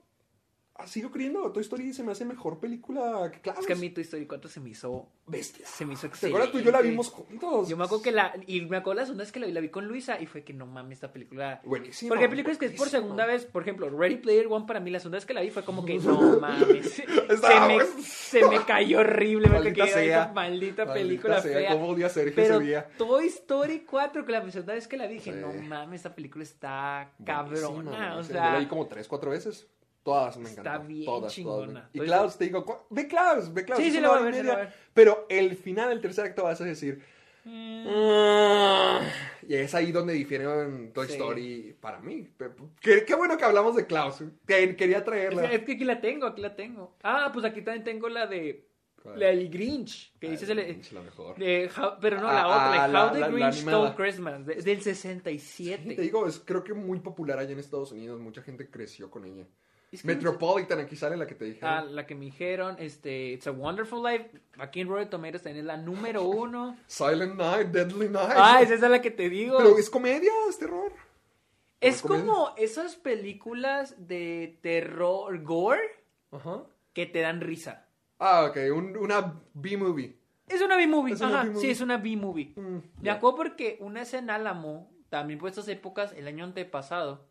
C: ah, sigo creyendo. Toy Story se me hace mejor película que Klaus.
D: Es que a mí Toy Story 4 se me hizo...
C: Bestia.
D: Se me hizo
C: ¿Te acuerdas tú y yo la
D: excelente.
C: vimos juntos?
D: Yo me acuerdo que la... Y me acuerdo las ondas que la vi, la vi con Luisa y fue que no mames esta película...
C: Buenísima,
D: Porque hay películas que es por
C: buenísima.
D: segunda vez. Por ejemplo, Ready Player One para mí las ondas que la vi fue como que no mames. se,
C: Estaba
D: me,
C: bueno.
D: se me cayó horrible. me
C: Maldita
D: quedé,
C: sea.
D: "Ay, Maldita
C: Maldita
D: película
C: sea,
D: fea.
C: cómo odio a Sergio
D: Pero
C: ese día.
D: Toy Story 4 que la segunda vez que la vi dije,
C: Sí.
D: no mames, esta película está
C: Buenísima,
D: cabrona. O
C: buenísima.
D: sea...
C: Yo la vi como tres, cuatro veces. Todas me
D: Está
C: encantaron.
D: bien
C: todas,
D: chingona.
C: todas. Y
D: Toy
C: Klaus, te digo, cu- ve Klaus, ve Klaus.
D: Sí,
C: es
D: sí,
C: una
D: la voy a
C: hora y
D: ver, sí,
C: media.
D: la voy a ver.
C: Pero el final, el tercer acto, vas a decir... "Ah", Y es ahí donde difieren Toy
D: Sí.
C: Story para mí. Pe- Qué, qué bueno que hablamos de Klaus. Te- Quería
D: Es
C: traerla.
D: que, es que aquí la tengo, aquí la tengo. Ah, pues aquí también tengo la de.
C: ¿Cuál?
D: La del Grinch. Que
C: La
D: dices.
C: del
D: el-
C: Grinch, la mejor.
D: de How- pero no,
C: Ah,
D: la otra.
C: ah,
D: like,
C: la-
D: How the
C: la- la
D: Grinch Stole
C: animada.
D: Christmas. de- del
C: Sí,
D: 67.
C: Te digo, es creo que muy popular allá en Estados Unidos. Mucha gente creció con ella.
D: Es que-
C: Metropolitan, aquí sale la que te dije.
D: Ah, la que me dijeron. Este. It's a Wonderful Life. Aquí en Rotten Tomatoes también es la número uno.
C: Silent Night, Deadly Night.
D: Ah, es esa la que te digo.
C: Pero es comedia, es terror.
D: es
C: comedia.
D: como esas películas de terror gore
C: Ajá.
D: que te dan risa.
C: Ah, ok, un- una B-movie.
D: Es una B-movie.
C: Es una
D: Ajá,
C: B-movie. Mm,
D: sí, es una B-movie. Me acuerdo porque una vez en Álamo, también por estas épocas, el año antepasado,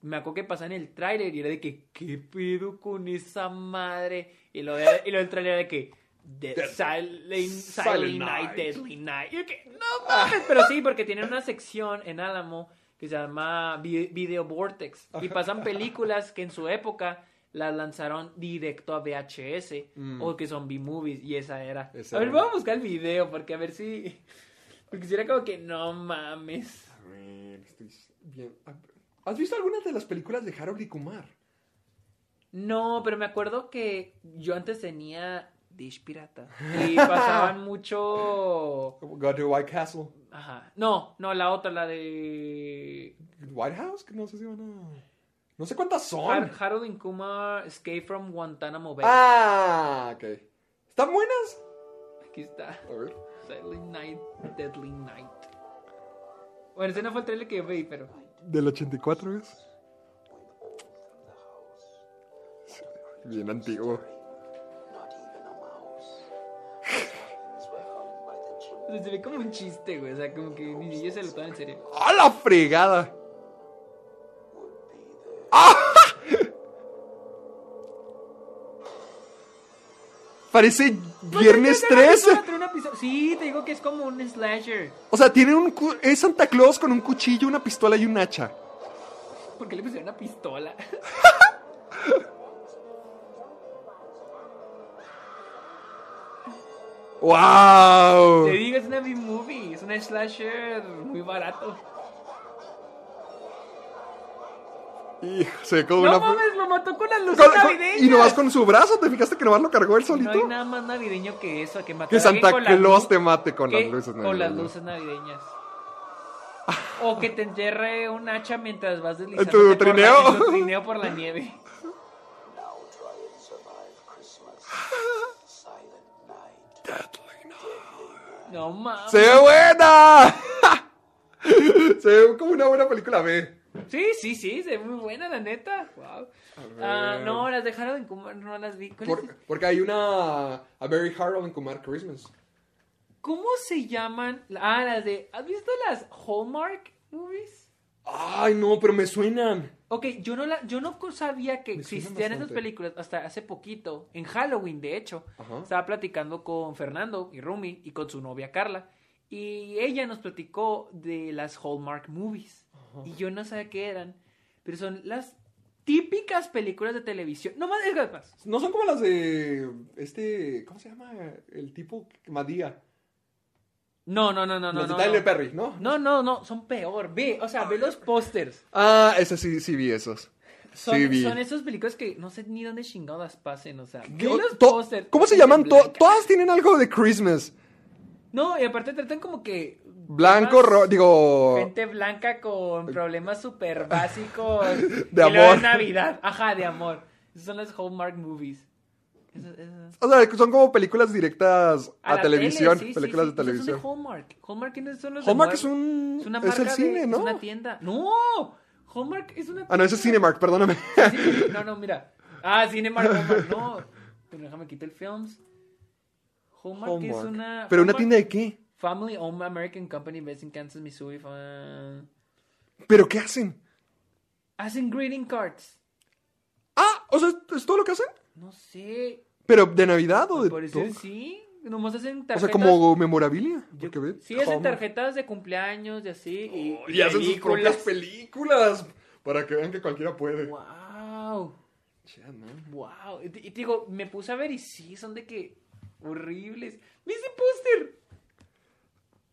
D: me acuerdo que pasaba en el tráiler y era de que, ¿qué pedo con esa madre? Y lo, de- y lo del tráiler era de que, "The
C: Dead-
D: Silent,
C: Silent
D: Silent Night,
C: Night".
D: Deadly Night. Y yo que, no
C: Ah.
D: mames, pero sí, porque tienen una sección en Álamo que se llama Vi- Video Vortex y pasan películas que en su época las lanzaron directo a VHS o que son B-movies y esa era.
C: Mm. Esa
D: a ver,
C: era.
D: vamos a buscar el video porque a ver si porque si era como que no mames.
C: A ver, estoy bien. a ver. ¿Has visto algunas de las películas de Harold y Kumar?
D: No, pero me acuerdo que yo antes tenía Dish Pirata y pasaban mucho
C: Go to White Castle.
D: Ajá. No, no, la otra, la de
C: White House, que no sé si van a... No sé cuántas son.
D: Har- Harold and Kumar Escape from Guantánamo Bay.
C: ah, ok. ¿Están buenas?
D: Aquí está.
C: A ver.
D: Silent Night, Deadly Night. Bueno, ese no fue el trailer que yo vi, pero.
C: Del 84 es. Bien antiguo.
D: o sea, se ve como un chiste, güey. O sea, como que ni siquiera se lo toman en serio.
C: ¡A la fregada! ¡Ah!
D: Pues
C: Parece Viernes 13.
D: Una- una pistola- Sí, te digo que es como un slasher.
C: O sea, tiene un cu- es Santa Claus con un cuchillo, una pistola y un hacha.
D: ¿Por qué le pusieron una pistola?
C: ¡Wow!
D: Te digo, es una B-movie, es una slasher muy barato.
C: Hijo, se ve como
D: No
C: una.
D: mames, lo mató con las luces
C: Oh, Con- con-
D: navideñas.
C: y nomás con su brazo, ¿te fijaste que nomás lo cargó él
D: No
C: solito?
D: hay nada más navideño que eso, que matar
C: que
D: a alguien
C: Santa
D: con la
C: Claus
D: luz-
C: te mate con
D: que-
C: las luces,
D: Con las
C: navideñas.
D: luces navideñas. O que te entierre un hacha mientras vas deslizando.
C: tu trineo?
D: Por la, en tu trineo por la nieve. No mames.
C: ¡Se ve buena! se ve como una buena película B.
D: Sí, sí, sí, se ve muy buena, la neta. Wow. Ah,
C: ver.
D: no, las dejaron en Kumar, no las vi. ¿Cuál es?
C: Por- porque hay una. A Very Hard on Kumar Christmas.
D: ¿Cómo se llaman? Ah, las de. ¿Has visto las Hallmark movies?
C: Ay, no, pero me suenan.
D: Ok, yo no, la, yo no co- sabía que
C: Me suena
D: existían esas
C: bastante.
D: películas hasta hace poquito, en Halloween de hecho.
C: Ajá.
D: Estaba platicando con Fernando y Rumi y con su novia Carla. Y ella nos platicó de las Hallmark Movies. Y yo no sabía qué eran, pero son las típicas películas de televisión. No más, es más.
C: No son como las de. Este. ¿Cómo se llama? El tipo que Madía.
D: No, no, no, no, no.
C: Las de
D: No,
C: Tyler
D: no.
C: Perry, ¿no?
D: no, no, no, son peor. Ve, o sea, ve los pósters.
C: Ah, esas sí, sí vi esos.
D: Son,
C: sí vi.
D: son esas películas que no sé ni dónde chingadas pasen, o sea.
C: ¿Qué-
D: Ve los
C: to-
D: pósters.
C: ¿Cómo se llaman? To-
D: Blancas.
C: todas tienen algo de Christmas.
D: No, y aparte tratan como que.
C: Blanco,
D: temas-
C: ro- digo.
D: Gente blanca con problemas súper básicos.
C: De
D: Y luego
C: amor.
D: en Navidad. Ajá, de amor. Esas son las Hallmark movies. Esas- esas-
C: O sea, son como películas directas a,
D: la
C: televisión.
D: tele, sí, sí,
C: películas
D: sí,
C: de
D: esas son
C: televisión.
D: Hallmark. Hallmark ¿quiénes son los de
C: Hallmark
D: Marvel?
C: es un-
D: Es, una
C: es el
D: marca de-
C: cine, ¿no?
D: Es una tienda. ¡No! Hallmark es una Ah,
C: Ah, no, ese es Cinemark, perdóname.
D: Sí, no, no, mira. Ah, Cinemark, Hallmark, no. Pero déjame quitar el films. Hallmark, es
C: Hallmark.
D: una.
C: ¿Pero una
D: Hallmark-
C: tienda de qué?
D: Family Owned American Company based in Kansas, Missouri. fa-
C: ¿Pero qué hacen?
D: Hacen greeting cards.
C: Ah, o sea, ¿es todo lo que hacen?
D: No sé.
C: ¿Pero de Navidad o de
D: Por
C: todo?
D: parecer sí. Nomás hacen
C: O
D: tarjetas.
C: sea, como memorabilia.
D: Yo-
C: porque ve-
D: sí, hacen
C: Hallmark.
D: tarjetas de cumpleaños y así. Y,
C: Y hacen sus propias
D: películas.
C: películas. Para que vean que cualquiera puede.
D: Wow.
C: Ya, ¿no?
D: Wow. Y te y te digo, me puse a ver y sí, son de que horribles. ¡Mira ese póster!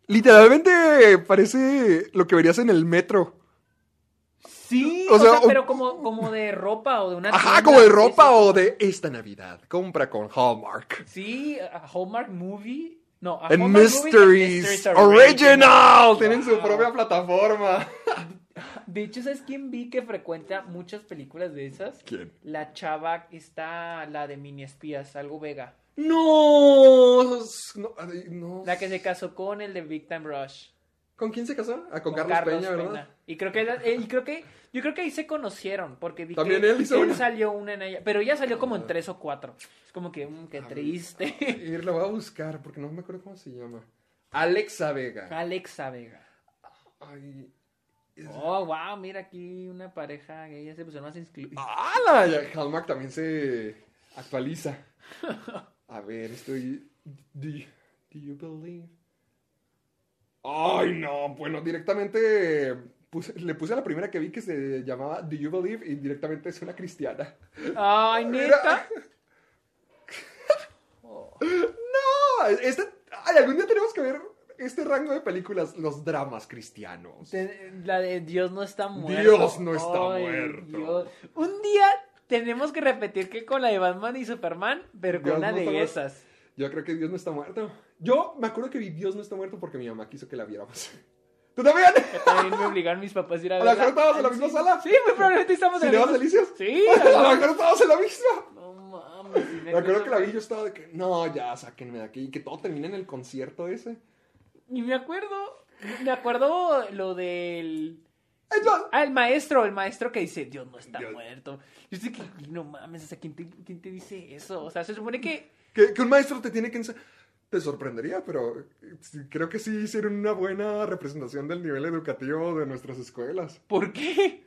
C: Literalmente parece lo que verías en el metro.
D: Sí,
C: O
D: o
C: sea,
D: sea,
C: o-
D: pero como, como de ropa o de una
C: Ajá,
D: tienda,
C: como de
D: sí,
C: ropa
D: sí.
C: o de esta Navidad. Compra con Hallmark.
D: Sí, a Hallmark Movie. No, a
C: En
D: Hallmark Movie,
C: Mysteries
D: Mysteries
C: Original. Tienen su
D: Wow.
C: propia plataforma.
D: De hecho, ¿sabes quién vi que frecuenta muchas películas de esas?
C: ¿Quién?
D: La chava está la de Mini Espías, algo vega.
C: No, no, ay, no.
D: La que se casó con el de Big Time Rush.
C: ¿Con quién se casó? Ah, con,
D: Con
C: Carlos, Peña, ¿verdad?
D: Y creo que era- eh, y creo que yo creo que ahí se conocieron porque vi
C: También
D: que
C: él hizo una. Ah.
D: salió una en ella, pero ella salió como en tres o cuatro. Es como que mm, qué triste.
C: Y la voy a buscar porque no me acuerdo cómo se llama. Alexa Vega.
D: Alexa Vega.
C: Ay.
D: Oh, wow, mira aquí una pareja que ya se pusieron más inscri-
C: ¡Hala! Ya Hallmark también se actualiza. A ver, estoy. Do, do you believe? Ay, no. Bueno, directamente puse- le puse a la primera que vi que se llamaba Do You Believe y directamente es una cristiana. Ah.
D: Ay, neta.
C: ¡No! Este, ay, algún día tenemos que ver este rango de películas, los dramas cristianos.
D: Te- La de Dios no está muerto.
C: Dios no está muerto.
D: Un día tenemos que repetir que con la de Batman y Superman, pero con
C: Dios
D: una
C: no
D: de
C: está muerto.
D: esas.
C: Yo creo que Dios no está muerto. Yo me acuerdo que vi Dios no está muerto porque mi mamá quiso que la viéramos. ¿Tú también?
D: También me obligaron mis papás a ir a
C: A lo
D: verla.
C: mejor estábamos en la misma sala.
D: Sí, muy probablemente estamos en la
C: ¿Cinemas
D: misma-
C: Delicias?
D: Sí.
C: A lo mejor estábamos en la misma.
D: No mames. sí,
C: Me acuerdo que la vi,
D: acuerdo.
C: yo estaba de que, no, ya, sáquenme de aquí. Y que todo termine en el concierto ese.
D: Y me acuerdo, me acuerdo lo del...
C: Es más,
D: Ah, el maestro, el maestro que dice, Dios no está muerto. Yo sé que, y no mames, o sea, ¿quién te, quién te dice eso? O sea, se supone que...
C: que, que un maestro te tiene que enseñar. Te sorprendería, pero eh, sí, creo que sí hicieron una buena representación del nivel educativo de nuestras escuelas.
D: ¿Por qué?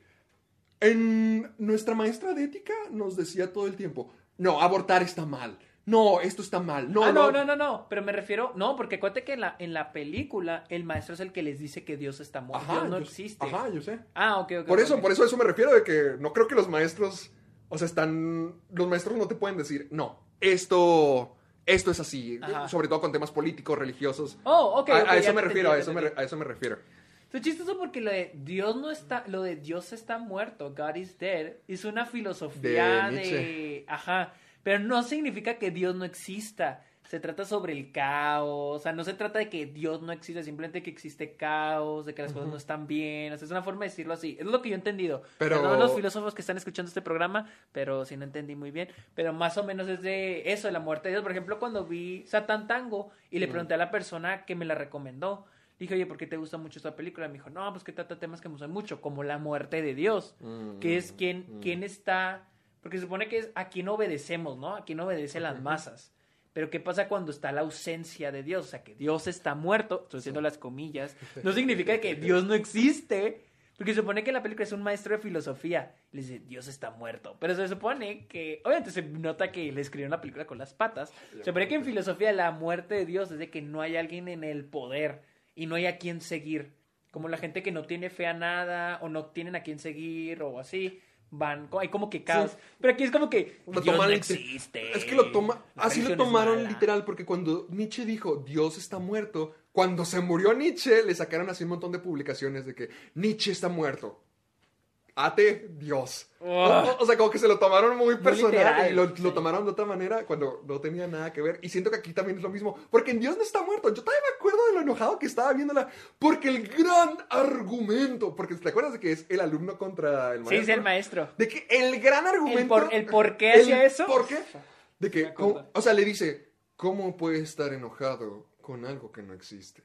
C: En nuestra maestra de ética nos decía todo el tiempo, no, abortar está mal. No, esto está mal. No,
D: ah,
C: no,
D: no, no, no, no, pero me refiero, no, porque acuérdate que en la, en la película el maestro es el que les dice que Dios está muerto,
C: Ajá,
D: Dios no
C: yo-
D: existe.
C: Ajá, yo sé.
D: Ah, ok, ok.
C: Por
D: ok,
C: eso,
D: ok.
C: por eso a eso me refiero de que no creo que los maestros, o sea, están los maestros no te pueden decir, "No, esto esto es así, sobre todo con temas políticos, religiosos.
D: Oh, ok,
C: A, a
D: ok, ya
C: eso
D: te
C: me refiero, a
D: entendí,
C: eso
D: ya
C: me,
D: te
C: re- a eso me refiero.
D: Es chistoso porque lo de Dios no está, lo de Dios está muerto, God is dead, es una filosofía
C: De
D: de,
C: Nietzsche.
D: ajá, pero no significa que Dios no exista. Se trata sobre el caos, o sea, no se trata de que Dios no existe, simplemente que existe caos, de que las cosas no están bien, o sea, es una forma de decirlo así, es lo que yo he entendido.
C: Pero-
D: Perdón a los filósofos que están escuchando este programa, pero si no entendí muy bien, pero más o menos es de eso, de la muerte de Dios. Por ejemplo, cuando vi Satan Tango y le pregunté a la persona que me la recomendó, Dije, oye, ¿por qué te gusta mucho esta película? Me dijo, no, pues que trata temas que me gustan mucho, como la muerte de Dios, que es quién, quién está, porque se supone que es a quién obedecemos, ¿no? A quién obedecen las masas. Pero ¿qué pasa cuando está la ausencia de Dios? O sea, que Dios está muerto, estoy haciendo las comillas, no significa que Dios no existe, porque se supone que la película es un maestro de filosofía, y le dice, Dios está muerto, pero se supone que, obviamente se nota que le escribieron la película con las patas, se supone que en filosofía la muerte de Dios es de que no hay alguien en el poder y no hay a quién seguir. Como la gente que no tiene fe a nada o no tienen a quién seguir o así, van, co- hay como que caos. Pero aquí es como que
C: Lo
D: Dios
C: tomaron
D: no
C: liter-
D: existe.
C: Es que lo toma,
D: La
C: así lo
D: religión es
C: tomaron
D: mala.
C: literal, porque cuando Nietzsche dijo Dios está muerto, cuando se murió Nietzsche, le sacaron así un montón de publicaciones de que Nietzsche está muerto. Ate, Dios.
D: Ugh.
C: O, o sea, como que se lo tomaron muy personal
D: literal,
C: y lo, lo
D: sí.
C: tomaron de otra manera cuando no tenía nada que ver. Y siento que aquí también es lo mismo, porque en Dios no está muerto. Yo todavía me acuerdo de lo enojado que estaba viéndola, porque el gran argumento, porque te acuerdas de que es el alumno contra el
D: Sí,
C: maestro.
D: es el maestro.
C: De que el gran argumento.
D: El por- el por qué
C: el
D: hacía eso.
C: ¿Por qué? De que,
D: Me acuerdo.
C: ¿cómo- o sea, le dice, ¿cómo puede estar enojado con algo que no existe?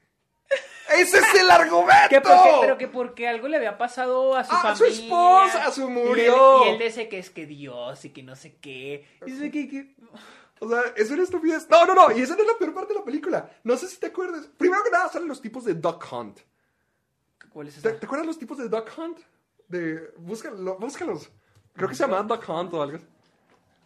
C: ¡Ese es el argumento!
D: Que porque, pero que porque algo le había pasado a su
C: A su
D: familia.
C: esposa, a su
D: Y él-
C: murió.
D: Y él, dice que es que Dios y que no sé qué. Y dice que- que...
C: O sea, es una estupidez. No, no, no. Y esa no es la peor parte de la película. No sé si te acuerdas. Primero que nada salen los tipos de Duck Hunt.
D: ¿Cuál es
C: ¿Te,
D: esa?
C: te acuerdas los tipos de Duck Hunt? De, búscalo, búscalos. Creo que se llamaban Duck Hunt o algo.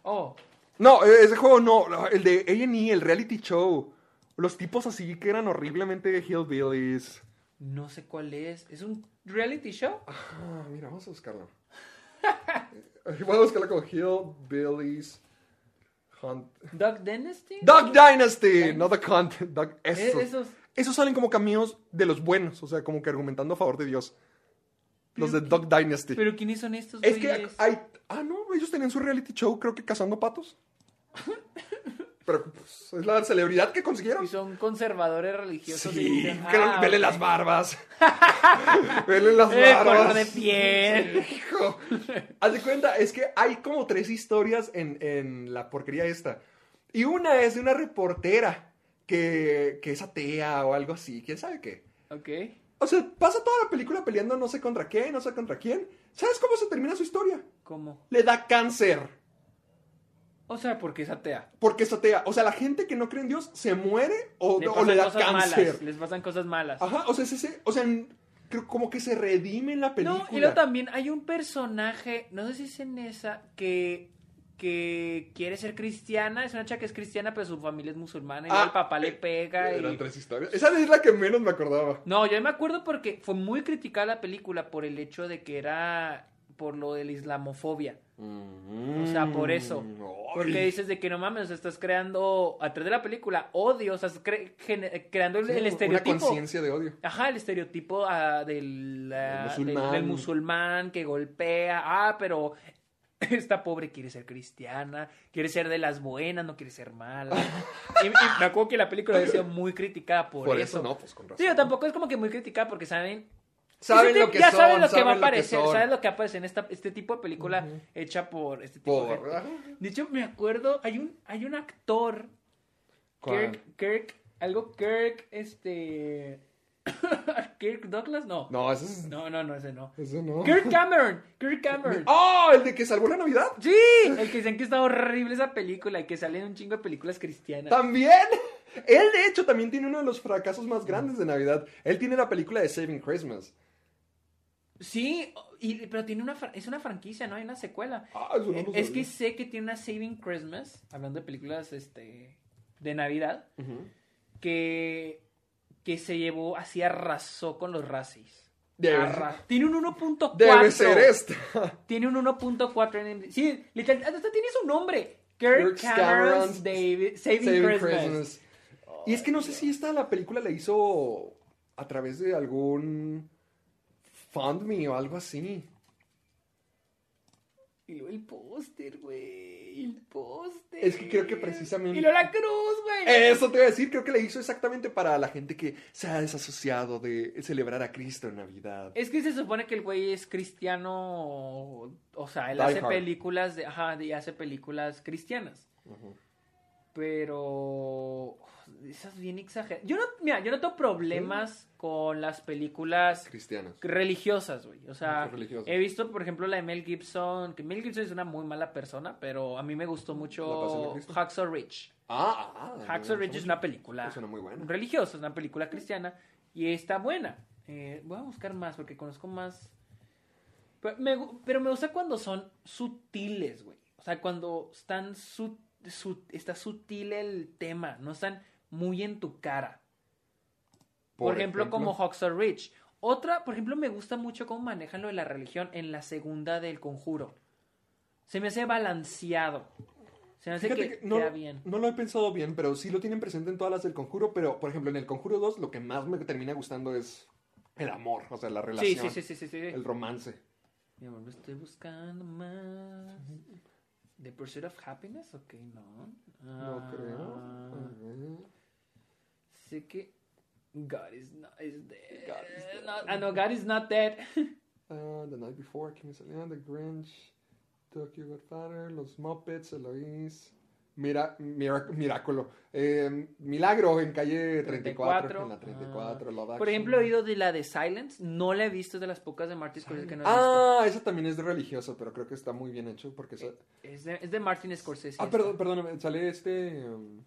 D: Oh,
C: No, eh, ese juego no. El de A&E, el reality show. Los tipos así que eran horriblemente hillbillies.
D: no sé cuál es. ¿Es un reality show?
C: Ah, mira, vamos a buscarlo. Eh, Voy a buscarlo con Hillbillies Hunt.
D: ¿Duck Dynasty?
C: Duck Dynasty, no Duck Hunt. Duck, esos.
D: Eh, esos.
C: Esos salen como caminos de los buenos, o sea, como que argumentando a favor de Dios. Los de Duck Dynasty.
D: ¿Pero quiénes son estos
C: Es que
D: güeyes?
C: hay. Ah, no, ellos tenían su reality show, creo que cazando patos. Pero pues, es la celebridad que consiguieron.
D: Y son conservadores religiosos. y
C: Sí,
D: dicen,
C: que no-
D: "Ah,
C: vele las barbas. vele las
D: El color
C: barbas.
D: de piel.
C: Hijo. Haz de cuenta, es que hay como tres historias en, en la porquería esta. Y una es de una reportera que, que es atea o algo así, quién sabe qué.
D: Ok.
C: O sea, pasa toda la película peleando no sé contra qué, no sé contra quién. ¿Sabes cómo se termina su historia?
D: ¿Cómo?
C: Le da cáncer.
D: O sea, porque es atea.
C: Porque es atea. O sea, la gente que no cree en Dios se muere o o
D: Le pasan
C: le, da
D: cosas
C: cáncer.
D: malas. Les pasan cosas malas.
C: Ajá, o sea, es ese- o sea, en- creo como que se redime en la película.
D: No, y luego también hay un personaje, no sé si es en esa, que, que quiere ser cristiana. Es una chica que es cristiana, pero su familia es musulmana. Y
C: Ah,
D: el papá le
C: eh,
D: pega.
C: Eran
D: y-
C: tres historias. Esa es la que menos me acordaba.
D: No, yo me acuerdo porque fue muy criticada la película por el hecho de que era por lo de la islamofobia.
C: Mm.
D: O sea, por eso. Porque dices de que no mames, o sea, estás creando, a través de la película, odio, o sea, estás cre- gene- creando el, el
C: Una
D: estereotipo.
C: conciencia de odio.
D: Ajá, el estereotipo ah, del, ah,
C: El musulmán.
D: del- del musulmán que golpea. Ah, pero esta pobre quiere ser cristiana, quiere ser de las buenas, no quiere ser mala. y, y me acuerdo que la película había sido muy criticada por,
C: Por, eso. no, pues con razón.
D: Sí, pero tampoco es como que muy criticada porque saben.
C: Saben
D: Ese
C: lo
D: tip-
C: que
D: ya
C: son,
D: saben lo que
C: saben
D: va a
C: lo que
D: aparecer,
C: son.
D: saben lo que aparece en esta, este tipo de película hecha por este tipo de
C: Por-
D: gente.
C: ajá.
D: De hecho, me acuerdo, hay un, hay un actor,
C: ¿Cuál?
D: Kirk, Kirk, algo Kirk, este. Kirk Douglas, no.
C: No, ese es.
D: No, no, no, ese no.
C: Ese no.
D: Kirk Cameron, Kirk Cameron.
C: ¡Oh! El de que salvó la Navidad.
D: Sí, el que dicen que está horrible esa película y que sale en un chingo de películas cristianas.
C: También. Él, de hecho, también tiene uno de los fracasos más grandes de Navidad. Él tiene la película de Saving Christmas.
D: Sí, y- pero tiene una fra- es una franquicia, no hay una secuela.
C: Ah, eso no lo
D: es
C: sabía.
D: que sé que tiene una Saving Christmas, hablando de películas este de Navidad, que que se llevó así arrasó con los racis.
C: Debe-
D: Arra- Tiene un 1.4.
C: Debe ser esta.
D: Tiene un 1.4 en... Sí, literal, hasta tiene su nombre. Kirk
C: Kirk
D: Cameron's
C: Cameron's
D: Davi- Saving,
C: Saving
D: Christmas.
C: Christmas. Y es que no sé si esta la película la hizo a través de algún FundMe o algo así.
D: Y luego el póster, güey. El póster.
C: Es que creo que precisamente-
D: Y luego la cruz, güey.
C: Eso te iba a decir, creo que la hizo exactamente para la gente que se ha desasociado de celebrar a Cristo en Navidad.
D: Es que se supone que el güey es cristiano, o sea, él
C: Die
D: hace
C: Hard.
D: películas de, ajá, y hace películas cristianas. Pero esas bien exageradas. Yo no, mira, yo no tengo problemas con las películas
C: Cristianos.
D: religiosas, güey. O sea,
C: Mucho religiosas.
D: he visto, por ejemplo, la de Mel Gibson, que Mel Gibson es una muy mala persona, pero a mí me gustó
C: ¿La Pasión de
D: mucho
C: Cristo?
D: Hacksaw Ridge.
C: Ah, ah, ah.
D: Hacksaw
C: me
D: Ridge
C: gusta
D: es
C: mucho.
D: una película
C: Es una muy buena.
D: religiosa, es una película cristiana y está buena. Eh, voy a buscar más porque conozco más. Pero me, gu- pero me gusta cuando son sutiles, güey. O sea, cuando están su- su- está sutil el tema, no están muy en tu cara. Por, ejemplo, como Hacksaw Ridge. Otra, por ejemplo, me gusta mucho cómo manejan lo de la religión en la segunda del conjuro. Se me hace balanceado. Se me hace
C: Fíjate
D: que,
C: que no,
D: queda bien.
C: no lo he pensado bien, pero sí lo tienen presente en todas las del Conjuro, pero por ejemplo en el Conjuro 2 lo que más me termina gustando es el amor, o sea, la
D: Sí,
C: relación,
D: sí, sí, sí, sí, sí.
C: el romance.
D: Mi amor, me estoy buscando más. ¿The Pursuit of Happiness? Ok, no.
C: No
D: Ah,
C: creo. A
D: Sé que. God is not is dead.
C: God is dead.
D: No, ah, no, God is not dead.
C: ver. Uh, the Night Before, Kim Salian, The Grinch, Tokyo Godfather, Los Muppets, Eloise, Mira, mira, Miraculo, eh, Milagro en calle 34, en la 34,
D: Ah.
C: Love
D: Por
C: Action.
D: ejemplo, he oído de la de Silence. No la he visto es de las pocas de Martin Scorsese que no he visto.
C: Ah, esa también es de religioso, pero creo que está muy bien hecho porque...
D: Eh,
C: esa-
D: Es de, es de Martin Scorsese.
C: Ah,
D: esta.
C: perdón, perdóname, sale este. um,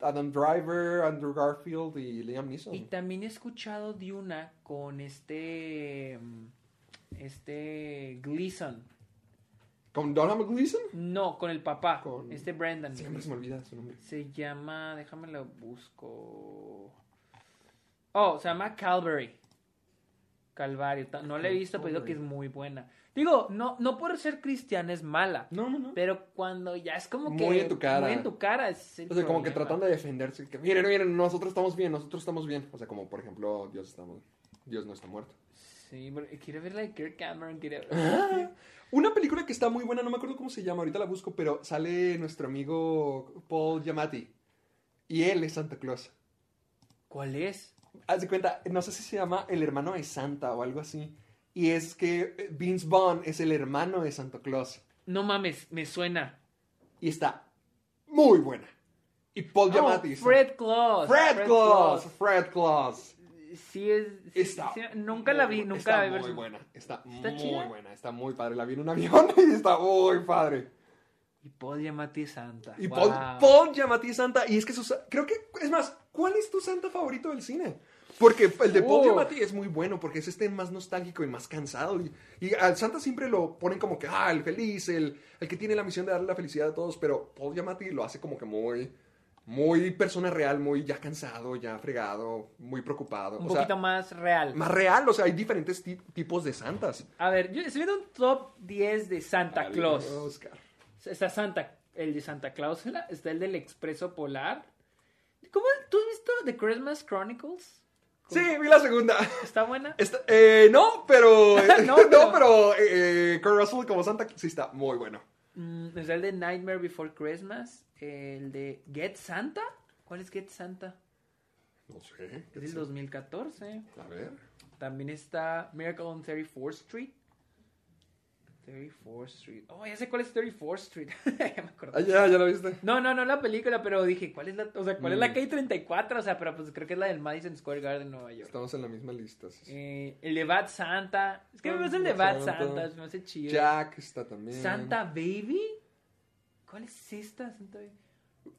C: Adam Driver, Andrew Garfield y Liam Neeson.
D: Y también he escuchado de una con este. mm, Este. Gleason.
C: ¿Con Donald Gleason?
D: No, con el papá.
C: Con-
D: Este Brandon.
C: Siempre se me olvida su nombre.
D: Se llama, déjame lo busco. Oh, se llama Calvary. Calvario. ta- No la he visto, pero digo que es muy buena. Digo, no, no por ser cristiana es mala.
C: No, no, no.
D: Pero cuando ya es como
C: Muy
D: que.
C: en tu cara.
D: Muy en tu cara. Es el
C: O sea, como que
D: problema.
C: tratando de defenderse. Que miren, miren, nosotros estamos bien, nosotros estamos bien. O sea, como por ejemplo, Dios, estamos, Dios no está muerto.
D: Sí, pero quiero ver la de Kirk Cameron. Quiero ver.
C: Ah, Una película que está muy buena, no me acuerdo cómo se llama, ahorita la busco, pero sale nuestro amigo Paul Giamatti. Y él es Santa Claus.
D: ¿Cuál es?
C: Haz de cuenta, no sé si se llama El hermano de Santa o algo así. Y es que eh, Vince Vaughn es el hermano de Santa Claus.
D: No mames, me suena.
C: Y está muy buena. Y Paul
D: Oh,
C: Giamatti. está-
D: Fred Claus.
C: Fred Claus. Fred Claus.
D: Sí, es. sí,
C: Está.
D: sí, nunca la
C: muy
D: vi,
C: bu-
D: nunca
C: está
D: la vi.
C: Muy
D: versión-
C: buena. Está,
D: ¿Está
C: muy
D: chida?
C: buena. Está muy padre. La vi en un avión y está muy padre.
D: Y Paul Giamatti Santa.
C: Y Paul,
D: Wow.
C: Paul Giamatti es Santa. Y es que su, sa- creo que, es más, ¿cuál es tu Santa favorito del cine? Porque el de Paul
D: Uf.
C: Giamatti es muy bueno, porque es este más nostálgico y más cansado. Y, y al Santa siempre lo ponen como que, ah, el feliz, el, el que tiene la misión de darle la felicidad a todos. Pero Paul Giamatti lo hace como que muy, muy persona real, muy ya cansado, ya fregado, muy preocupado.
D: un
C: o
D: poquito
C: sea,
D: más real.
C: más real. O sea, hay diferentes ti- tipos de Santas.
D: A ver, yo estoy viendo un top 10 de Santa Claus.
C: Oscar.
D: Está Santa, el de Santa Claus, está el del Expreso Polar. ¿Cómo? ¿Tú has visto The Christmas Chronicles?
C: Sí, vi la segunda.
D: ¿Está buena?
C: Está- eh, no, pero.
D: No,
C: no,
D: pero-
C: pero. pero, eh, eh, Kurt Russell como Santa sí está muy bueno.
D: Mm, está el de Nightmare Before Christmas, el de Get Santa. ¿Cuál es Get Santa?
C: No sé.
D: Es del 2014.
C: A ver.
D: También está Miracle on 34th Street. 34th Street. Oh, ya sé cuál es 34th Street. ya me acordé.
C: Ah, ya, ya la viste.
D: No, no, no la película, pero dije, ¿cuál es la, o sea, cuál es la
C: Mm.
D: que hay 34? O sea, pero pues creo que es la del Madison Square Garden, Nueva York.
C: Estamos en la misma lista. sí, sí.
D: Eh, el de Bad Santa. Es que
C: Ah,
D: me gusta el de Bad Santa, se me hace chido.
C: Jack está también.
D: Santa Baby. ¿Cuál es esta? Santa Baby?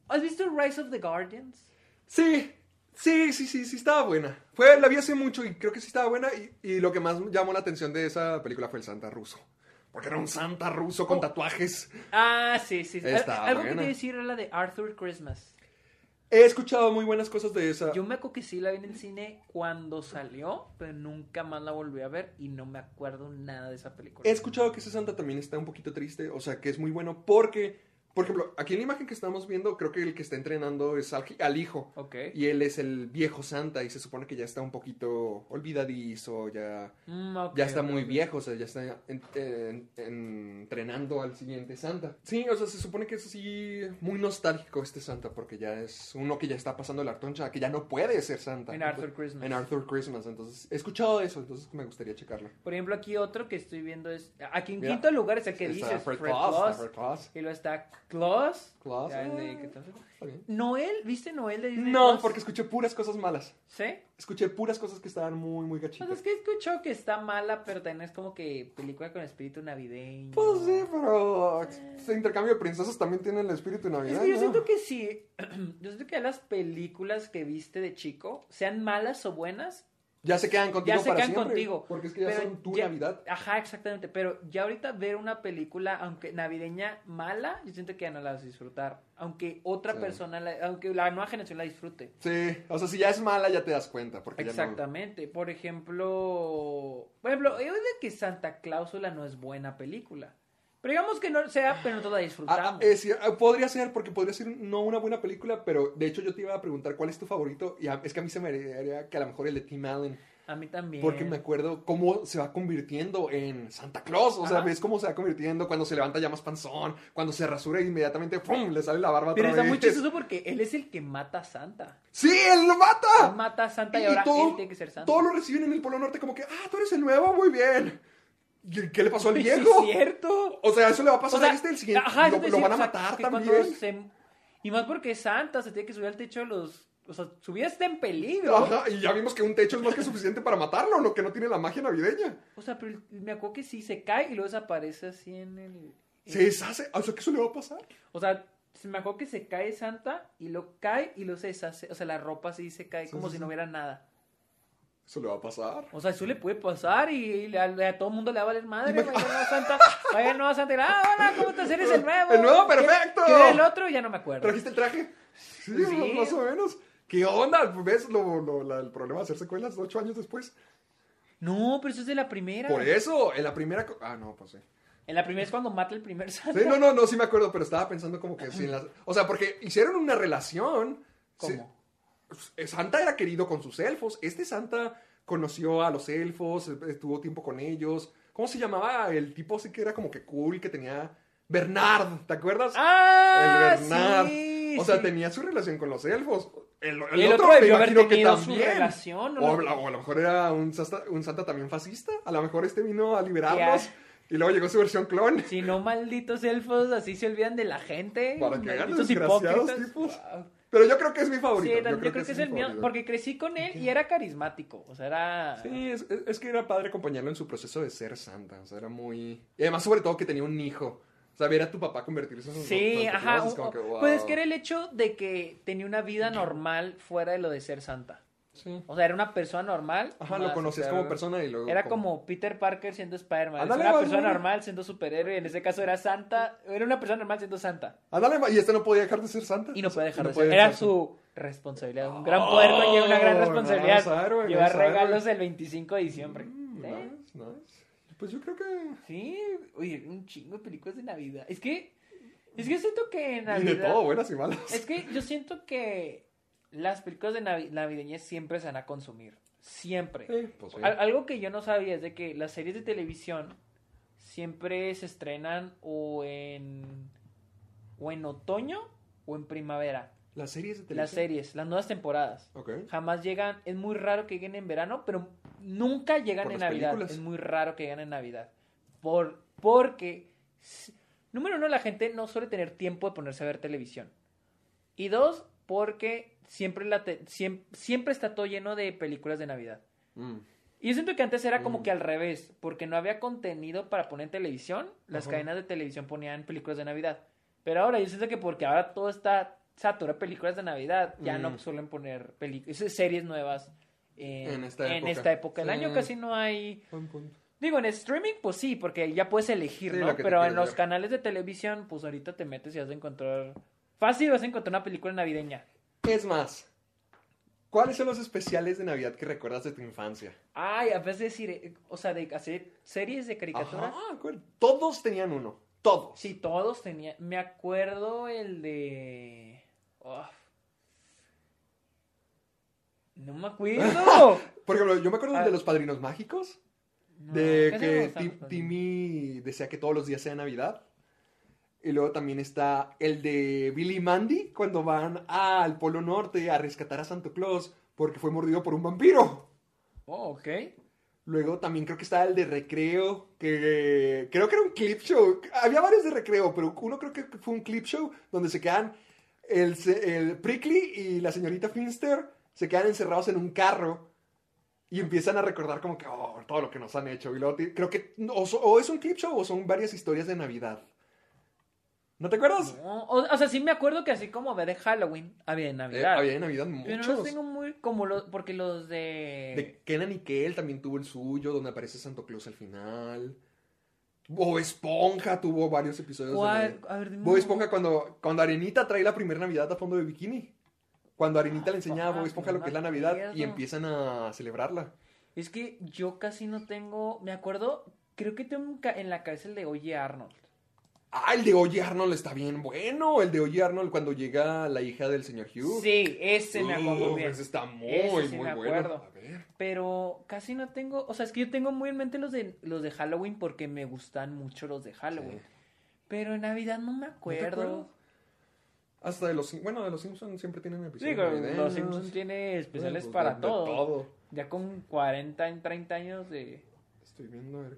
D: ¿Has visto Rise of the Guardians?
C: Sí. Sí, sí, sí, sí, estaba buena. Fue, la vi hace mucho y creo que sí estaba buena. Y, y lo que más llamó la atención de esa película fue el Santa ruso. Porque era un Santa ruso
D: Oh.
C: con tatuajes.
D: Ah, sí, sí. sí.
C: Está
D: Al- Algo que
C: buena.
D: te iba a decir era la de Arthur Christmas.
C: He escuchado muy buenas cosas de esa.
D: Yo me acuerdo que sí la vi en el cine cuando salió, pero nunca más la volví a ver y no me acuerdo nada de esa película.
C: He escuchado que ese Santa también está un poquito triste, o sea, que es muy bueno porque Por ejemplo, aquí en la imagen que estamos viendo, creo que el que está entrenando es al, al hijo.
D: Ok.
C: Y él es el viejo santa y se supone que ya está un poquito olvidadizo, ya,
D: Mm, ok,
C: ya está
D: ok,
C: muy
D: ok.
C: viejo, o sea, ya está en- en- en- entrenando al siguiente santa. Sí, o sea, se supone que es así muy nostálgico este santa porque ya es uno que ya está pasando la toncha, que ya no puede ser santa.
D: En Arthur Christmas.
C: En Arthur Christmas, entonces he escuchado eso, entonces me gustaría checarlo.
D: Por ejemplo, aquí otro que estoy viendo es. Aquí en
C: Mira,
D: quinto lugar es el que
C: está
D: dices.
C: Fred
D: Fred
C: Claus,
D: Claus.
C: está Fred Claus.
D: Y luego está Claus.
C: Claus,
D: Ya, en
C: eh,
D: el que entonces-
C: está bien.
D: Noel, ¿viste Noel de Disney?
C: No,
D: Plus?
C: porque escuché puras cosas malas.
D: ¿Sí?
C: Escuché puras cosas que estaban muy, muy
D: Pues es
C: gachitas.
D: que escucho que está mala, pero también es como que película con espíritu navideño.
C: Pues sí, pero este intercambio de princesas también tiene el espíritu
D: Es
C: navideño.
D: que yo siento que sí. Yo siento que las películas que viste de chico, sean malas o buenas,
C: Ya se quedan contigo
D: ya se
C: para
D: quedan
C: siempre,
D: contigo.
C: Porque es que ya
D: Pero
C: son tu
D: ya-
C: Navidad.
D: Ajá, exactamente. Pero ya ahorita ver una película, aunque navideña mala, yo siento que ya no la vas a disfrutar. Aunque otra
C: Sí.
D: persona, la- aunque la nueva generación la disfrute.
C: Sí, o sea, si ya es mala ya te das cuenta. Porque ya no-
D: Exactamente. Por ejemplo, por ejemplo, yo de que Santa Clausula no es buena película. Pero digamos que no sea, pero nosotros la
C: Ah,
D: disfrutamos.
C: es cier- ah, podría ser, porque podría ser no una buena película, pero de hecho yo te iba a preguntar cuál es tu favorito. Y a- es que a mí se me haría que a lo mejor el de Tim Allen.
D: A mí también.
C: Porque me acuerdo cómo se va convirtiendo en Santa Claus. O sea,
D: Ajá.
C: ves cómo se va convirtiendo cuando se levanta ya más panzón, cuando se rasura y inmediatamente ¡pum! le sale la barba
D: Pero
C: otra
D: está muy
C: vez.
D: chistoso porque él es el que mata a Santa.
C: ¡Sí! ¡Él lo mata!
D: Él mata a Santa y, ahora
C: todo-
D: él tiene que ser Santa.
C: Todo lo reciben en el Polo Norte como que, ah, tú eres el nuevo, muy bien. ¿Y qué le pasó al
D: Sí,
C: viejo?
D: es cierto.
C: O sea, eso le va a
D: O
C: pasar
D: sea,
C: a este el siguiente.
D: ajá,
C: lo,
D: es
C: lo
D: decir,
C: van a
D: o sea,
C: matar
D: que cuando
C: también.
D: se- Y más porque es Santa, se tiene que subir al techo de los... O sea, su vida está en peligro.
C: Ajá, y ya vimos que un techo es más que suficiente para matarlo, lo que no tiene la magia navideña.
D: O sea, pero me acuerdo que sí, se cae y luego desaparece así en el...
C: Se deshace. O sea, ¿qué eso le va a pasar?
D: O sea, se me acuerdo que se cae Santa y lo cae y luego se deshace. O sea, la ropa sí se cae como
C: sí,
D: si no hubiera nada.
C: Eso le va a pasar.
D: O sea, eso le puede pasar y, y a, a todo el mundo le va a valer madre.
C: Imagina-
D: Vaya nueva Santa, vaya nueva Santa. y, Ah, hola, ¿cómo te eres el nuevo?
C: El nuevo,
D: ¿Qué-
C: perfecto.
D: ¿Qué era el otro? Ya no me acuerdo.
C: ¿Trajiste el traje? Sí,
D: Sí.
C: más o menos. ¿Qué onda? Pues, ¿Ves lo- lo- la- el problema de hacer secuelas ocho años después?
D: No, pero eso es de la primera.
C: Por eso, en la primera... co- Ah, no, pues sí.
D: En la primera es cuando mata el primer Santa.
C: Sí, no, no, no, sí me acuerdo, pero estaba pensando como que sí en las... O sea, porque hicieron una relación.
D: ¿Cómo?
C: Sí, Santa era querido con sus elfos. Este Santa conoció a los elfos, eh, estuvo tiempo con ellos. ¿Cómo se llamaba? El tipo así que era como que cool, que tenía... Bernard, ¿te acuerdas?
D: Ah,
C: el Bernard.
D: sí,
C: o sea,
D: sí.
C: tenía su relación con los elfos. El, el
D: El
C: otro,
D: otro
C: me
D: debió haber
C: imagino que
D: tenido su
C: también.
D: relación, ¿no?
C: o, a la- o a lo mejor era un sasta- un santa, también fascista. A lo mejor este vino a liberarlos.
D: Ya.
C: Y luego llegó su versión clon.
D: Si no, malditos elfos, así se olvidan de la gente.
C: Para que vean los
D: malditos
C: desgraciados
D: hipócritas.
C: tipos.
D: Wow.
C: Pero yo creo que es mi
D: Sí,
C: favorito.
D: yo creo, que, es
C: mi
D: el mío,
C: favorito.
D: porque crecí con él y era carismático. O sea, era...
C: Sí, es, es- es que era padre acompañarlo en su proceso de ser santa. O sea, era muy. Y además, sobre todo, que tenía un hijo. O sea, ver a tu papá convertirse en un
D: Sí,
C: Santa
D: ajá.
C: Claus es
D: o-
C: como que, wow.
D: Pues es que era el hecho de que tenía una vida normal fuera de lo de ser santa.
C: Sí.
D: O sea, era una persona normal.
C: Ajá, lo
D: más,
C: conocías
D: o sea,
C: como persona y luego.
D: Era como Peter Parker siendo Spider-Man. Es
C: Ándale,
D: una
C: vas,
D: persona
C: güey.
D: normal siendo superhéroe. En ese caso era santa. Era una persona normal siendo santa.
C: Ándale, ma- y este no podía dejar de ser santa.
D: Y no puede dejar de
C: podía
D: ser. Era
C: dejar Oh,
D: su responsabilidad. Un gran poder conlleva una gran
C: no,
D: responsabilidad.
C: no es héroe,
D: Llevar
C: no es héroe.
D: regalos el 25 de diciembre.
C: Mm,
D: ¿Eh?
C: nice, nice. Pues yo creo que.
D: Sí, oye, un chingo de películas de Navidad. Es que, es que siento que en
C: Y de
D: Navidad.
C: todo, buenas y malas.
D: Es que yo siento que las películas de navi- navideñas siempre se van a consumir. Siempre.
C: Eh, pues sí.
D: Al- algo que yo no sabía es de que las series de televisión siempre se estrenan o en o en otoño o en primavera.
C: Las series de televisión.
D: Las series, las nuevas temporadas.
C: Ok.
D: Jamás llegan, es muy raro que lleguen en verano, pero nunca llegan
C: Por
D: en
C: las
D: Navidad.
C: películas.
D: Es muy raro que lleguen en Navidad. Por, porque, s- número uno, la gente no suele tener tiempo de ponerse a ver televisión. Y dos, porque siempre, la te- siem- siempre, está todo lleno de películas de Navidad.
C: Mm.
D: Y yo siento que antes era como que al revés, porque no había contenido para poner en televisión, las
C: Ajá.
D: cadenas de televisión ponían películas de Navidad. Pero ahora yo siento que porque ahora todo está saturado de películas de Navidad, ya
C: Mm.
D: no suelen poner pelic- es- series nuevas en,
C: En
D: en
C: esta
D: esta
C: época.
D: época. El año
C: Sí.
D: casi no hay...
C: Buen punto.
D: Digo, en streaming, pues sí, porque ya puedes elegir,
C: Sí, lo
D: ¿no?
C: que te
D: Pero en
C: quieras
D: los
C: ver.
D: canales de televisión, pues ahorita te metes y vas a encontrar... Fácil, vas a encontrar una película navideña.
C: Es más, ¿cuáles son los especiales de Navidad que recuerdas de tu infancia?
D: Ay, a veces decir, eh, o sea, de hacer series de caricaturas.
C: Ajá, ¿cuál? todos tenían uno. Todos.
D: Sí, todos tenían. Me acuerdo el de. Uf. No me acuerdo.
C: Por ejemplo, yo me acuerdo
D: Ah.
C: de los padrinos mágicos.
D: No,
C: De
D: casi no me gustaban
C: que
D: los
C: Tim-
D: padrinos.
C: Timmy desea que todos los días sea Navidad. Y luego también está el de Billy y Mandy cuando van al Polo Norte a rescatar a Santo Claus porque fue mordido por un vampiro.
D: Oh, ok.
C: Luego también creo que está el de Recreo, que creo que era un clip show. Había varios de Recreo, pero uno creo que fue un clip show donde se quedan el, se- el Prickly y la señorita Finster se quedan encerrados en un carro y empiezan a recordar como que oh, todo lo que nos han hecho. Y luego ti- creo que o, so- o es un clip show o son varias historias de Navidad. ¿No te acuerdas?
D: No, o, o sea, sí me acuerdo que así como había de Halloween, había de
C: Eh,
D: Navidad.
C: había de Navidad
D: Pero
C: muchos.
D: no los tengo muy como los. Porque los de.
C: De Kenan y Kel también tuvo el suyo, donde aparece Santo Claus al final. Bob Esponja tuvo varios episodios.
D: ¿Cuál?
C: De
D: A ver, dime
C: Bob
D: uno.
C: Esponja cuando, cuando Arenita trae la primera Navidad a fondo de bikini. Cuando Arenita le enseña a Bob
D: ah,
C: Esponja
D: no
C: lo
D: me
C: que es la Navidad
D: acuerdo.
C: y empiezan a celebrarla.
D: Es que yo casi no tengo. Me acuerdo. Creo que tengo un ca- en la cabeza el de Oye Arnold.
C: Ah, el de Oye Arnold está bien bueno. El de Oye Arnold cuando llega la hija del señor Hugh.
D: Sí, ese me acuerdo
C: Uf,
D: bien.
C: ese está muy,
D: Ese sí
C: muy
D: me
C: bueno.
D: acuerdo.
C: A ver.
D: Pero casi no tengo, o sea, es que yo tengo muy en mente los de los de Halloween porque me gustan mucho los de Halloween.
C: Sí.
D: Pero en Navidad no me
C: acuerdas?
D: acuerdo.
C: Hasta de los... Sim- Bueno, de los Simpsons siempre tienen
D: Sí,
C: episodios
D: con- los
C: navideños.
D: Simpsons tiene especiales
C: Bueno, pues,
D: para
C: de- de
D: todo.
C: todo.
D: Ya con 40, en 30 años de,
C: Estoy viendo a ver.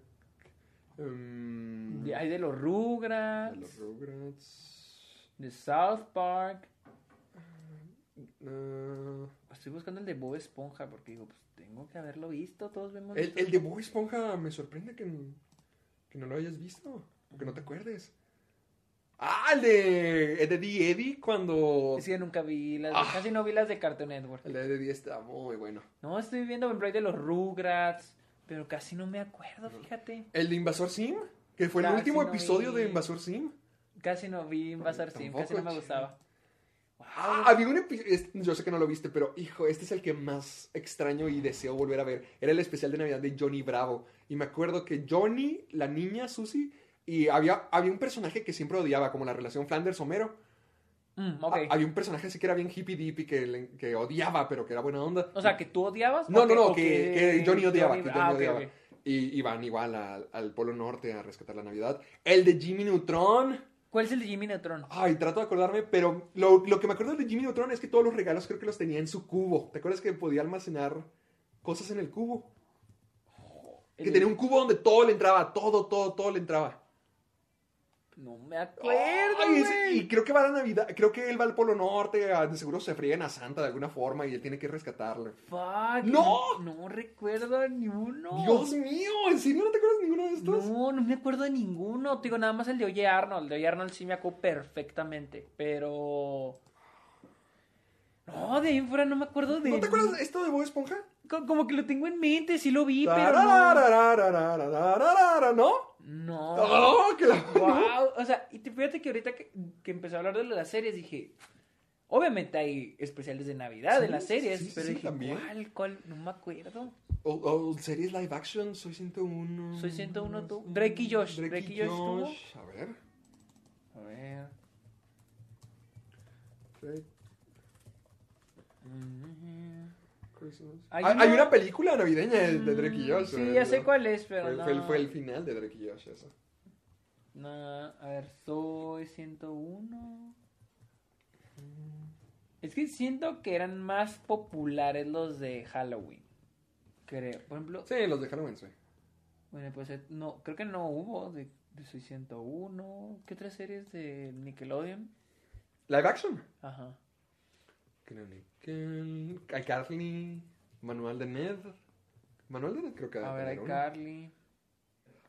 C: em,
D: de- hay de los Rugrats,
C: de
D: de,
C: los Rugrats.
D: South Park. Pues
C: Ah,
D: Estoy buscando el de Bob Esponja porque digo, pues tengo que haberlo visto, todos vemos.
C: el,
D: esto.
C: el de Bob Esponja me sorprende que, n- que no lo hayas visto. Que no te acuerdes. Ah, el de, el de Eddie Eddie cuando.
D: Es que nunca vi las,
C: Ah.
D: casi no vi las de Cartoon Network.
C: El de Eddie Eddie está muy bueno.
D: No, estoy viendo el break de los Rugrats, pero casi no me acuerdo, fíjate.
C: El de Invasor Sim, que fue el
D: Casi
C: último
D: no
C: episodio
D: vi.
C: de Invasor Sim.
D: Casi no vi Invasor Sim, casi no me
C: tampoco, chido.
D: gustaba.
C: Ah, había un episodio, yo sé que no lo viste, pero hijo, este es el que más extraño y deseo volver a ver. Era el especial de Navidad de Johnny Bravo. Y me acuerdo que Johnny, la niña, Susie, y había, había un personaje que siempre odiaba, como la relación Flanders-Homero.
D: Mm, ok.
C: Ah, Había un personaje así que era bien hippie dippy, que, le- que odiaba, pero que era buena onda.
D: o sea, que tú odiabas.
C: No,
D: ¿O
C: no,
D: que-
C: no,
D: o
C: que, que Johnny odiaba. que Johnny
D: ah, ok,
C: odiaba.
D: ok.
C: Y, y van igual al, al Polo Norte a rescatar la Navidad. El de Jimmy Neutron.
D: ¿Cuál es el de Jimmy Neutron?
C: Ay, trato de acordarme, pero lo, lo que me acuerdo de Jimmy Neutron es que todos los regalos creo que los tenía en su cubo. ¿Te acuerdas que podía almacenar cosas en el cubo? Que
D: Oh, El-
C: tenía un cubo donde todo le entraba, todo, todo, todo le entraba.
D: No me acuerdo.
C: Ay, ese-
D: güey.
C: y creo que va a la Navidad, creo que él va al Polo Norte, a- de seguro se friegan a Santa de alguna forma y él tiene que rescatarlo.
D: Fuck,
C: ¡No!
D: No recuerdo ni uno.
C: Dios mío, ¿en serio no te acuerdas de ninguno de estos?
D: No, no me acuerdo de ninguno. Te digo, nada más el de Oye Arnold. El de Oye Arnold sí me acuerdo perfectamente. Pero. No, de ahí en fuera no me acuerdo de.
C: ¿No te acuerdas de esto de Bob Esponja?
D: Co- Como que lo tengo en mente, sí lo vi, pero. No.
C: Tararararararararara, ¿No?
D: no.
C: ¡Oh, que la-
D: Wow, o sea, y te, fíjate que ahorita que, que empecé a hablar de las series, dije, obviamente hay especiales de Navidad
C: Sí,
D: en las series,
C: sí,
D: pero
C: sí,
D: dije,
C: también.
D: ¿cuál, cuál? No me acuerdo.
C: O, o series live action, Soy um, 101.
D: Soy 101 tú. Drake y Josh. Drake y Josh
C: A ver.
D: A ver.
C: Drake, Christmas.
D: Hay
C: Hay, Ah, hay
D: una- Mm,
C: una... película navideña de, de Drake y Josh.
D: Sí,
C: ¿verdad?
D: ya sé cuál es, pero
C: Fue,
D: no.
C: fue el- fue el final de Drake y Josh, eso.
D: No, a ver, soy 101.
C: Mm.
D: Es que siento que eran más populares los de Halloween. Creo. Por ejemplo,
C: Sí, los dejaron en sí.
D: Bueno, pues eh, no, creo que no hubo de, de Soy 101. ¿Qué otras series de Nickelodeon?
C: Live action.
D: Ajá.
C: Cranican, iCarly, Manual de Ned. Manual de Ned creo que ha de
D: A ver,
C: tener
D: hay
C: uno.
D: Carly.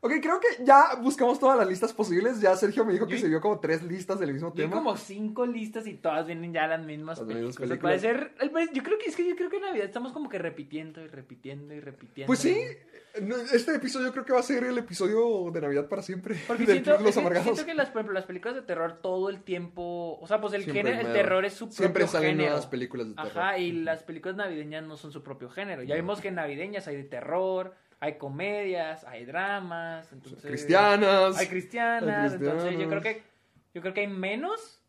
C: Ok, creo que ya buscamos todas las listas posibles. Ya Sergio me dijo que
D: Yo-
C: se vio como tres listas del mismo
D: Yo Hay
C: tema.
D: como cinco listas y todas vienen ya las mismas
C: Las
D: películas.
C: mismas
D: Al parecer, al parecer- yo creo que es que yo creo que en Navidad estamos como que repitiendo y repitiendo y repitiendo.
C: Pues sí, no, este episodio yo creo que va a ser el episodio de Navidad para siempre.
D: Porque
C: del
D: siento,
C: Club de
D: es
C: los
D: que
C: Amargados.
D: siento que las, por ejemplo, las películas de terror todo el tiempo, o sea, pues el
C: Siempre hay
D: género, el
C: miedo.
D: terror es su propio
C: Siempre salen
D: género.
C: nuevas películas de terror.
D: Ajá, y las películas navideñas no son su propio género. Ya vimos que en navideñas hay de terror, hay comedias, hay dramas, entonces...
C: Cristianas.
D: Hay cristianas,
C: Hay
D: entonces yo creo
C: cristianas.
D: que yo creo que hay menos,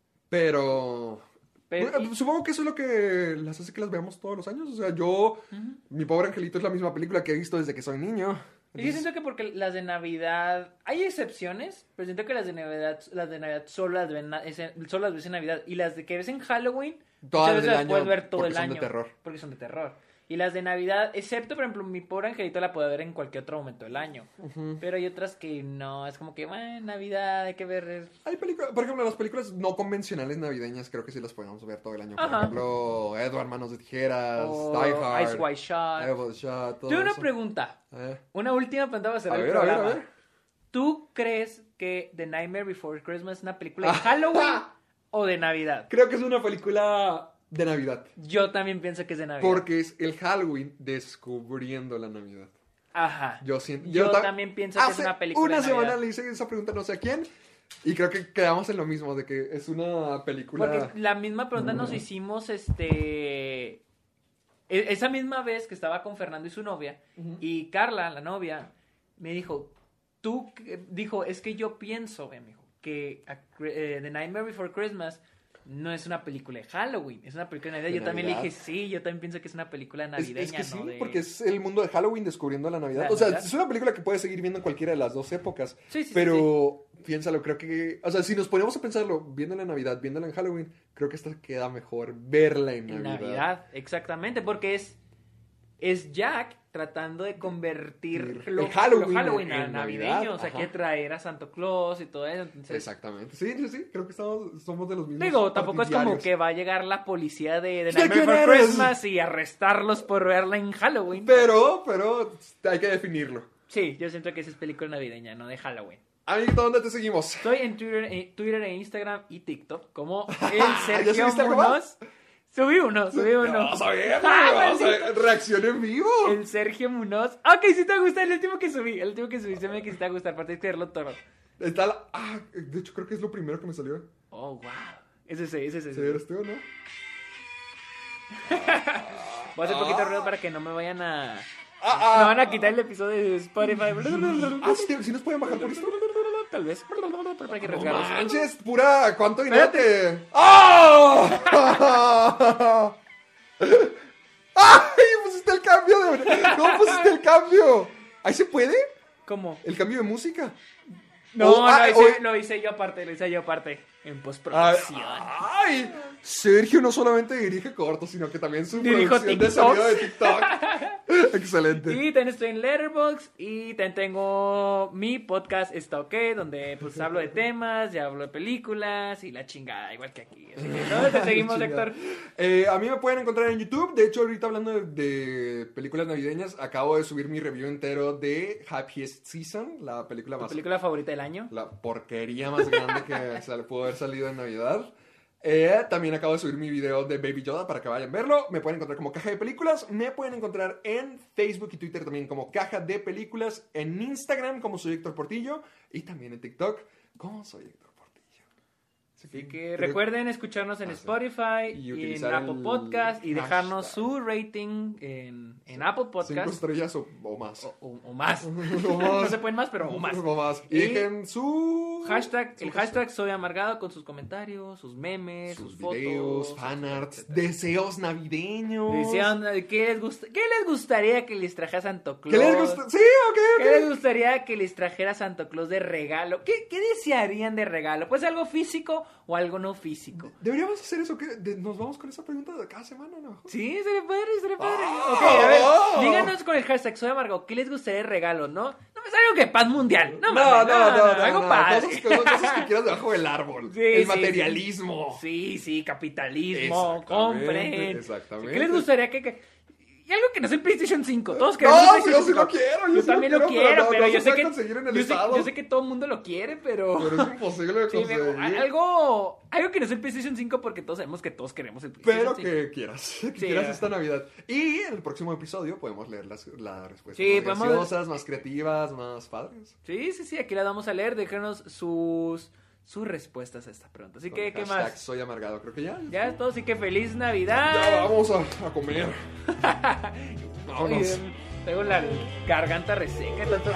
C: Pero...
D: pero
C: Bueno, pues Supongo que eso es lo que las hace que las veamos todos los años. O sea, yo, mi pobre angelito es la misma película que he visto desde que soy niño.
D: y yo siento que porque las de Navidad hay excepciones, pero siento que las de Navidad, las de Navidad solo las ven, na- ese- solo las ves en Navidad y las de que ves en Halloween
C: Todas
D: muchas veces
C: del
D: las puedes
C: año,
D: ver todo
C: porque
D: el
C: son
D: año
C: de terror.
D: porque son de terror. Y las de Navidad, excepto por ejemplo mi pobre angelito la puede ver en cualquier otro momento del año. Pero hay otras que no, es como que, bueno, Navidad, hay que ver
C: Hay películas, por ejemplo, las películas no convencionales navideñas creo que sí las podemos ver todo el año. Por
D: Ajá.
C: ejemplo, Edward, Manos de Tijeras,
D: O
C: Die Hard.
D: Ice White Shot.
C: Eyes Wide Shut, todo
D: Tengo una
C: eso.
D: pregunta.
C: Eh,
D: Una última pregunta para
C: A
D: cerrar el
C: ver, a ver,
D: programa.
C: a ver.
D: ¿Tú crees que The Nightmare Before Christmas es una película
C: Ah.
D: de Halloween o de Navidad?
C: Creo que es una película de Navidad.
D: Yo también pienso que es de Navidad.
C: Porque es el Halloween descubriendo la Navidad.
D: Ajá.
C: Yo, siento,
D: Yo
C: ta-
D: también pienso que es
C: hace
D: una película
C: Una
D: de
C: semana
D: Navidad.
C: le hice esa pregunta no sé a quién. Y creo que quedamos en lo mismo, de que es una Mm. película.
D: Porque la misma pregunta nos hicimos, este... e- Esa misma vez que estaba con Fernando y su novia, y Carla, la novia, me dijo, tú, qué- dijo, es que yo pienso, eh, me dijo, que a- eh, The Nightmare Before Christmas no es una película de Halloween, es una película de Navidad.
C: De
D: yo también le
C: Navidad.
D: dije, sí, yo también pienso que es una película
C: Es-
D: navideña,
C: es, que sí,
D: ¿no? De-
C: porque es el mundo de Halloween descubriendo la Navidad.
D: La
C: o sea,
D: Navidad.
C: es una película que puedes seguir viendo en cualquiera de las dos épocas.
D: Sí, sí, sí,
C: pero piénsalo, creo que. O sea, si nos ponemos a pensarlo, viéndola en Navidad, viéndola en Halloween, creo que esta queda mejor verla en
D: En
C: Navidad.
D: Navidad, exactamente, porque es, es Jack tratando de convertir
C: El
D: lo,
C: Halloween
D: lo Halloween
C: en
D: a navideño,
C: Navidad,
D: o sea,
C: ajá.
D: que traer a Santo Claus y todo eso. Entonces,
C: Exactamente. Sí, sí, sí. Creo que estamos, somos de los mismos.
D: Digo, tampoco es como
C: partidarios.
D: que va a llegar la policía de, de
C: ¡Ya
D: Nightmare Before
C: quién eres!
D: Christmas y arrestarlos por verla en Halloween.
C: Pero, pero hay que definirlo.
D: Sí, yo siento que esa es película navideña, no de Halloween.
C: Amiguito, ¿dónde te seguimos?
D: Estoy en Twitter, en Twitter e Instagram y TikTok como el Sergio
C: subiste algo
D: Munoz. Subí uno, subí uno.
C: Vamos a ver,
D: Ah,
C: vamos a ver.
D: maldito.
C: Reacción en vivo.
D: El Sergio Munoz. Ah, Ok, si te gusta, el último que subí. El último que subí se me que sí te gusta, aparte de creerlo todo.
C: Está la- Ah, de hecho, creo que es lo primero que me salió.
D: Oh, wow. Ese es ese, ese.
C: ¿Se eres tú, no?
D: Voy a hacer poquito ruido para que no me vayan a.
C: Ah,
D: Me van a quitar el episodio de Spotify.
C: Ah, sí, te- sí nos pueden bajar por esto.
D: Tal vez. Para que
C: No
D: recargues.
C: manches, pura. ¿Cuánto dinero te.? ¡Ah! ¡Ay! Pusiste el cambio de. ¡No pusiste el cambio! ¿Ahí se puede?
D: ¿Cómo?
C: ¿El cambio de música?
D: No,
C: Oh, ah,
D: lo, hice,
C: hoy-
D: lo hice yo aparte, lo hice yo aparte. En
C: Ay,
D: postproducción.
C: Ah, ay, Sergio no solamente dirige cortos, sino que también su
D: Dirijo
C: producción de
D: TikToks.
C: sonido de TikTok. Excelente.
D: Y también estoy en Letterboxd y también tengo mi podcast Está OK, donde pues hablo de temas, ya hablo de películas y la chingada, igual que aquí. Así que ¿dónde te seguimos,
C: Chingada.
D: Héctor?
C: Eh, a mí me pueden encontrar en YouTube. De hecho, ahorita hablando de, de películas navideñas, acabo de subir mi review entero de Happiest Season, la película
D: ¿Tu
C: más.
D: película favorita del año?
C: La porquería más grande que se le pudo haber salido en Navidad. Eh, también acabo de subir mi video de Baby Yoda para que vayan a verlo. Me pueden encontrar como Caja de Películas. Me pueden encontrar en Facebook y Twitter también como Caja de Películas. En Instagram como soy Héctor Portillo. Y también en TikTok como soy Héctor Portillo.
D: Así que
C: creo-
D: recuerden escucharnos en
C: Ah, sí.
D: Spotify
C: Y
D: y, en
C: utilizar
D: Apple
C: el
D: Podcast y dejarnos
C: hashtag.
D: su rating en, en Apple
C: Cinco
D: Podcast
C: estrellas o, o más.
D: o, o más.
C: más.
D: no se pueden más, pero o más.
C: O más. Y,
D: Y
C: dejen su...
D: Hashtag,
C: su
D: el hashtag soy amargado con sus comentarios, sus memes, sus,
C: Sus videos,
D: fotos,
C: fanarts,
D: etcétera.
C: deseos navideños.
D: Decían, ¿qué les, gusta, ¿Qué les gustaría que les trajera Santo Claus?
C: ¿Qué les gusta? Sí, ok, ok.
D: ¿Qué les gustaría que les trajera Santo Claus de regalo? ¿Qué, qué desearían de regalo? Pues algo físico o algo no físico.
C: Deberíamos hacer eso, que de- nos vamos con esa pregunta de cada semana, ¿no?
D: Sí, sería padre, sería padre.
C: Ah.
D: ok, a ver,
C: Ah.
D: díganos con el hashtag soy amargo, ¿qué les gustaría de regalo, no? No me sale algo que paz mundial. No,
C: no,
D: mames,
C: no, no, no,
D: algo
C: no,
D: padre.
C: Cosas, que- cosas que quieras debajo del árbol.
D: Sí,
C: el
D: sí,
C: materialismo.
D: Sí, sí, capitalismo,
C: Exactamente,
D: compren.
C: exactamente.
D: ¿Qué les gustaría que, que- Y algo que no sea el PlayStation 5. Todos
C: No,
D: queremos un
C: yo
D: PlayStation
C: sí lo
D: 5.
C: quiero, yo
D: Yo,
C: sí lo
D: también lo
C: quiero, pero
D: quiero,
C: no-
D: pero,
C: no
D: yo
C: se
D: sé
C: puede
D: que.
C: conseguir en el
D: yo, sé,
C: estado.
D: yo sé que todo el mundo lo quiere, pero.
C: Pero es imposible de
D: Sí, me-
C: conseguir.
D: algo, algo que no sea el PlayStation 5 porque todos sabemos que todos queremos el PlayStation
C: Pero
D: 5.
C: que quieras, que
D: Sí,
C: quieras
D: ya.
C: esta Navidad. Y en el próximo episodio podemos leer las, las respuestas
D: Sí,
C: más
D: podemos-
C: graciosas, más creativas, más padres.
D: Sí, sí, sí, aquí las vamos a leer. Déjenos sus, sus respuestas a esta pregunta. Así
C: Con
D: que,
C: el
D: ¿qué
C: hashtag
D: más?
C: Soy amargado, creo que ya.
D: Ya es todo, así que feliz Navidad.
C: Ya vamos a, a comer. Vámonos.
D: Oye, Tengo la garganta reseca de tanto.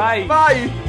D: Bye.
C: Bye.